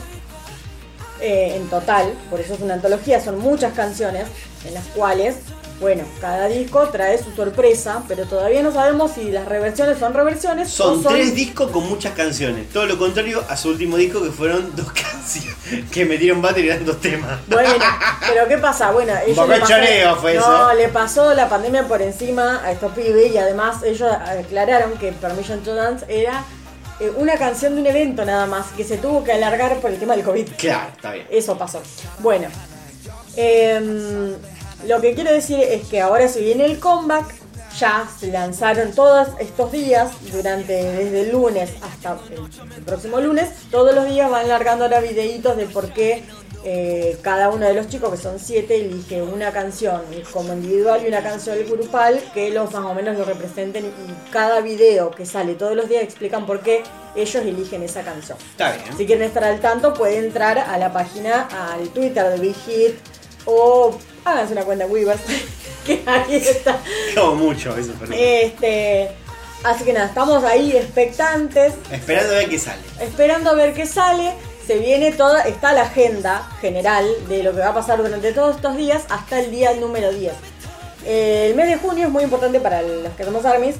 eh, en total, por eso es una antología, son muchas canciones en las cuales, bueno, cada disco trae su sorpresa, pero todavía no sabemos si las reversiones son reversiones Son o son tres discos con muchas canciones. Todo lo contrario a su último disco que fueron dos *laughs* canciones. Que metieron battery y eran dos temas. Bueno, pero ¿qué pasa? Bueno, ellos poco le pasó- choreo fue No, eso. le pasó la pandemia por encima a estos pibes y además ellos aclararon que Permission to Dance era eh, una canción de un evento nada más que se tuvo que alargar por el tema del COVID. Claro, está bien. Eso pasó. Bueno, em, lo que quiero decir es que ahora se viene el comeback. Ya se lanzaron todos estos días, durante desde el lunes hasta el, el próximo lunes, todos los días van largando ahora videitos de por qué eh, cada uno de los chicos, que son siete, elige una canción como individual y una canción grupal que los más o menos lo representen y cada video que sale todos los días explican por qué ellos eligen esa canción. Está bien. Si quieren estar al tanto, pueden entrar a la página, al Twitter de Big Hit o háganse una cuenta Weavers, *laughs* que ahí está. Como mucho eso, pero- Este, así que nada, estamos ahí expectantes, Esperando a ver qué sale. esperando a ver qué sale. Se viene toda, está la agenda general de lo que va a pasar durante todos estos días hasta el día número 10. Eh, El mes de junio es muy importante para los que somos ARMYs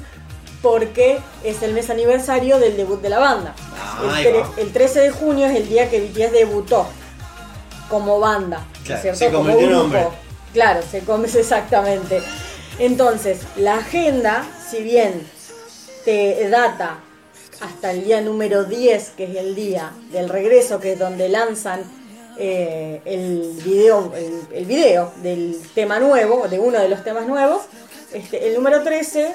porque es el mes aniversario del debut de la banda. Ah, Ahí El, tre- va. el 13 de junio es el día que BTS debutó como banda. ¿no es Claro, cierto? se convirtió en grupo. hombre. Claro, se come *laughs* exactamente. Entonces, la agenda, si bien te data hasta el día número 10, que es el día del regreso, que es donde lanzan eh, el, video, el, el video del tema nuevo, de uno de los temas nuevos, este, el número 13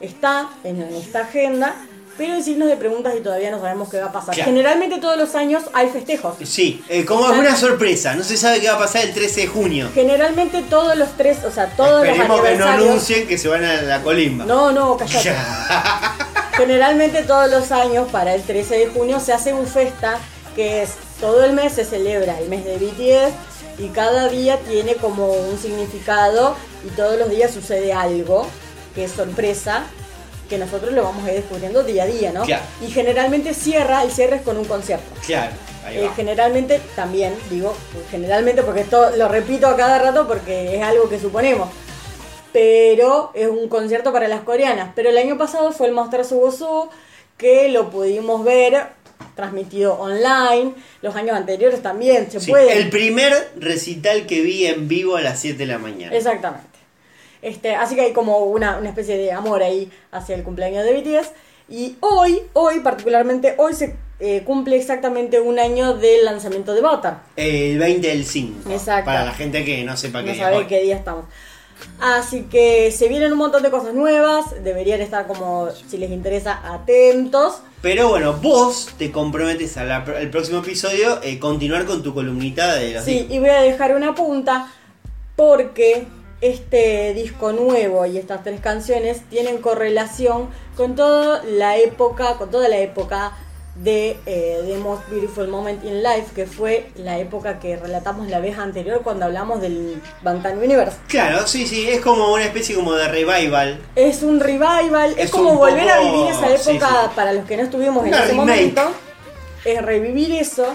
está en esta agenda, pero en signos de preguntas y todavía no sabemos qué va a pasar. Claro. Generalmente todos los años hay festejos. Sí, eh, como alguna sorpresa. No se sabe qué va a pasar el 13 de junio. Generalmente todos los tres, o sea, todos Esperemos los que no aniversarios... anuncien que se van a la colimba. *laughs* No, no, callate. Generalmente todos los años para el 13 de junio se hace un festa que es todo el mes se celebra el mes de BTS y cada día tiene como un significado y todos los días sucede algo que es sorpresa que nosotros lo vamos a ir descubriendo día a día, ¿no? Claro. Y generalmente cierra, el cierre es con un concierto. Claro, ahí Eh, va. generalmente, también digo, generalmente, porque esto lo repito a cada rato porque es algo que suponemos. Pero es un concierto para las coreanas. Pero el año pasado fue el Monster Subosu que lo pudimos ver transmitido online. Los años anteriores también se Sí, puede. el primer recital que vi en vivo a las 7 de la mañana. Exactamente. Este, así que hay como una, una especie de amor ahí hacia el cumpleaños de BTS. Y hoy, hoy particularmente, hoy se eh, cumple exactamente un año del lanzamiento de Butter. El 20 del 5. Exacto. Para la gente que no sepa qué No es sabe hoy. qué día estamos. Así que se vienen un montón de cosas nuevas. Deberían estar como, si les interesa, atentos. Pero bueno, vos te comprometes a la- al próximo episodio eh, continuar con tu columnita de los Sí, y voy a dejar una punta porque este disco nuevo y estas tres canciones tienen correlación con toda la época, con toda la época de eh, The Most Beautiful Moment in Life, que fue la época que relatamos la vez anterior cuando hablamos del Bantan Universe. Claro, sí, sí, es como una especie como de revival. Es un revival, es, Es como un volver a poco- vivir esa sí, época sí. para los que no estuvimos en Una ese remake. momento. Es revivir eso.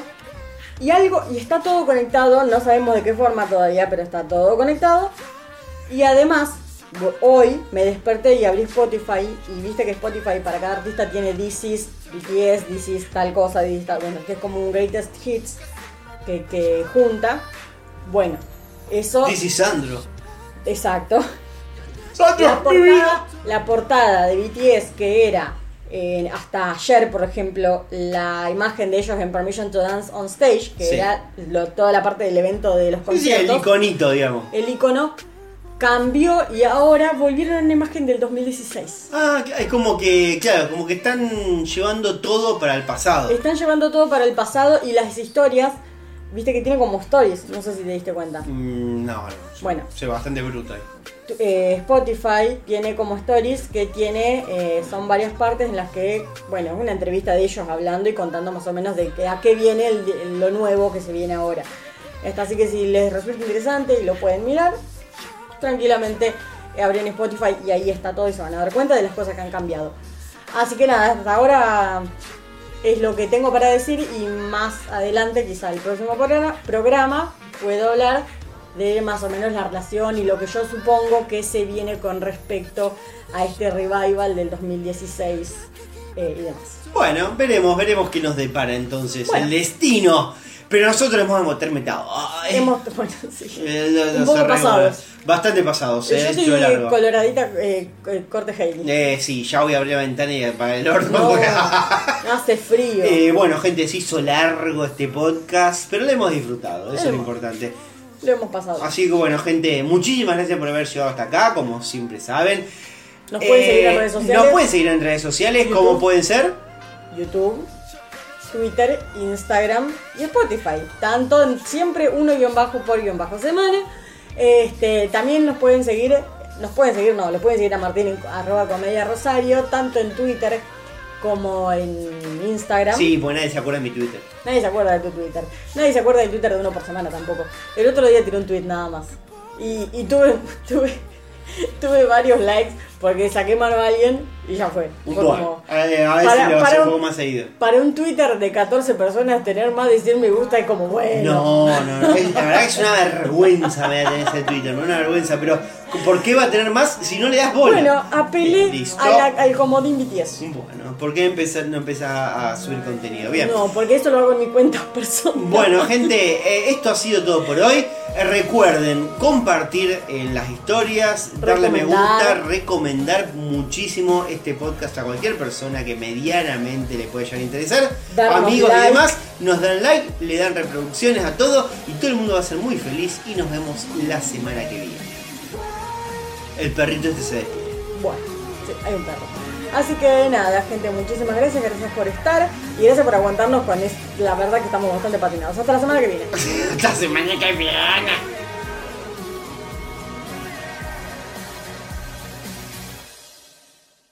Y algo, y está todo conectado, no sabemos de qué forma todavía, pero está todo conectado. Y además, bo- hoy me desperté y abrí Spotify y viste que Spotify para cada artista tiene This is BTS, This is tal cosa, This is tal, bueno, que es como un greatest hits que, que junta. Bueno, eso... This is Sandro. Exacto. ¡Sandro, La mi portada, la portada de BTS que era eh, hasta ayer, por ejemplo, la imagen de ellos en Permission to Dance on Stage, que Sí. era lo- toda la parte del evento de los Sí, sí, el conciertos iconito, digamos. el icono cambió y ahora volvieron a una imagen del 2016. Ah, Es como que, claro, como que están llevando todo para el pasado. Están llevando todo para el pasado y las historias, viste que tiene como stories, no sé si te diste cuenta. Mm, No, no. Bueno. Soy bastante bruto ahí. Tu- eh, Spotify tiene como stories que tiene, eh, son varias partes en las que, bueno, es una entrevista de ellos hablando y contando más o menos de que, a qué viene el- lo nuevo que se viene ahora. Está así que si les resulta interesante y lo pueden mirar, tranquilamente eh, abren Spotify y ahí está todo y se van a dar cuenta de las cosas que han cambiado. Así que nada, hasta ahora es lo que tengo para decir y más adelante, quizá el próximo programa, programa puedo hablar de más o menos la relación y lo que yo supongo que se viene con respecto a este revival del 2016 eh, y demás. Bueno, veremos, veremos qué nos depara entonces Bueno. el destino. Pero nosotros nos vamos a meter metados. Ay, Hemos, *laughs* bueno, sí. eh, lo- un lo poco cerremos. pasados. Bastante pasados, Yo eh, estoy estuvo largo. coloradita eh, eh, corte Hailey. Eh, sí, ya voy a abrir la ventana y apagar el horno. *laughs* No, porque- hace frío. *laughs* Eh, bueno, gente, se hizo largo este podcast, pero lo hemos disfrutado, eso es lo Hemos- importante. Lo hemos pasado. Así que bueno, gente, muchísimas gracias por haber llegado hasta acá, como siempre saben. Nos pueden seguir en redes sociales. Eh, Nos pueden seguir en redes sociales, como pueden ser. YouTube, Twitter, Instagram y Spotify. Tanto en- siempre uno guión bajo por guión bajo semana. Este, también nos pueden seguir, nos pueden seguir, no, lo pueden seguir a Martín en arroba comedia rosario, tanto en Twitter como en Instagram. Sí, pues nadie se acuerda de mi Twitter. Nadie se acuerda de tu Twitter. Nadie se acuerda del Twitter de uno por semana tampoco. El otro día tiré un tweet nada más. Y, y tuve, *laughs* tuve, tuve varios likes porque saqué mano a alguien y ya fue. Fue como- Bueno, eh, a ver para- si lo para hace un- un poco más seguido. para un Twitter de 14 personas tener más de 100 me gusta es como bueno. No, no, no. es- La verdad que es una vergüenza me da tener ese Twitter, no una vergüenza, pero ¿por qué va a tener más si no le das bola? Bueno, apelé Listo. a la- al comodín BTS. Bueno, ¿por qué empezar, no empezás a subir contenido? Bien. No, porque eso lo hago en mi cuenta *laughs* personal. Bueno, gente, eh, esto ha sido todo por hoy. Eh, Recuerden compartir en las historias, darle me gusta, Recomendar. recomendar muchísimo este podcast a cualquier persona que medianamente le pueda llegar a interesar. Darnos Amigos like. y demás, nos dan like, le dan reproducciones a todo y todo el mundo va a ser muy feliz y nos vemos la semana que viene. El perrito este se despide. Bueno, sí, hay un perro. Así que nada, gente, muchísimas gracias, gracias por estar y gracias por aguantarnos con es- la verdad que estamos bastante patinados. Hasta la semana que viene. Hasta la semana que viene.